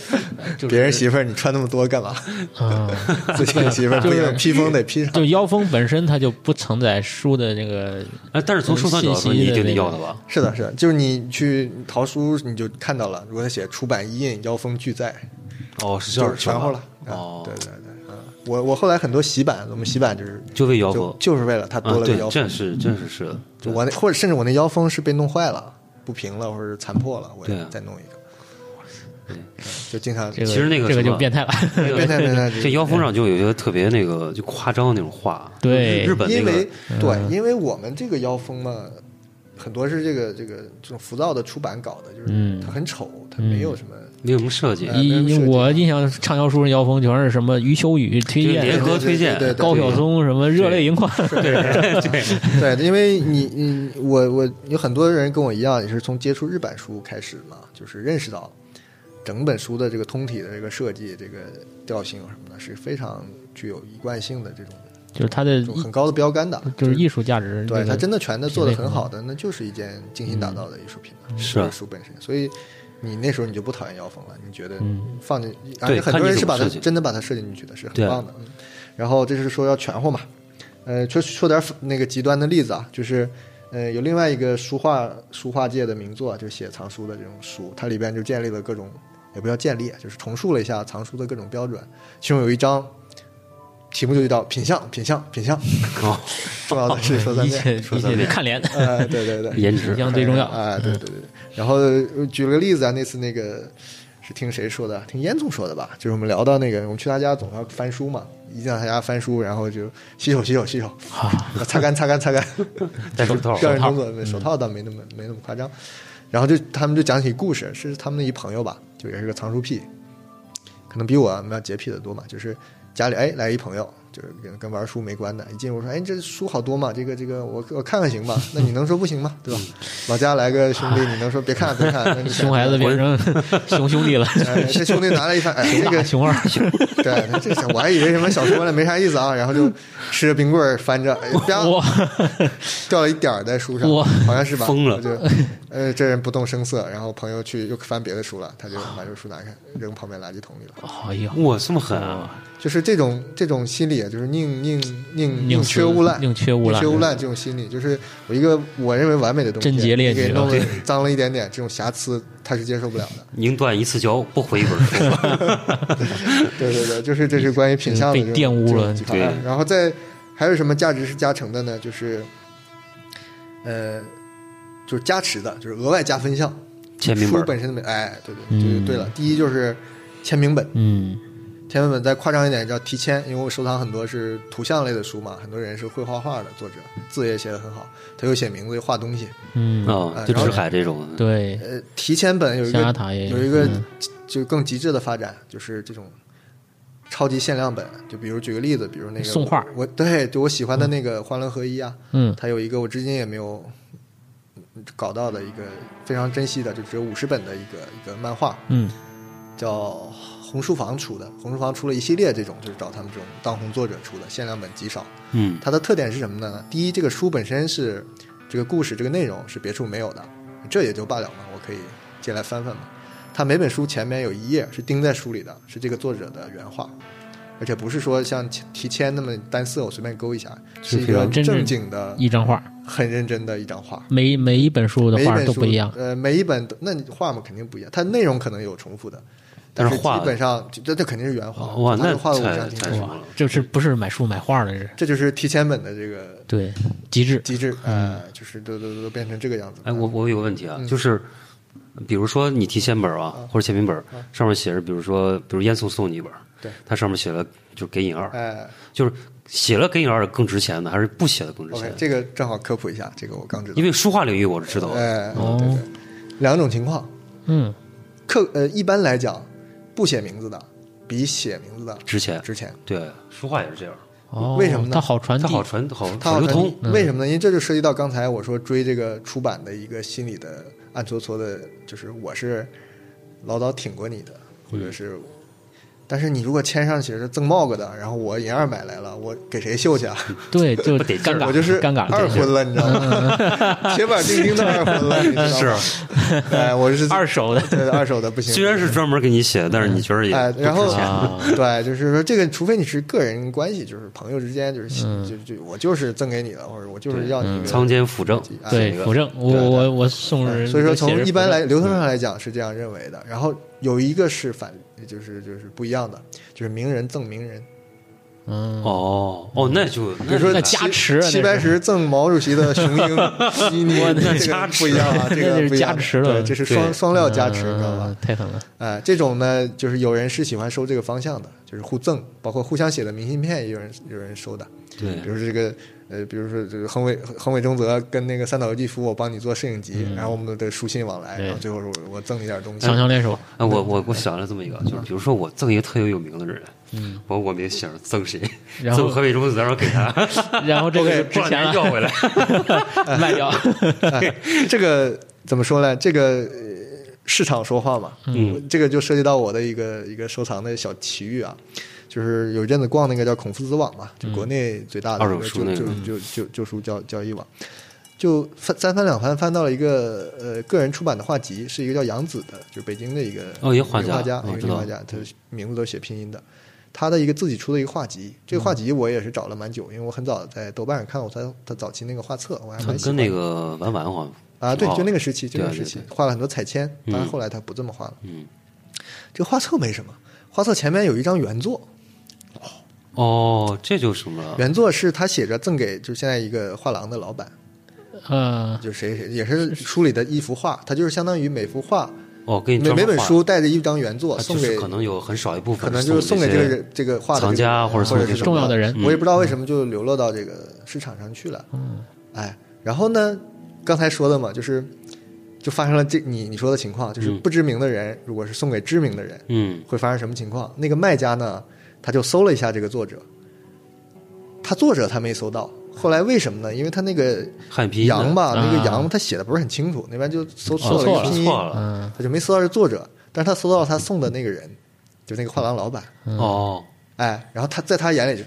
S5: 就是
S4: 别人媳妇儿你穿那么多干嘛？
S5: 啊，
S4: 自己的媳妇儿不一样，披风得披上。
S5: 就腰封本身它就不承载书的这个
S3: 哎，但是从收藏角度说，
S5: 信
S3: 你
S5: 息
S3: 一定
S5: 的
S3: 得
S5: 那
S3: 要
S5: 个
S3: 的吧？
S4: 是的，是的，就是你去淘书，你就看到了，如果他写出版一印，腰封俱在，
S3: 哦，是这样
S4: 就
S3: 的
S4: 是全乎了。啊
S3: 哦，
S4: 对对对，嗯，我我后来很多洗版，我们洗版就是
S3: 就为腰
S4: 就
S3: 封
S4: 就是为了它
S3: 啊
S4: 多，了个
S3: 对
S4: 腰，封，
S3: 这是这是是的，
S4: 就我那或者甚至我那腰封是被弄坏了、不平了，或者是残破了，我
S3: 对
S4: 也
S3: 啊
S4: 再弄一个。嗯就经常
S5: 这个，
S3: 其实那个
S5: 这个
S3: 什
S5: 就
S3: 么
S5: 变态了。
S3: 那
S4: 变态变
S3: 个
S4: 态
S3: 这腰封上就有一个特别那个就夸张的那种画，
S5: 对
S3: 日本那
S4: 因
S3: 个
S4: 为对，因为我们这个腰封嘛，很多是这个这个这种浮躁的出版搞的，就是
S5: 嗯
S4: 它很丑，它没有什么
S3: 没有什么设计，
S4: 哎没
S5: 一
S4: 有设计
S5: 我印象畅销书上腰封全是什么余秋雨推
S3: 就是联
S5: 荐、
S3: 合
S4: 对对
S3: 推荐
S4: 对对对
S5: 高晓松什么热泪盈眶，
S4: 对，因为你你我我有很多人跟我一样，也是从接触日版书开始嘛，就是认识到整本书的这个通体的这个设计、这个调性什么的，是非常具有一贯性的这种
S5: 就是他的
S4: 这种
S5: 艺
S4: 很高的标杆的，
S5: 呃就是艺术价值。
S4: 对
S5: 这个
S4: 它真的全的做的很好的，那就是一件精心打造的艺术品
S5: 嗯
S4: 了，
S3: 是啊
S4: 这个书本身，所以。你那时候你就不讨厌妖风了，你觉得
S5: 嗯
S4: 放进，而
S3: 对
S4: 且很
S3: 看
S4: 多
S3: 这
S4: 人是
S3: 种
S4: 把它
S3: 设计
S4: 真的把它设计进去的，是
S3: 对
S4: 很棒的。嗯然后这是说要全乎嘛，呃，就说点那个极端的例子啊，就是呃，有另外一个书画书画界的名作，啊就写藏书的这种书，它里边就建立了各种，也不叫建立，啊就是重述了一下藏书的各种标准。其中有一章题目就叫品相，品相，品相，
S3: 哦，
S4: 重要的是说三
S5: 一
S4: 遍，
S5: 切一切得 看脸，
S4: 呃，对对对，
S3: 颜值
S5: 形象最重要。嗯
S4: 啊！对对对。然后呃举了个例子啊，那次那个是听谁说的？听烟囱说的吧？就是我们聊到那个，我们去他家总要翻书嘛，一进到他家翻书，然后就洗手洗手洗手，擦干擦干擦干，
S3: 戴手
S5: 哦
S3: 套，
S4: 第二人工
S5: 嗯
S4: 作手套倒没那么没那么夸张。然后就他们就讲起故事，是他们的一朋友吧，就也是个藏书癖，可能比我们要洁癖的多嘛。就是家里哎来一朋友，就是跟跟玩书没关的，一进屋说哎这书好多嘛，这个这个我我看看行吧？那你能说不行吗？对 吧？老家来个兄弟，你能说别看别看？那你
S5: 熊孩子变成 熊兄弟了，
S4: 哎这兄弟拿来一翻，哎这
S5: 大
S4: 个
S5: 熊二，
S4: 对，这我还以为什么小说呢，没啥意思啊，然后就吃着冰棍儿翻着，哎啪
S5: 哇，
S4: 掉了一点儿在书上
S5: 哇，
S4: 好像是吧？
S3: 疯了
S4: 我就呃，这人不动声色，然后朋友去又翻别的书了，他就把这书拿开扔旁边垃圾桶里了。
S5: 哎呀，
S3: 哇，这么狠啊！
S4: 就是这种这种心理，啊就是宁宁宁
S5: 宁
S4: 宁
S5: 死
S4: 缺毋滥，
S5: 宁缺毋
S4: 宁
S5: 滥
S4: 缺毋滥这种心理，就是我一个我认为完美的东西，
S5: 贞洁烈女啊
S4: 你给弄得脏了一点点，这种瑕疵他是接受不了的。
S3: 宁断一次脚，不回一本 书。啊
S4: 对对对，就是这是关于品相的
S5: 被玷污了
S4: 这种
S3: 对
S4: 然后再还有什么价值是加成的呢？就是呃，就是加持的，就是额外加分项。
S3: 签名
S4: 书
S3: 本，
S4: 本身的美，哎，对对，
S5: 嗯
S4: 就是对了。第一就是签名本，
S5: 嗯，
S4: 签名本再夸张一点叫题签，因为我收藏很多是图像类的书嘛，很多人是会画画的作者，字也写得很好，他又写名字又画东西。
S5: 嗯，
S3: 啊，就志海这种，
S5: 对，
S4: 呃，题签本有一
S5: 象牙
S4: 个
S5: 塔也
S4: 有一个
S5: 嗯
S4: 就更极致的发展，就是这种超级限量本。就比如举个例子，比如那个
S5: 送画
S4: 我对就我喜欢的那个《欢乐合一》啊，
S5: 嗯，
S4: 它有一个我至今也没有搞到的一个非常珍惜的，就只有五十本的一个一个漫画，
S5: 嗯，
S4: 叫红书房出的。红书房出了一系列这种，就是找他们这种当红作者出的，限量本极少。
S3: 嗯，
S4: 它的特点是什么呢？第一，这个书本身是这个故事这个内容是别处没有的，这也就罢了嘛，我可以借来翻翻嘛。它每本书前面有一页是钉在书里的，是这个作者的原话，而且不是说像提签那么单色，我随便勾一下，是一
S5: 非
S4: 个
S5: 常真正
S4: 正经的、
S5: 一张画，
S4: 很认真的一张画。
S5: 每每一本书的
S4: 每一
S5: 画
S4: 本
S5: 都
S4: 书
S5: 不一样，
S4: 呃，每一本都那你画嘛肯定不一样，它内容可能有重复的，
S3: 但是
S4: 是
S3: 画
S4: 基本上就这这肯定是原画，
S3: 哇，
S4: 它
S3: 那
S4: 就画了五
S3: 太
S4: 张
S3: 太
S4: 挺
S3: 什
S4: 好，
S3: 么了？
S5: 这是不是买书买画的这是？
S4: 这就是提前本的这个
S5: 对，极致，
S4: 机制，呃，就是都都都变成这个样子。
S3: 嗯哎，我我有个问题
S4: 嗯
S3: 啊，就是比如说你提现本儿啊，或者签名本儿，上面写着，比如说，比如烟囱送你一本儿，
S4: 嗯对
S3: 它上面写了就给你二，
S4: 哎
S3: 就是写了给你二更值钱的，还是不写的更值
S4: ，OK，
S3: 钱？
S4: 这个正好科普一下，这个我刚知道
S3: 因。为书画领域我是知道的，
S4: 哎，
S5: 哦
S4: 对对，两种情况，
S5: 嗯，
S4: 客呃一般来讲，不写名字的比写名字的
S3: 值钱，
S4: 值钱，
S3: 对，书画也是这样，
S5: 哦，
S4: 为什么呢
S5: 它好传
S3: 它
S5: 递，
S3: 好传好
S4: 它
S3: 好流嗯通，
S4: 传递为什么呢？因为这就涉及到刚才我说追这个出版的一个心理的
S3: 嗯
S4: 暗搓搓的，就是我是唠叨挺过你的，或者是但是你如果签上写着赠 MOG 的，然后我一样买来了，我给谁秀去啊？
S5: 对，就
S3: 不得劲
S5: 尴
S3: 儿
S5: 尬，
S4: 我啊就是
S5: 尴尬了，
S4: 二
S5: 这事
S4: 婚了，你知道 吗？铁板钉钉的二婚了，你知道吗？哎，我是
S5: 二手的
S4: 对二手的不行，
S3: 虽然是专门给你写的，但是你觉得也
S4: 哎，然后
S3: 不值钱
S5: 啊
S4: 对，就是说这个，除非你是个人关系，就是朋友之间，就是、
S5: 嗯
S4: 就就我就是赠给你的，或者我就是要你一个
S3: 仓间辅政，
S4: 哎
S5: 对
S3: 这个
S5: 辅政，我
S4: 嗯对对
S5: 我我送人，
S4: 所以说，
S5: 我写
S4: 从
S5: 着嗯
S4: 一般
S5: 辅
S4: 来
S5: 政，
S4: 流通上来讲是这样认为的。然后有一个是反，就是就是不一样的，就是名人赠名人，
S5: 嗯，
S3: 哦哦，那就
S4: 比如
S3: 那
S4: 说
S5: 那
S4: 齐
S5: 加持啊
S4: 齐
S5: 那
S4: 白石赠毛主席的雄鹰悉 尼，
S5: 我那
S4: 这
S5: 加
S4: 个
S5: 持
S4: 不一样啊， 这
S5: 那就
S4: 个
S5: 是
S4: 不一样
S5: 加持
S4: 对，
S5: 了
S4: 这是双
S3: 对
S4: 双料加持，
S5: 嗯
S4: 知道吧？
S5: 太狠了，
S4: 哎，这种呢，就是有人是喜欢收这个方向的，就是互赠，包括互相写的明信片，也有人有人收的。
S3: 对
S4: 比如说这个，呃，比如说这个横尾横尾中泽跟那个三岛由纪夫，我帮你做摄影集，然后我们的书信往来，
S5: 嗯对
S4: 然后最后我我赠你点东西。
S5: 强强 联手，
S3: 哎，我我我想了这么一个，就是比如说我赠一个特别有名的人，嗯，我我没想着赠谁，
S5: 然后
S3: 赠河北中子，然后给他，
S5: 然后这个
S3: OK，
S5: 就值
S3: 过两
S5: 钱
S3: 年要
S5: 了，
S3: 回 来，
S5: 卖掉，
S4: 这个怎么说呢？这个、呃市场说话嘛，
S3: 嗯，
S4: 这个就涉及到我的一个一个收藏的小奇遇啊，就是有一阵子逛那个叫孔夫子网嘛，就国内最大的
S3: 二
S4: 一
S3: 手
S4: 个
S3: 书
S4: 旧
S3: 那个
S4: 旧旧旧旧书交交易网，就翻三翻两翻翻到了一个呃个人出版的画集，是一个叫杨子的，就是北京的一个
S3: 哦一个画家
S4: 画家
S3: 哦，
S4: 一
S3: 知道
S4: 个女画家，她名字都写拼音的。他的一个自己出的一个画集，
S3: 嗯
S4: 这个画集我也是找了蛮久，因为我很早在豆瓣上看过他他早期那个画册，我还蛮喜
S3: 跟
S4: 欢的。
S3: 那个婉婉好像哦
S4: 啊，对
S3: 挺好，
S4: 就那个时期，就那个
S3: 对
S4: 时
S3: 对
S4: 期
S3: 对
S4: 画了很多彩铅，当然
S3: 嗯
S4: 后来他不这么画了。
S3: 嗯，
S4: 这个画册没什么，画册前面有一张原作，
S3: 哦，这就是什么了？
S4: 原作是他写着赠给就现在一个画廊的老板，
S5: 嗯，
S4: 就谁谁也是书里的一幅画，他就是相当于每幅画
S3: 哦，给
S4: 每
S3: 你专门
S4: 每本
S3: 画
S4: 书带着一张原作
S3: 它
S4: 送
S3: 就是
S4: 给
S3: 可能有很少一部分，
S4: 可能就是送给这个
S3: 些
S4: 人这个画的
S3: 藏
S4: 这个
S3: 家
S4: 人啊
S3: 或者送
S4: 或
S3: 给
S4: 者是
S3: 这
S4: 什么
S5: 重要的人
S4: 我也不
S3: 嗯
S4: 知道为什么就流落到这个市场上去了。嗯，哎，然后呢，刚才说的嘛，就是就发生了这你你说的情况，就是
S3: 嗯
S4: 不知名的人如果是送给知名的人，
S3: 嗯，
S4: 会发生什么情况？那个卖家呢，他就搜了一下这个作者，他作者他没搜到。后来为什么呢？因为他那个
S3: 汉拼音的
S4: 羊吧，那
S5: 啊
S4: 个羊他写的不是很清楚，那边就搜
S5: 哦
S4: 错
S5: 错
S4: 了
S5: 了
S4: 一个拼
S3: 嗯
S4: 音
S3: 错，了
S5: 嗯
S4: 他就没搜到是作者，但是他搜到了他送的那个人，就那个画廊老板。
S5: 嗯
S3: 哦，
S4: 哎，然后他在他眼里就。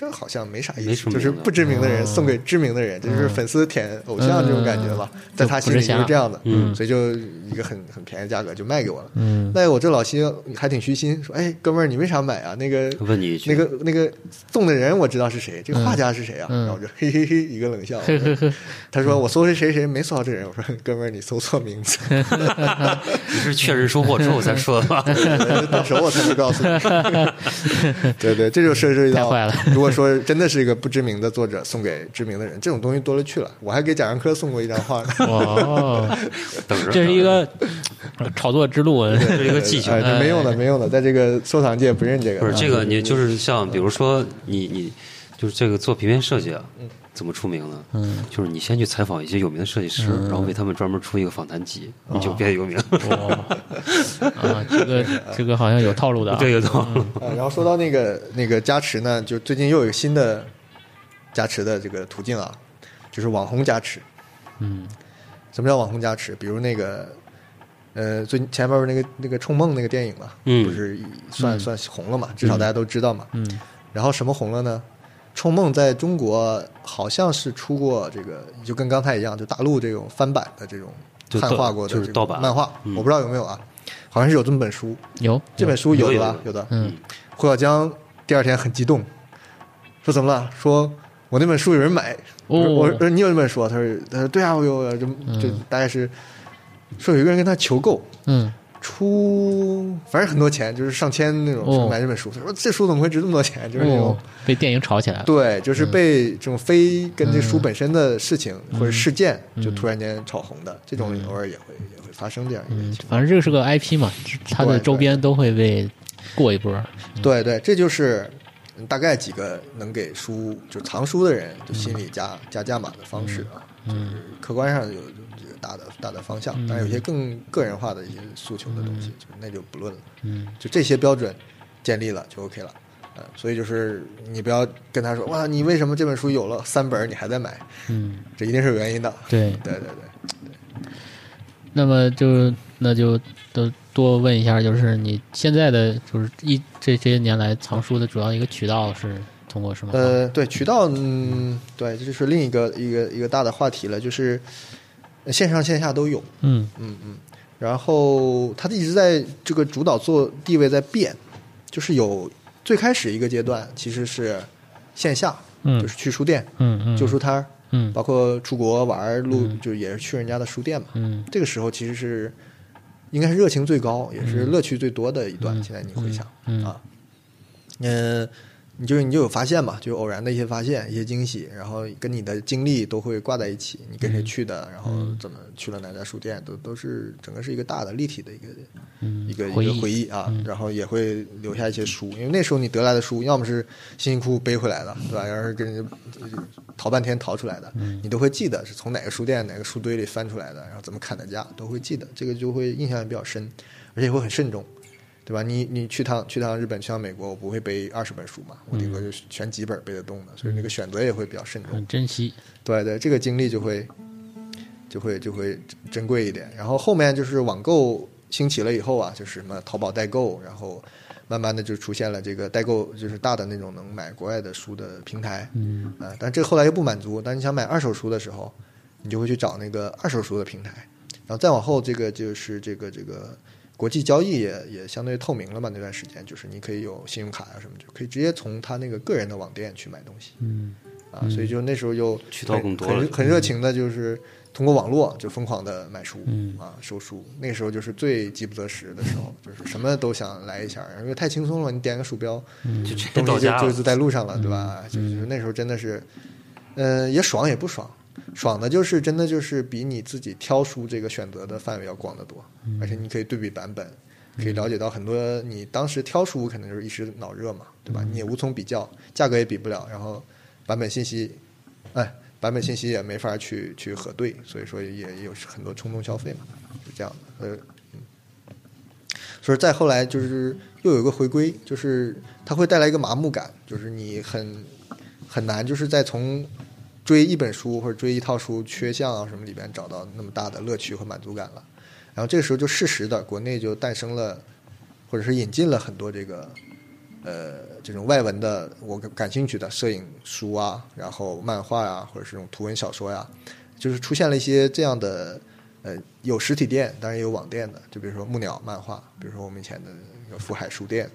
S4: 这好像没啥意
S3: 没
S4: 思，
S3: 什么
S4: 就是
S3: 名字
S4: 不知名的人送给知名的人，就是粉丝舔偶像这种感觉吧，在他心里就是这样的，
S3: 嗯
S4: 所以就一个很很便宜的价格就卖给我了。
S5: 嗯，
S4: 那我这老心还挺虚心，说：“哎，哥们儿，你为啥买啊？那个
S3: 问你一句
S4: 那个那个送的人我知道是谁，这个画家是谁啊？”
S5: 嗯嗯
S4: 然后我就嘿嘿嘿一个冷笑，我说他说：“我搜谁谁谁没搜到这人。”我说：“哥们儿，你搜错名字，
S3: 你是确认收货之后才说 的吧？
S4: 到时候我才能告诉你。” 对对，这就涉及到
S5: 太坏了
S4: 如果说真的是一个不知名的作者送给知名的人，这种东西多了去了。我还给贾樟柯送过一张 画呢。
S5: 哇 哦，
S3: 等
S4: 啊
S3: 着，
S5: 这是一个炒作之路，
S3: 这是一个技巧
S4: 哎，。这没用的，
S5: 哎
S4: 没用的，在这个收藏界不认这个。
S3: 不是这
S4: 啊
S3: 个，你就是像比如说你你就是这个做平面设计啊，
S4: 嗯
S3: 怎么出名呢？嗯，就是你先去采访一些有名的设计师，然后为他们专门出一个访谈集，你
S4: 哦
S3: 就变有名。
S5: 嗯哇啊，这个 这个好像有套路的啊，
S3: 这个道理。
S4: 呃，然后说到那个那个加持呢，就最近又有一个新的加持的这个途径啊，就是网红加持。
S5: 嗯，
S4: 什么叫网红加持？比如那个呃，最前面那个那个《冲梦》那个电影嘛，
S3: 嗯
S4: 不是算算红了嘛，至少大家都知道嘛。嗯。然后什么红了呢？《冲梦》在中国好像是出过这个，就跟刚才一样，就大陆这种翻版的这种
S3: 就
S4: 汉
S3: 盗
S4: 化过的
S3: 就是
S4: 这
S3: 盗
S4: 种
S3: 版
S4: 漫画，
S3: 嗯
S4: 我不知道有没有啊，好像是有这么本书。
S5: 有
S4: 这本书
S3: 有
S4: 的
S3: 有
S4: 吧？
S3: 有
S4: 有的。
S5: 嗯，
S4: 胡小江第二天很激动，说怎么了？说我那本书有人买。
S5: 哦
S4: 我说我说你有那本书啊？他说他说对啊，我有啊，就就大概是说有一个人跟他求购，
S5: 嗯
S4: 出反正很多钱，就是上千那种，
S5: 哦
S4: 说买这本书。他说这书怎么会值这么多钱？就是那种
S5: 哦，嗯被电影炒起来了，
S4: 对，就是被这种非跟这书本身的事情
S5: 嗯
S4: 或者事件就突然间炒红的，这种偶尔也会也会发生这样一个情
S5: 嗯
S4: 况。，
S5: 反正这个是个 IP 嘛，它的
S4: 对对
S5: 周边都会被过一波，
S4: 对对，这就是嗯大概几个能给书就藏书的人就心里加、加价码的方式啊，就是客观上有这个大的大的方向，当然有些更个人化的一些诉求的东西，就那就不论了。嗯，就这些标准建立了就 OK 了。嗯，所以就是你不要跟他说哇，你为什么这本书有了三本儿你还在买？
S5: 嗯，
S4: 这一定是有原因的。
S5: 对
S4: 对对对，
S5: 那么就那就都多问一下，就是你现在的就是一这这些年来藏书的主要一个渠道是通过什么？
S4: 呃，对，渠道，嗯，对，这就是另一个一个一个大的话题了，就是呃线上线下都有，
S5: 嗯
S4: 嗯嗯。然后它一直在这个主导做地位在变，就是有最开始一个阶段其实是线下，
S5: 嗯
S4: 就是去书店、
S5: 嗯嗯，
S4: 旧书摊儿，
S5: 嗯
S4: 包括出国玩儿路，就也是去人家的书店嘛。
S5: 嗯
S4: 这个时候其实是应该是热情最高，也是乐趣最多的一段。现在你回想、
S5: 嗯
S4: 啊，嗯、你就你就有发现嘛，就偶然的一些发现、一些惊喜，然后跟你的经历都会挂在一起。你跟谁去的，然后怎么去了哪家书店，都都是整个是一个大的立体的一个、
S5: 嗯
S4: 一个
S5: 回
S4: 一
S5: 忆嗯
S4: 个回忆啊。然后也会留下一些书，因为那时候你得来的书，要么是辛辛苦苦背回来的，对吧？要是跟人家淘半天淘出来的，
S5: 嗯
S4: 你都会记得是从哪个书店、哪个书堆里翻出来的，然后怎么砍的价，都会记得。这个就会印象也比较深，而且会很慎重。对吧？你你去趟去趟日本，去趟美国，我不会背二十本书嘛，我顶
S5: 嗯
S4: 多就选几本背得动的，所以那个选择也会比较慎重
S5: 很。珍惜，
S4: 对对，这个经历就会就会就会珍贵一点。然后后面就是网购兴起了以后啊，就是什么淘宝代购，然后慢慢的就出现了这个代购，就是大的那种能买国外的书的平台。嗯，啊、但这个后来又不满足，但你想买二手书的时候，你就会去找那个二手书的平台。然后再往后，这个就是这个这个国际交易也也相对透明了嘛。那段时间就是你可以有信用卡啊什么，就可以直接从他那个个人的网店去买东西。
S5: 嗯
S4: 啊，所以就那时候又
S3: 渠道
S4: 很
S3: 更多了嗯
S4: 很热很热情的，就是通过网络就疯狂的买书，
S5: 嗯
S4: 啊，收书。那时候就是最饥不择食的时候，就是什么都想来一下，因为太轻松了，你点个鼠标，
S5: 嗯
S3: 就直接
S4: 嗯东
S3: 到
S4: 西就
S3: 家嗯
S4: 就
S3: 了
S4: 就在路上了，对吧？就是就是那时候真的是，呃，也爽也不爽，爽的就是真的就是比你自己挑书这个选择的范围要广得多，
S3: 嗯
S4: 而且你可以对比版本，可以了解到很多你当时挑书可能就是一时脑热嘛，对
S3: 嗯
S4: 吧？你也无从比较，价格也比不了，然后版本信息，哎，版本信息也没法去去核对，所以说也也有很多冲动消费嘛，是这样的。呃，所以再后来就是又有一个回归，就是它会带来一个麻木感，就是你很很难就是在从追一本书或者追一套书缺项啊什么里边找到那么大的乐趣和满足感了。然后这个时候就适时的，国内就诞生了，或者是引进了很多这个呃这种外文的我感兴趣的摄影书啊，然后漫画呀、或者是这种图文小说呀、就是出现了一些这样的呃有实体店，当然也有网店的，就比如说木鸟漫画，比如说我们以前的那个福海书店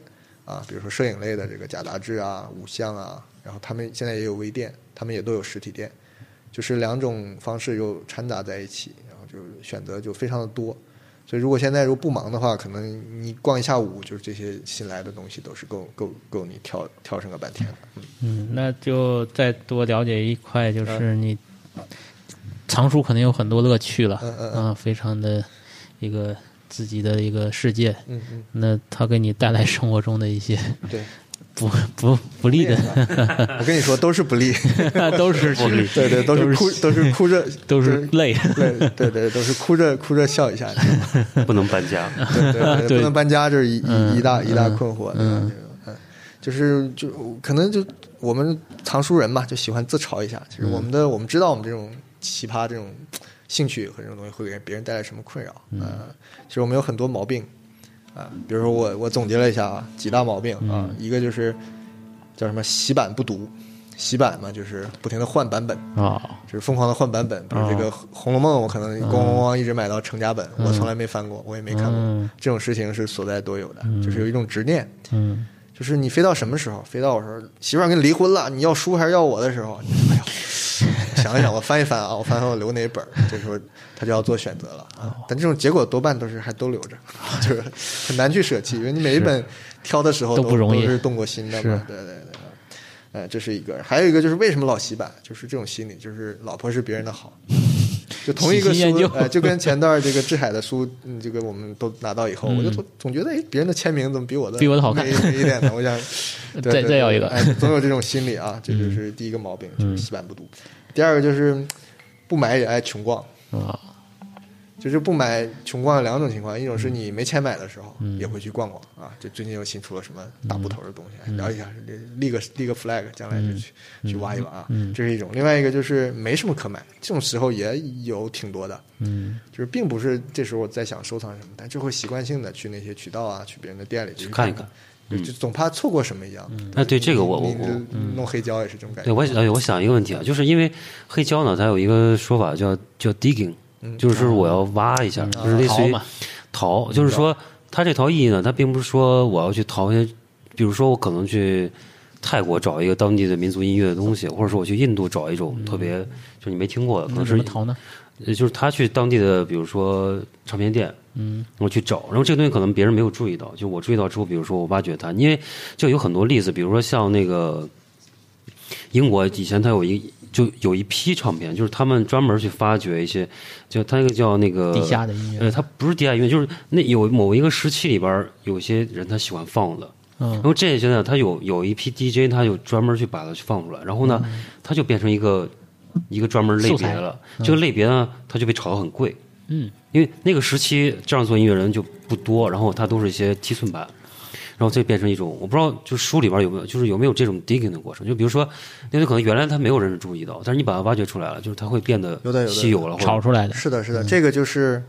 S4: 啊，比如说摄影类的这个假杂志啊、五项啊，然后他们现在也有微店，他们也都有实体店，就是两种方式又掺杂在一起，然后就选择就非常的多。所以，如果现在如果不忙的话，可能你逛一下午，就是这些新来的东西都是够够够你挑挑上个半天的。嗯
S5: 嗯，那就再多了解一块，
S4: 嗯
S5: 就是你藏书肯定有很多乐趣了，
S4: 嗯嗯嗯
S5: 啊，非常的一个自己的一个世界。
S4: 嗯嗯，
S5: 那它给你带来生活中的 一些
S4: 对，
S5: 不不不利的，
S4: 我跟你说，都是不利，
S5: 都是
S3: 不利
S4: 对对，都是哭，都是哭着，
S5: 都是 累。
S4: 对对对，都是哭着哭着笑一下，
S3: 不能搬家。
S4: 对对对，
S5: 对
S4: 不能搬家，这是一
S5: 嗯
S4: 一一大一大
S5: 嗯
S4: 困惑。对吧
S5: 嗯
S4: 这个嗯，就是就可能就我们藏书人嘛，就喜欢自嘲一下。其实我们
S5: 嗯
S4: 的我们知道我们这种奇葩这种兴趣和这种东西会给别人带来什么困扰。嗯，其实我们有很多毛病啊，比如说我我总结了一下啊，几大毛病啊，
S5: 嗯
S4: 一个就是叫什么洗版不读，洗版嘛就是不停的换版本。
S5: 哦，
S4: 就是疯狂的换版本，比如这个《红楼梦》，我可能咣咣咣一直买到成家本，我从来没翻过，我也没看过。
S5: 嗯
S4: 这种事情是所在多有的，就是有一种执念，
S5: 嗯，
S4: 就是你非到什么时候，非到我说媳妇儿跟你离婚了，你要书还是要我的时候，你说哎呦，想一想，我翻一翻啊，我翻翻我留哪本儿，这时候他就要做选择了
S5: 哦
S4: 啊。但这种结果多半都是还都留着， 就是很难去舍弃，因为你每一 本挑的时候
S5: 都不容易
S4: 都是动过心的嘛。对对对。啊呃，这是一个，还有一个就是为什么老洗版，就是这种心理，就是老婆是别人的 好，就同一个
S5: 喜新厌旧
S4: 书，呃，就跟前段这个志海的书，嗯这个我们都拿到以后，我就总总觉得，哎，别人的签名怎么比我的
S5: 嗯比我的好看
S4: 美美一点呢？我 想对
S5: 再
S4: 对
S5: 再要一个嗯
S4: 哎，总有这种心理啊，这就是第一个毛病，就是洗版不读。第二个就是不买也爱穷逛，
S5: 啊，
S4: 就是不买穷逛有两种情况，一种
S3: 嗯
S4: 是你没钱买的时候，也会去逛逛啊。就最近又新出了什么
S3: 嗯
S4: 大部头的东西，了解一下，立个立个 flag，将来
S3: 嗯
S4: 就去去挖一挖啊。这是一种，另外一个就是没什么可买，这种时候也有挺多的。
S5: 嗯
S4: 就是并不是这时候我在想收藏什么，但就会习惯性的去那些渠道啊，去别人的店里去
S3: 看一看，
S4: 就就总怕错过什么一样。
S3: 哎，对这个我我
S4: 你
S3: 我
S4: 你弄黑胶也是这种感
S3: 对，
S4: 觉。
S3: 我哎，我想一个问题啊，就是因为黑胶呢，它有一个说法叫叫 digging，就是
S4: 嗯
S3: 我要挖一下，就是类似
S5: 淘
S3: 于
S5: 嘛
S3: 淘，就是说
S4: 嗯
S3: 它这套意义呢，它并不是说我要去淘一些，比如说我可能去泰国找一个当地的民族音乐的东西，或者说我去印度找一
S4: 嗯
S3: 种特别就你没听过的，可
S5: 那
S3: 能
S5: 怎
S3: 是
S5: 么淘呢？
S3: 呃就是他去当地的，比如说唱片店，嗯，我去找，然后这个东西可能别人没有注意到，就我注意到之后，比如说我挖掘它，因为就有很多例子，比如说像那个英国以前它有一就有一批唱片，就是他们专门去发掘一些，就它那个叫那个
S5: 地下的音乐，
S3: 呃，它不是地下音乐，就是那有某一个时期里边儿，有些人他喜欢放的，
S4: 呃
S5: 嗯
S3: 然后这些呢，他有有一批 DJ，他有专门去把它去放出来，然后呢，它就变成一个一个专门类
S5: 嗯素
S3: 别
S5: 材
S3: 了。这个类别呢，它就被炒得很贵，
S5: 嗯，
S3: 因为那个时期这样做音乐人就不多，然后他都是一些七寸版。然后这变成一种，我不知道，就书里边有没有，就是有没有这种 digging 的过程？就比如说，那就可能原来他没有人注意到，但是你把它挖掘出来了，就是它会变得
S4: 有的有的
S3: 稀有了，或
S5: 炒
S3: 者
S5: 出来的，
S4: 是的，是的，这个就是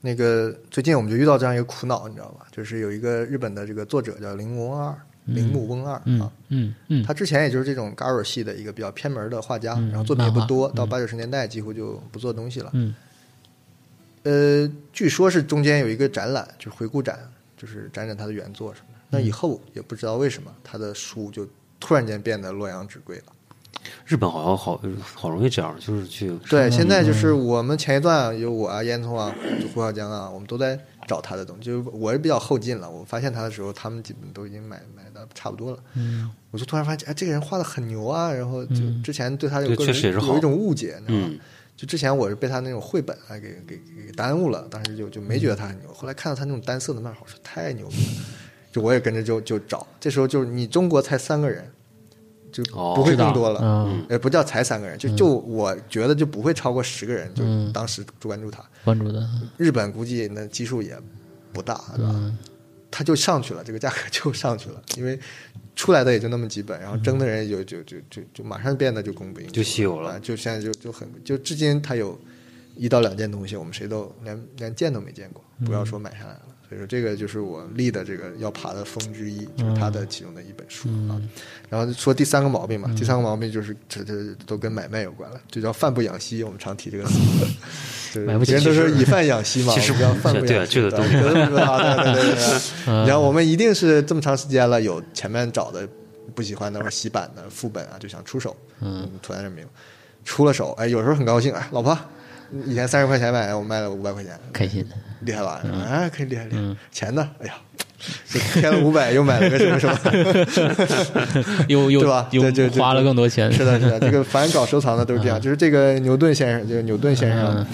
S4: 那个最近我们就遇到这样一个苦恼，你知道吧？就是有一个日本的这个作者叫铃木温二，铃木温二
S5: 嗯
S4: 啊，
S5: 嗯嗯，
S4: 他之前也就是这种 garo 系的一个比较偏门的画家，
S5: 嗯
S4: 然后作品也不
S5: 漫画
S4: 多，到八九十年代几乎就不做东西了。
S5: 嗯
S4: 呃，据说是中间有一个展览，就是回顾展，就是展展他的原作什么的。那以后也不知道为什么他的书就突然间变得洛阳纸贵了。
S3: 日本好像好好容易这样，就是去
S4: 对，现在就是
S5: 嗯
S4: 我们前一段啊有我啊、烟囱啊、就胡小江啊，我们都在找他的东西。就是我是比较后进了，我发现他的时候，他们基本都已经买买的差不多了。
S5: 嗯，
S4: 我就突然发现，哎，这个人画的很牛啊！然后就之前对他有
S3: 对
S4: 各
S3: 确
S4: 种
S3: 实也是好
S4: 有一种误解，你知道吗
S3: 嗯？
S4: 就之前我是被他那种绘本啊给给给耽误了，当时就就没觉得他很
S5: 嗯
S4: 牛。后来看到他那种单色的漫画，我说太牛逼了，就我也跟着就就找。这时候就是你中国才三个人，就
S3: 哦
S4: 不会
S5: 知道
S4: 更多了。
S5: 嗯，
S4: 也呃不叫才三个人，就就我觉得就不会超过十个人，就
S5: 嗯
S4: 当时关注他。
S5: 关注的，
S4: 日本估计那基数也不大，是吧？
S5: 嗯
S4: 他就上去了，这个价格就上去了， 因为出来的也就那么几本，然后争的人也就就就就就马上变得就供不应求，
S3: 嗯就稀有了
S4: 啊就现在就就很就至今他有一到两件东西，我们谁都连连见都没见过，
S3: 嗯
S4: 不要说买下来了。所以说这个就是我立的这个要爬的峰之一，
S3: 嗯
S4: 就是他的其中的一本书啊。然后说第三个毛病
S3: 嗯
S4: 嘛，第三个毛病就是这这都跟买卖有关了，就叫饭不养息，我们常提这个 词。就是
S5: 买不起
S4: 别人都说以饭养息嘛，
S3: 其实
S4: 我们叫饭不养息。
S3: 对啊这个东西 嗯
S4: 对对啊对对 对。然后我们一定是这么长时间了，有前面找的不喜欢的或者洗版的副本啊，就想出手，嗯，突然没有，出了手，哎，有时候很高兴，哎，老婆，以前三十块钱买，我卖了五百块钱，
S5: 开心的，
S4: 厉害吧？
S3: 嗯
S4: 哎，可以厉害厉害，钱呢？哎呀，就添了五百，又买了个什么什么。
S5: 又又
S4: 对吧？
S5: 又
S4: 对对对
S5: 花了更多钱，嗯
S4: 是的，是的，这 个凡搞收藏的都是这样。就是这个牛顿先生，就是牛顿先生，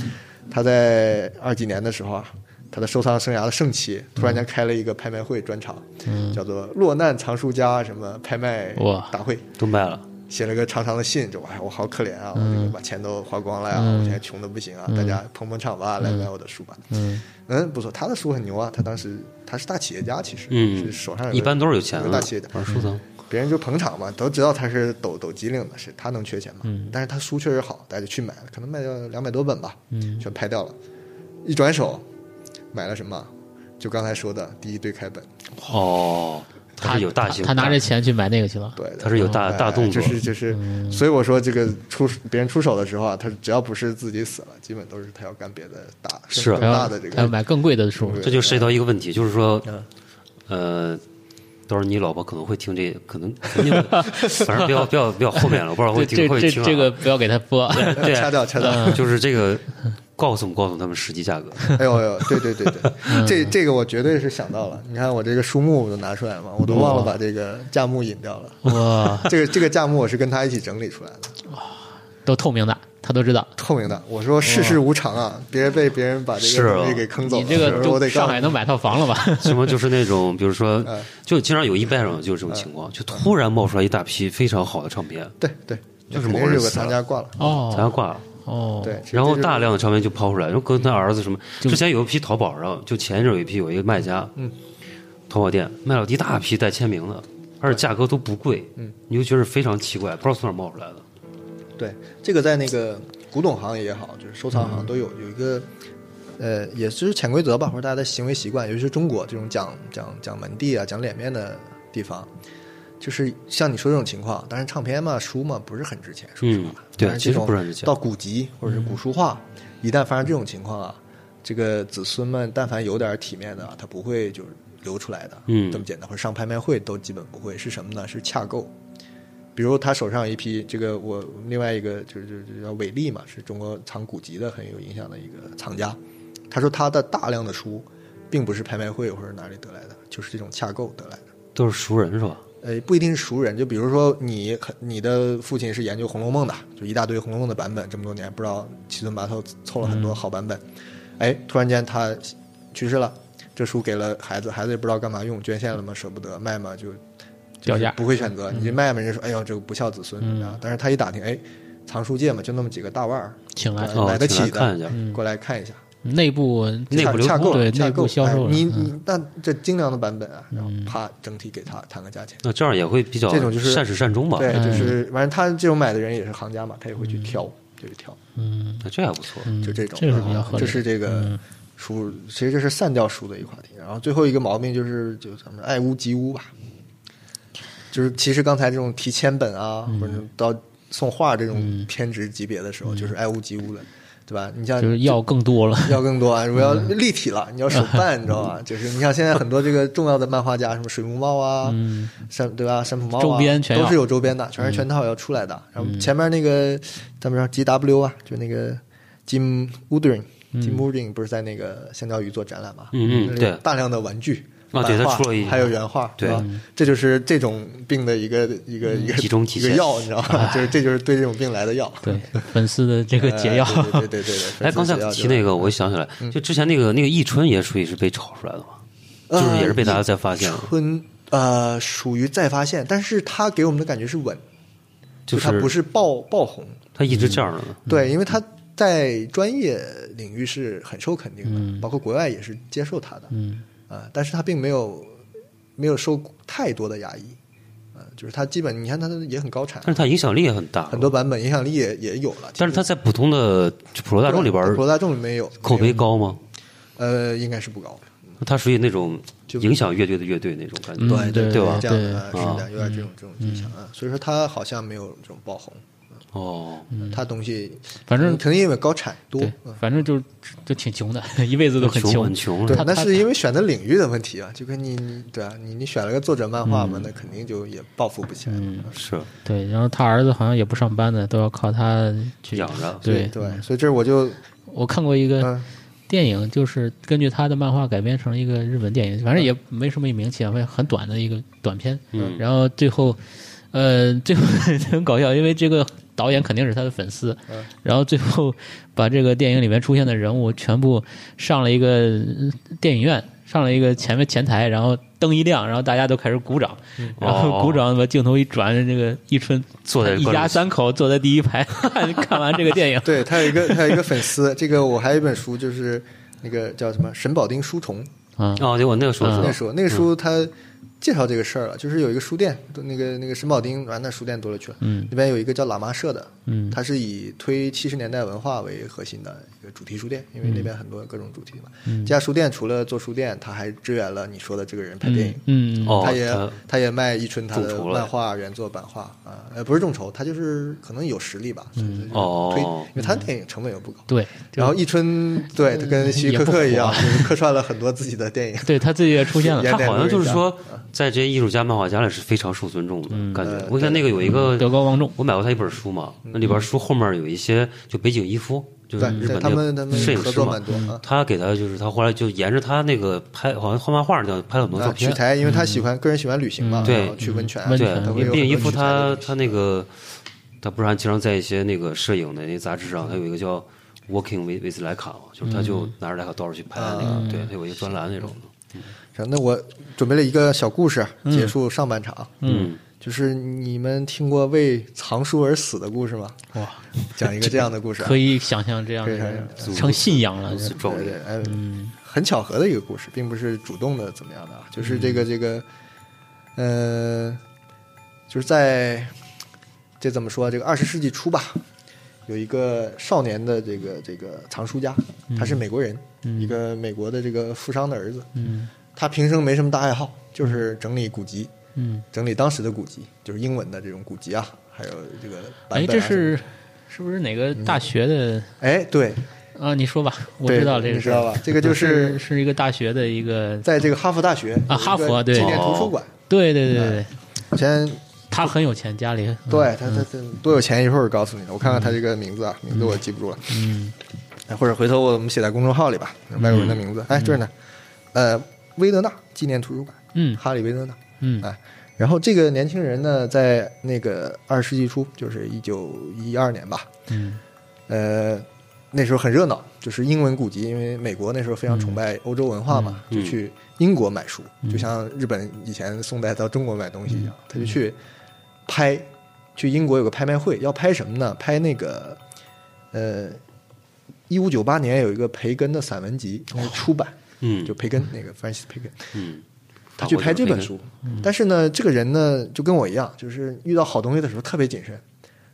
S4: 他在二几年的时候啊，他的收藏生涯的盛期，突
S5: 嗯
S4: 然间开了一个拍卖会专场，叫做“落难藏书家”什么拍卖
S5: 哇
S4: 大会。
S3: 都卖了。
S4: 写了个长长的信，就哎，我好可怜啊，我这个
S5: 嗯
S4: 把钱都花光了呀、我现在穷的不行啊，大家捧捧场吧，来买我的书吧。嗯不错，他的书很牛啊，他当时他是大企业家，其实、
S3: 嗯
S4: 是手上有个
S3: 一般都是有钱
S4: 哎有个
S3: 的，
S4: 大企业家，
S3: 玩收藏。
S4: 别人就捧场嘛，都知道他是抖抖机灵的，是他能缺钱嘛？
S3: 嗯
S4: 但是他书确实好，大家就去买了，可能卖掉两百多本吧，
S3: 嗯
S4: 全拍掉了。一转手买了什么？就刚才说的第一堆开本，
S3: 哦，它
S5: 他
S3: 是有大型，
S5: 他拿着钱去买那个去了，
S4: 对的，
S3: 它是有大
S4: 哎
S3: 大动
S4: 就
S3: 作嗯
S4: 是就是，所以我说这个出别人出手的时候啊，他只要不是自己死了，基本都是他要干别的大
S3: 是啊
S4: 更
S5: 他
S4: 大
S5: 要
S4: 的这
S5: 他要
S4: 个，
S5: 买更贵的书，
S3: 这就涉及到一个问题，就是说，
S4: 嗯
S3: 呃，到时候你老婆可能会听这，可能肯定会 反正不要不要不要后面了，我不知道会
S5: 这
S3: 听
S5: 这
S3: 会
S5: 这
S3: 听啊
S5: 这个嗯不要给他播，
S3: 对
S4: 掐掉掐掉。
S3: 就是这个告诉告诉他们实际价格，
S4: 哎呦哎呦，对对对对，这这个我绝对是想到了。你看我这个书目我都拿出来了嘛，我都忘了把这个价目引掉了。
S5: 哇，
S4: 这个这个价目我是跟他一起整理出来的，
S5: 都透明的，他都知道。
S4: 透明的。我说世事无常啊，别被别人把这
S3: 是
S4: 个
S3: 啊
S4: 东西给坑走了。
S5: 你这
S4: 我
S5: 个
S4: 说我得
S5: 就
S4: 告
S5: 上
S4: 诉
S5: 海
S4: 你
S5: 能买套房了吧？
S3: 什么就是那种，比如说
S4: 嗯，
S3: 就经常有一拜上就有这种情况，就突然冒出来一大批非常好的唱片，
S4: 对对，
S3: 就是
S4: 肯
S3: 某个
S4: 定
S3: 人
S4: 是有个
S3: 死
S4: 藏
S3: 了
S4: 家挂了。
S5: 哦
S3: 咱，挂了，
S5: 哦，
S4: 对，其实
S3: 然后
S4: 这是
S3: 大量的唱片就抛出来，然后跟他儿子什么，之前有一批淘宝上，就前一阵有一批有一个卖家，
S4: 嗯，
S3: 淘宝店卖了一大批带签名的，而且价格都不贵，
S4: 嗯，
S3: 你就觉得非常奇怪，不知道从哪儿冒出来的。
S4: 对这个在那个古董行业也好，就是收藏行都有有一个。呃，也是潜规则吧，或者大家的行为习惯，尤其是中国这种讲讲讲门第啊、讲脸面的地方，就是像你说这种情况。当然，唱片嘛、书嘛，不是很值钱，说实话。
S3: 嗯对
S4: 但是
S3: 其实
S4: 这种
S3: 不是很值钱嗯
S4: 到古籍或者是古书画，一旦发生这种情况啊，这个子孙们但凡有点体面的啊，他不会就是流出来的，
S3: 嗯
S4: 这么简单，或者上拍卖会都基本不会。是什么呢？是洽购。比如他手上有一批这个我另外一个就是就是就是叫韦利嘛，是中国藏古籍的很有影响的一个藏家，他说他的大量的书并不是拍卖会或者哪里得来的，就是这种洽购得来的。
S3: 都是熟人是吧？
S4: 呃，不一定是熟人，就比如说你很你的父亲是研究《红楼梦》的，就一大堆《红楼梦》的版本，这么多年不知道七尊八凑凑了很多好版本，哎，突然间他去世了，这书给了孩子，孩子也不知道干嘛用，捐献了吗？舍不得卖吗？就
S5: 掉价
S4: 不会选择，你这卖嘛，人家说哎呦这个不孝子孙怎么样？但是他一打听，哎，藏书界嘛，就那么几个大腕儿，
S5: 请来
S3: 哦
S4: 买得
S3: 请来
S4: 起的，
S3: 看一下
S4: 过来看一下，
S5: 内部
S3: 内部流
S4: 洽
S3: 通
S4: 购
S5: 对
S4: 洽
S5: 内部
S4: 购
S5: 销售
S4: 哎
S5: 了
S4: 你
S5: 嗯
S4: 你那这精良的版本啊，然后啪整体给他谈个价钱。
S3: 那这样也会比较
S4: 这种就是
S3: 哦善始善终吧？
S4: 对，
S5: 嗯
S4: 就是反正他这种买的人也是行家嘛，他也会去挑，就去挑，
S5: 嗯，
S3: 那这还不错。
S5: 嗯
S4: 就这种，
S5: 这个是比较合理的。嗯
S4: 这是这个书，其实这是散掉书的一个话题。然后最后一个毛病就是，就咱们爱屋及乌吧，就是其实刚才这种提签本啊，
S5: 嗯
S4: 或者到送画这种偏执级别的时候，就是爱屋及乌了，对吧？你像
S5: 就是要更多了，
S4: 要更多啊，我要
S5: 嗯
S4: 立体了，你要手 办，你知道吧？就是你像现在很多这个重要的漫画家，什么水木茂啊，山对吧？山浦茂啊，
S5: 嗯周边全要嗯
S4: 都是有周边的，全是全套要出来的。然后前面那个咱们说 G W 啊，就那个 Jim Woodring。Jim
S5: 嗯
S4: Woodring 不是在那个香蕉鱼做展览嘛？
S3: 嗯嗯
S4: 那里
S3: 对
S4: 有大量的玩具、
S3: 啊对
S4: 版
S3: 他出了一
S4: 画，还有原画，
S3: 对嗯
S4: 吧？
S5: 嗯
S4: 这就是这种病的一个一个一个
S3: 集中体
S4: 一个
S3: 现
S4: 药，你知道 吗？就是这就是对这种病来的药，
S5: 对粉丝的这个解药。
S4: 哎对对对对对。
S3: 哎，刚才
S4: 粉丝
S3: 提
S4: 解药
S3: 那个，我想起来，
S4: 嗯
S3: 就之前那个那个易春也属于是被炒出来的嘛，就是也是被大家再发现了，
S4: 呃春呃属于再发现，但是它给我们的感觉是稳，
S3: 就
S4: 它不
S3: 是嗯
S4: 是嗯爆爆红，
S3: 他一直这样的。
S4: 对，因为它在专业领域是很受肯定的，
S3: 嗯
S4: 包括国外也是接受它的，
S5: 嗯
S4: 啊、但是它并没有没有受太多的压抑，啊、就是它基本你看它的也很高产
S3: 但，是他影响力也很大，
S4: 很多版本影响力也也有了，
S3: 但是他在普通的普罗大众里边
S4: 普
S3: 儿
S4: 罗大众里面有
S3: 口
S4: 没
S3: 碑
S4: 有
S3: 高吗？
S4: 呃应该是不高，
S3: 他属于那种
S4: 就
S3: 影响乐队的乐队那种感觉，
S5: 嗯对
S3: 吧啊嗯
S4: 这？样
S5: 对
S4: 的呃是的，有点这种这种迹象啊，所以说它好像没有这种爆红。
S3: 哦，
S4: 它东西
S5: 反正
S4: 可能因为高产多，
S5: 对
S4: 嗯，
S5: 反正就是就挺穷的，一辈子都很
S3: 穷
S5: 穷，
S3: 很穷啊
S4: 对
S3: 了，
S5: 他
S4: 那
S5: 他
S4: 是因为选的领域的问题啊，就跟你你对啊，你你选了个作者漫画
S5: 嗯
S4: 嘛，那肯定就也暴富不起来。嗯
S3: 是
S5: 对，然后他儿子好像也不上班的，都要靠他去
S3: 养着
S5: 对，嗯
S4: 对，所以这我就
S5: 我看过一个
S4: 嗯
S5: 电影，就是根据他的漫画改编成了一个日本电影，反正也没什么名气啊，反正很短的一个短片。
S3: 嗯
S5: 然后最后，呃， 最后很搞笑，因为这个导演肯定是他的粉丝，
S4: 嗯，
S5: 然后最后把这个电影里面出现的人物全部上了一个呃电影院，上了一个前面前台，然后灯一亮，然后大家都开始鼓掌，
S3: 嗯
S5: 然后鼓掌把镜头一转，这个一春
S3: 哦坐在
S5: 一
S3: 观
S5: 家
S3: 众席
S5: 三口坐在第 一排看看完这个电影
S4: 对，他有一个他有一个粉丝，这个我还有一本书就是那个叫什么《沈保定书虫》，
S5: 啊，
S3: 哦， 对，我那个时候
S4: 那
S3: 知道，
S4: 书那个书他介绍这个事儿了，就是有一个书店，那个那个沈保定啊，那书店多了去了，
S5: 嗯
S4: 那边有一个叫喇嘛社的，
S5: 嗯
S4: 它是以推七十年代文化为核心的一个主题书店，因为那边很多各种主题嘛。这家书店除了做书店，它还支援了你说的这个人拍电影，
S5: 嗯，嗯
S3: 哦
S4: 他也
S3: 它
S4: 他也卖一春他的
S3: 众筹了
S4: 漫画原作版画啊，呃不是众筹，他就是可能有实力吧，所以他就
S3: 哦
S4: 推，因为他电影成本又不高。
S5: 对，
S4: 然后一春对他跟希区柯克一样，就是客串了很多自己的电影。
S5: 对他自己也出现了，
S4: 也
S3: 他
S4: 得
S3: 好像就是说，
S4: 嗯
S3: 在这些艺术家、漫画家里是非常受尊重的感
S4: 呃
S3: 觉。我看那个有一个
S5: 嗯德高望重。
S3: 我买过他一本书嘛，那里边书后面有一些就北井一夫，就是
S4: 嗯对
S3: 日
S4: 对，
S3: 本
S4: 他们
S3: 那
S4: 他
S3: 个
S4: 们
S3: 摄影
S4: 合
S3: 师
S4: 作
S3: 嘛嗯
S4: 蛮。多啊。
S3: 他给他就是他后来就沿着他那个拍，好像画漫画那样拍了很多照
S4: 啊，取
S3: 片。
S4: 材，因为他喜欢个人喜欢旅行嘛，
S3: 嗯对
S4: 然后去温泉啊，
S5: 温
S3: 对
S5: 泉
S4: 他，
S5: 嗯
S4: 会
S3: 因为
S4: 有
S3: 毕竟
S4: 很
S3: 一
S4: 多
S3: 夫
S4: 取材的
S3: 他
S4: 东西
S3: 他那个他不是还经常在一些那个摄影的那杂志上，他有一个叫 Working with with 莱卡嘛，就是他就拿着莱卡刀去拍那个，对他有一个专栏那种的。
S4: 啊行，那我准备了一个小故事，结束上半场。
S3: 嗯，
S4: 就是你们听过为藏书而死的故事吗？
S5: 哇，
S4: 讲一个这样的 故事啊，
S5: 可以想象这样的
S4: 可以
S5: 人
S4: 可以
S5: 成信仰了，就是
S3: 壮
S4: 对对
S3: 烈，，
S4: 哎，
S5: 嗯
S4: 很巧合的一个故事，并不是主动的怎么样的啊，就是这个这个，呃，就是在这怎么说啊？这个二十世纪初吧，有一个少年的这个这个藏书家，
S5: 嗯
S4: 他是美国人，一个美国的这个富商的儿子，
S5: 嗯
S4: 他平生没什么大爱好，就是整理古籍，
S5: 嗯，
S4: 整理当时的古籍，就是英文的这种古籍啊，还有这个版本、
S5: 哎，
S4: 啊。
S5: 这
S4: 什么的嗯
S5: 是是不是哪个大学的
S4: 哎，对，
S5: 啊？你说吧，我
S4: 对
S5: 知道这
S4: 你
S5: 个
S4: 知
S5: 事儿啊
S4: 道吧？这个就是是
S5: 是一个大学的一个，
S4: 在这个哈佛大学
S5: 啊哈佛
S4: 有一个
S5: 对
S4: 纪念图书馆，
S5: 对对对对，
S4: 以前
S5: 他很有钱，家里嗯
S4: 嗯对他他他多有钱，一会儿我告诉你，我看看他这个名字啊，名字我记不住了，
S5: 嗯
S4: 哎或者回头我们写在公众号里吧，外国人的名字，哎，就是呢，呃，威德纳纪念图书馆，
S5: 嗯
S4: 哈里威德纳，
S5: 嗯
S4: 哎，然后这个年轻人呢，在那个二十世纪初，就是一九一二年吧，
S5: 嗯
S4: 呃，那时候很热闹，就是英文古籍，因为美国那时候非常崇拜欧洲文化嘛，
S3: 嗯
S4: 就去英国买书，就像日本以前宋代到中国买东西一样，他就去拍，去英国有个拍卖会，要拍什么呢？拍那个，呃，一五九八年有一个培根的散文集那是出版，
S3: 嗯
S4: 就培根那个 Francis 培根，
S3: 嗯，
S4: 他去拍这本书，但是呢，这个人呢就跟我一样，就是遇到好东西的时候特别谨慎。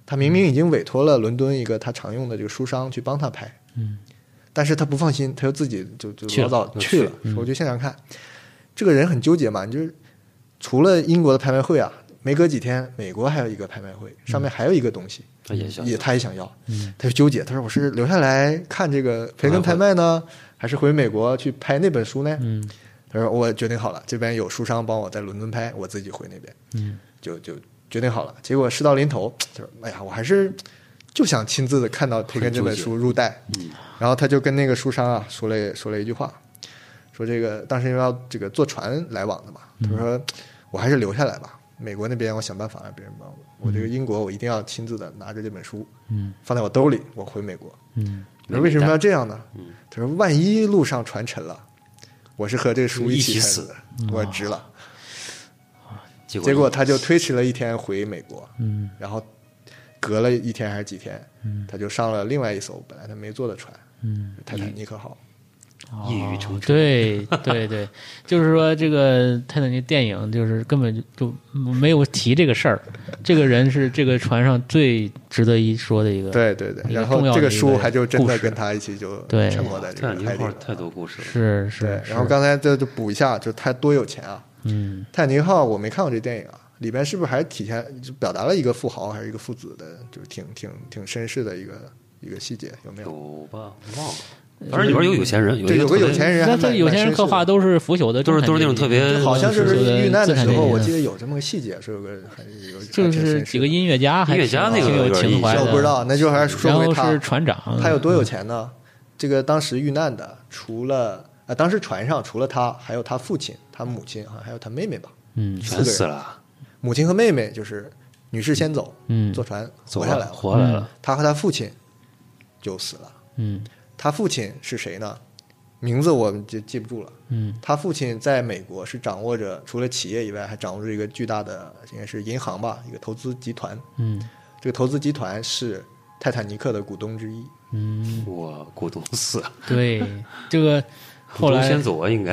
S4: 他明明已经委托了伦敦一个他常用的这个书商去帮他拍，
S5: 嗯
S4: 但是他不放心，他又自己就就
S5: 去了
S4: 老早
S3: 就
S4: 去
S3: 去
S4: 了，说我去现场看。这个人很纠结嘛，你就是除了英国的拍卖会啊，没隔几天，美国还有一个拍卖会，上面还有一个东西，
S3: 他也想
S4: 也他也想要，
S5: 嗯
S4: 他就纠结，他说我是留下来看这个培根拍卖呢，还是回美国去拍那本书呢？
S5: 嗯
S4: 他说我决定好了，这边有书商帮我在伦敦拍，我自己回那边，
S5: 嗯
S4: 就就决定好了。结果事到临头，他说哎呀，我还是就想亲自的看到培根这本书入袋。然后他就跟那个书商啊说了说了一句话，说这个当时因为要这个坐船来往的嘛，他说我还是留下来吧，美国那边我想办法让别人帮我，我这个英国我一定要亲自的拿着这本书，
S5: 嗯
S4: 放在我兜里，我回美国。
S5: 嗯
S4: 你说为什么要这样呢？他说：“万一路上船沉了，我是和这个书起死的，我值了。”
S3: 结
S4: 结果他就推迟了一天回美国，
S5: 嗯
S4: 然后隔了一天还是几天，他就上了另外一艘本来他没坐的船，
S5: 嗯，哦
S4: 泰坦尼克号。
S3: 一语成谶，
S5: 对对对，就是说这个泰坦尼克电影就是根本就没有提这个事儿，这个人是这个船上最值得一说的一个，，
S4: 对对对，
S5: 嗯一个
S4: 然后
S5: 重要
S4: 这
S5: 的
S4: 个
S5: 一个
S4: 书还就真
S5: 故
S4: 的
S5: 事
S4: 跟他一起就
S5: 对
S4: 沉没在这
S3: 泰
S4: 个
S3: 坦尼
S4: 海
S3: 克
S4: 底
S3: 号
S4: 了。
S3: 太多故事了，
S5: 是
S4: 对
S5: 是，，
S4: 然后
S5: 是
S4: 刚才这就补一下，就他多有钱啊！
S5: 嗯
S4: 泰坦尼克号我没看过这电影啊，里边是不是还体现就表达了一个富豪还是一个父子的，就是挺挺挺绅士的一个一个细节，有没有？
S3: 有吧？忘了，反正里边有有钱人，有
S4: 对，
S3: 一个特
S4: 有个
S3: 别
S4: 有钱人还
S5: 那
S4: 蛮，
S5: 这有钱人刻画
S4: 都
S5: 都是腐朽的
S3: 都
S5: 中
S3: 是都是
S5: 产阶级，
S3: 那种特别
S4: 好像就是遇难的时候，我记
S5: 得
S4: 得有这么个细节，是有个还有个
S5: 就是几个音乐家，还
S3: 音乐家那个
S5: 挺有
S3: 有点
S5: 情
S3: 印
S5: 怀
S3: 象
S4: 我
S5: 的，
S4: 不知道，那就还是
S5: 然
S4: 说回
S5: 后是
S4: 他，
S5: 船嗯长，
S4: 他有多有钱呢？这个当时遇难的，除了啊，当时船上除了他，还有他父亲、他母亲，好像还有他妹妹吧。
S5: 嗯
S3: 全死了，
S4: 母亲和妹妹就是女士先走，
S5: 嗯
S4: 坐船
S3: 走
S4: 活下来
S3: 了，活下来了，
S4: 他和他父亲就死了。
S5: 嗯
S4: 他父亲是谁呢？名字我就记不住了。
S5: 嗯
S4: 他父亲在美国是掌握着除了企业以外，还掌握着一个巨大的应该是银行吧，一个投资集团。
S5: 嗯
S4: 这个投资集团是泰坦尼克的股东之一。
S5: 嗯，
S3: 我股东死，
S5: 对这个。后
S3: 股东
S5: 来
S3: 先走啊，应该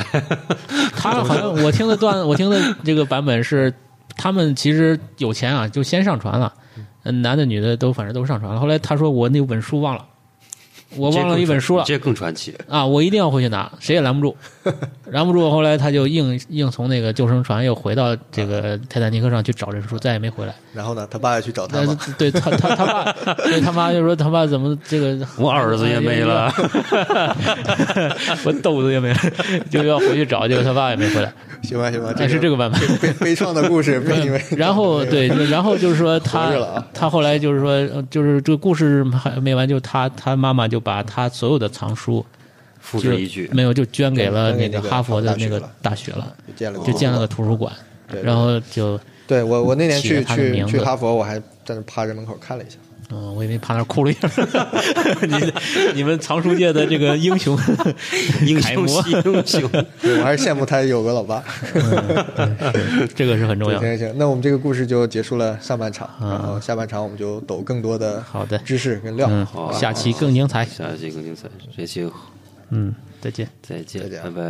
S5: 他好像我听的段，我听的这个版本是，他们其实有钱啊，就先上船了，嗯男的女的都反正都上船了。后来他说我那本书忘了，我忘了一本书了
S3: 这更传奇，
S5: 啊，我一定要回去拿，谁也拦不 住，拦不住。后来他就硬硬从那个救生船又回到这
S4: 啊
S5: 个泰坦尼克上去找这本书，再也没回来。
S4: 然后呢，他爸也去找他
S5: 但是
S4: 嘛。
S5: 对他他他爸，对他妈就说他爸怎么这个
S3: 我儿子也没了，
S5: 我豆子也没了，就要回去找，结果他爸也没 回来。
S4: 行吧，行吧，
S5: 但是这
S4: 个
S5: 个版本。
S4: 悲悲伤的故事被你们
S5: 然后对，就然后就是说他
S4: 活着了啊
S5: 他后来就是说，呃就是这个故事还没完，就他他妈妈就把他所有的藏书
S3: 复
S5: 就
S3: 制一句，
S5: 没有就捐给了
S4: 捐给
S5: 那
S4: 那
S5: 个
S4: 个
S5: 哈佛的
S4: 大学
S5: 那个
S4: 了
S5: 大学了，
S3: 哦
S4: 就建了个
S5: 就建了个图书馆，
S4: 对对
S5: 然后就
S4: 对我我那年去
S5: 起了他的
S4: 去
S5: 名字
S4: 去哈佛，我还在那趴着门口看了一下。
S5: 嗯，我以为趴那儿哭了一 下。你你们藏书界的这个英雄，
S3: 英
S5: 楷
S3: 雄
S5: 模
S3: 惜英雄，
S4: 对我还是羡慕他有个老爸。
S5: 这个是很重要嗯
S4: 行。行行，那我们这个故事就结束了上半场，然后下半场我们就抖更多的
S5: 好的
S4: 知识跟料。
S5: 嗯
S3: 好，啊
S5: 下期更精彩。
S3: 下一期更精彩，这期
S5: 嗯，再见。
S3: 再见，
S4: 再见
S3: 拜拜。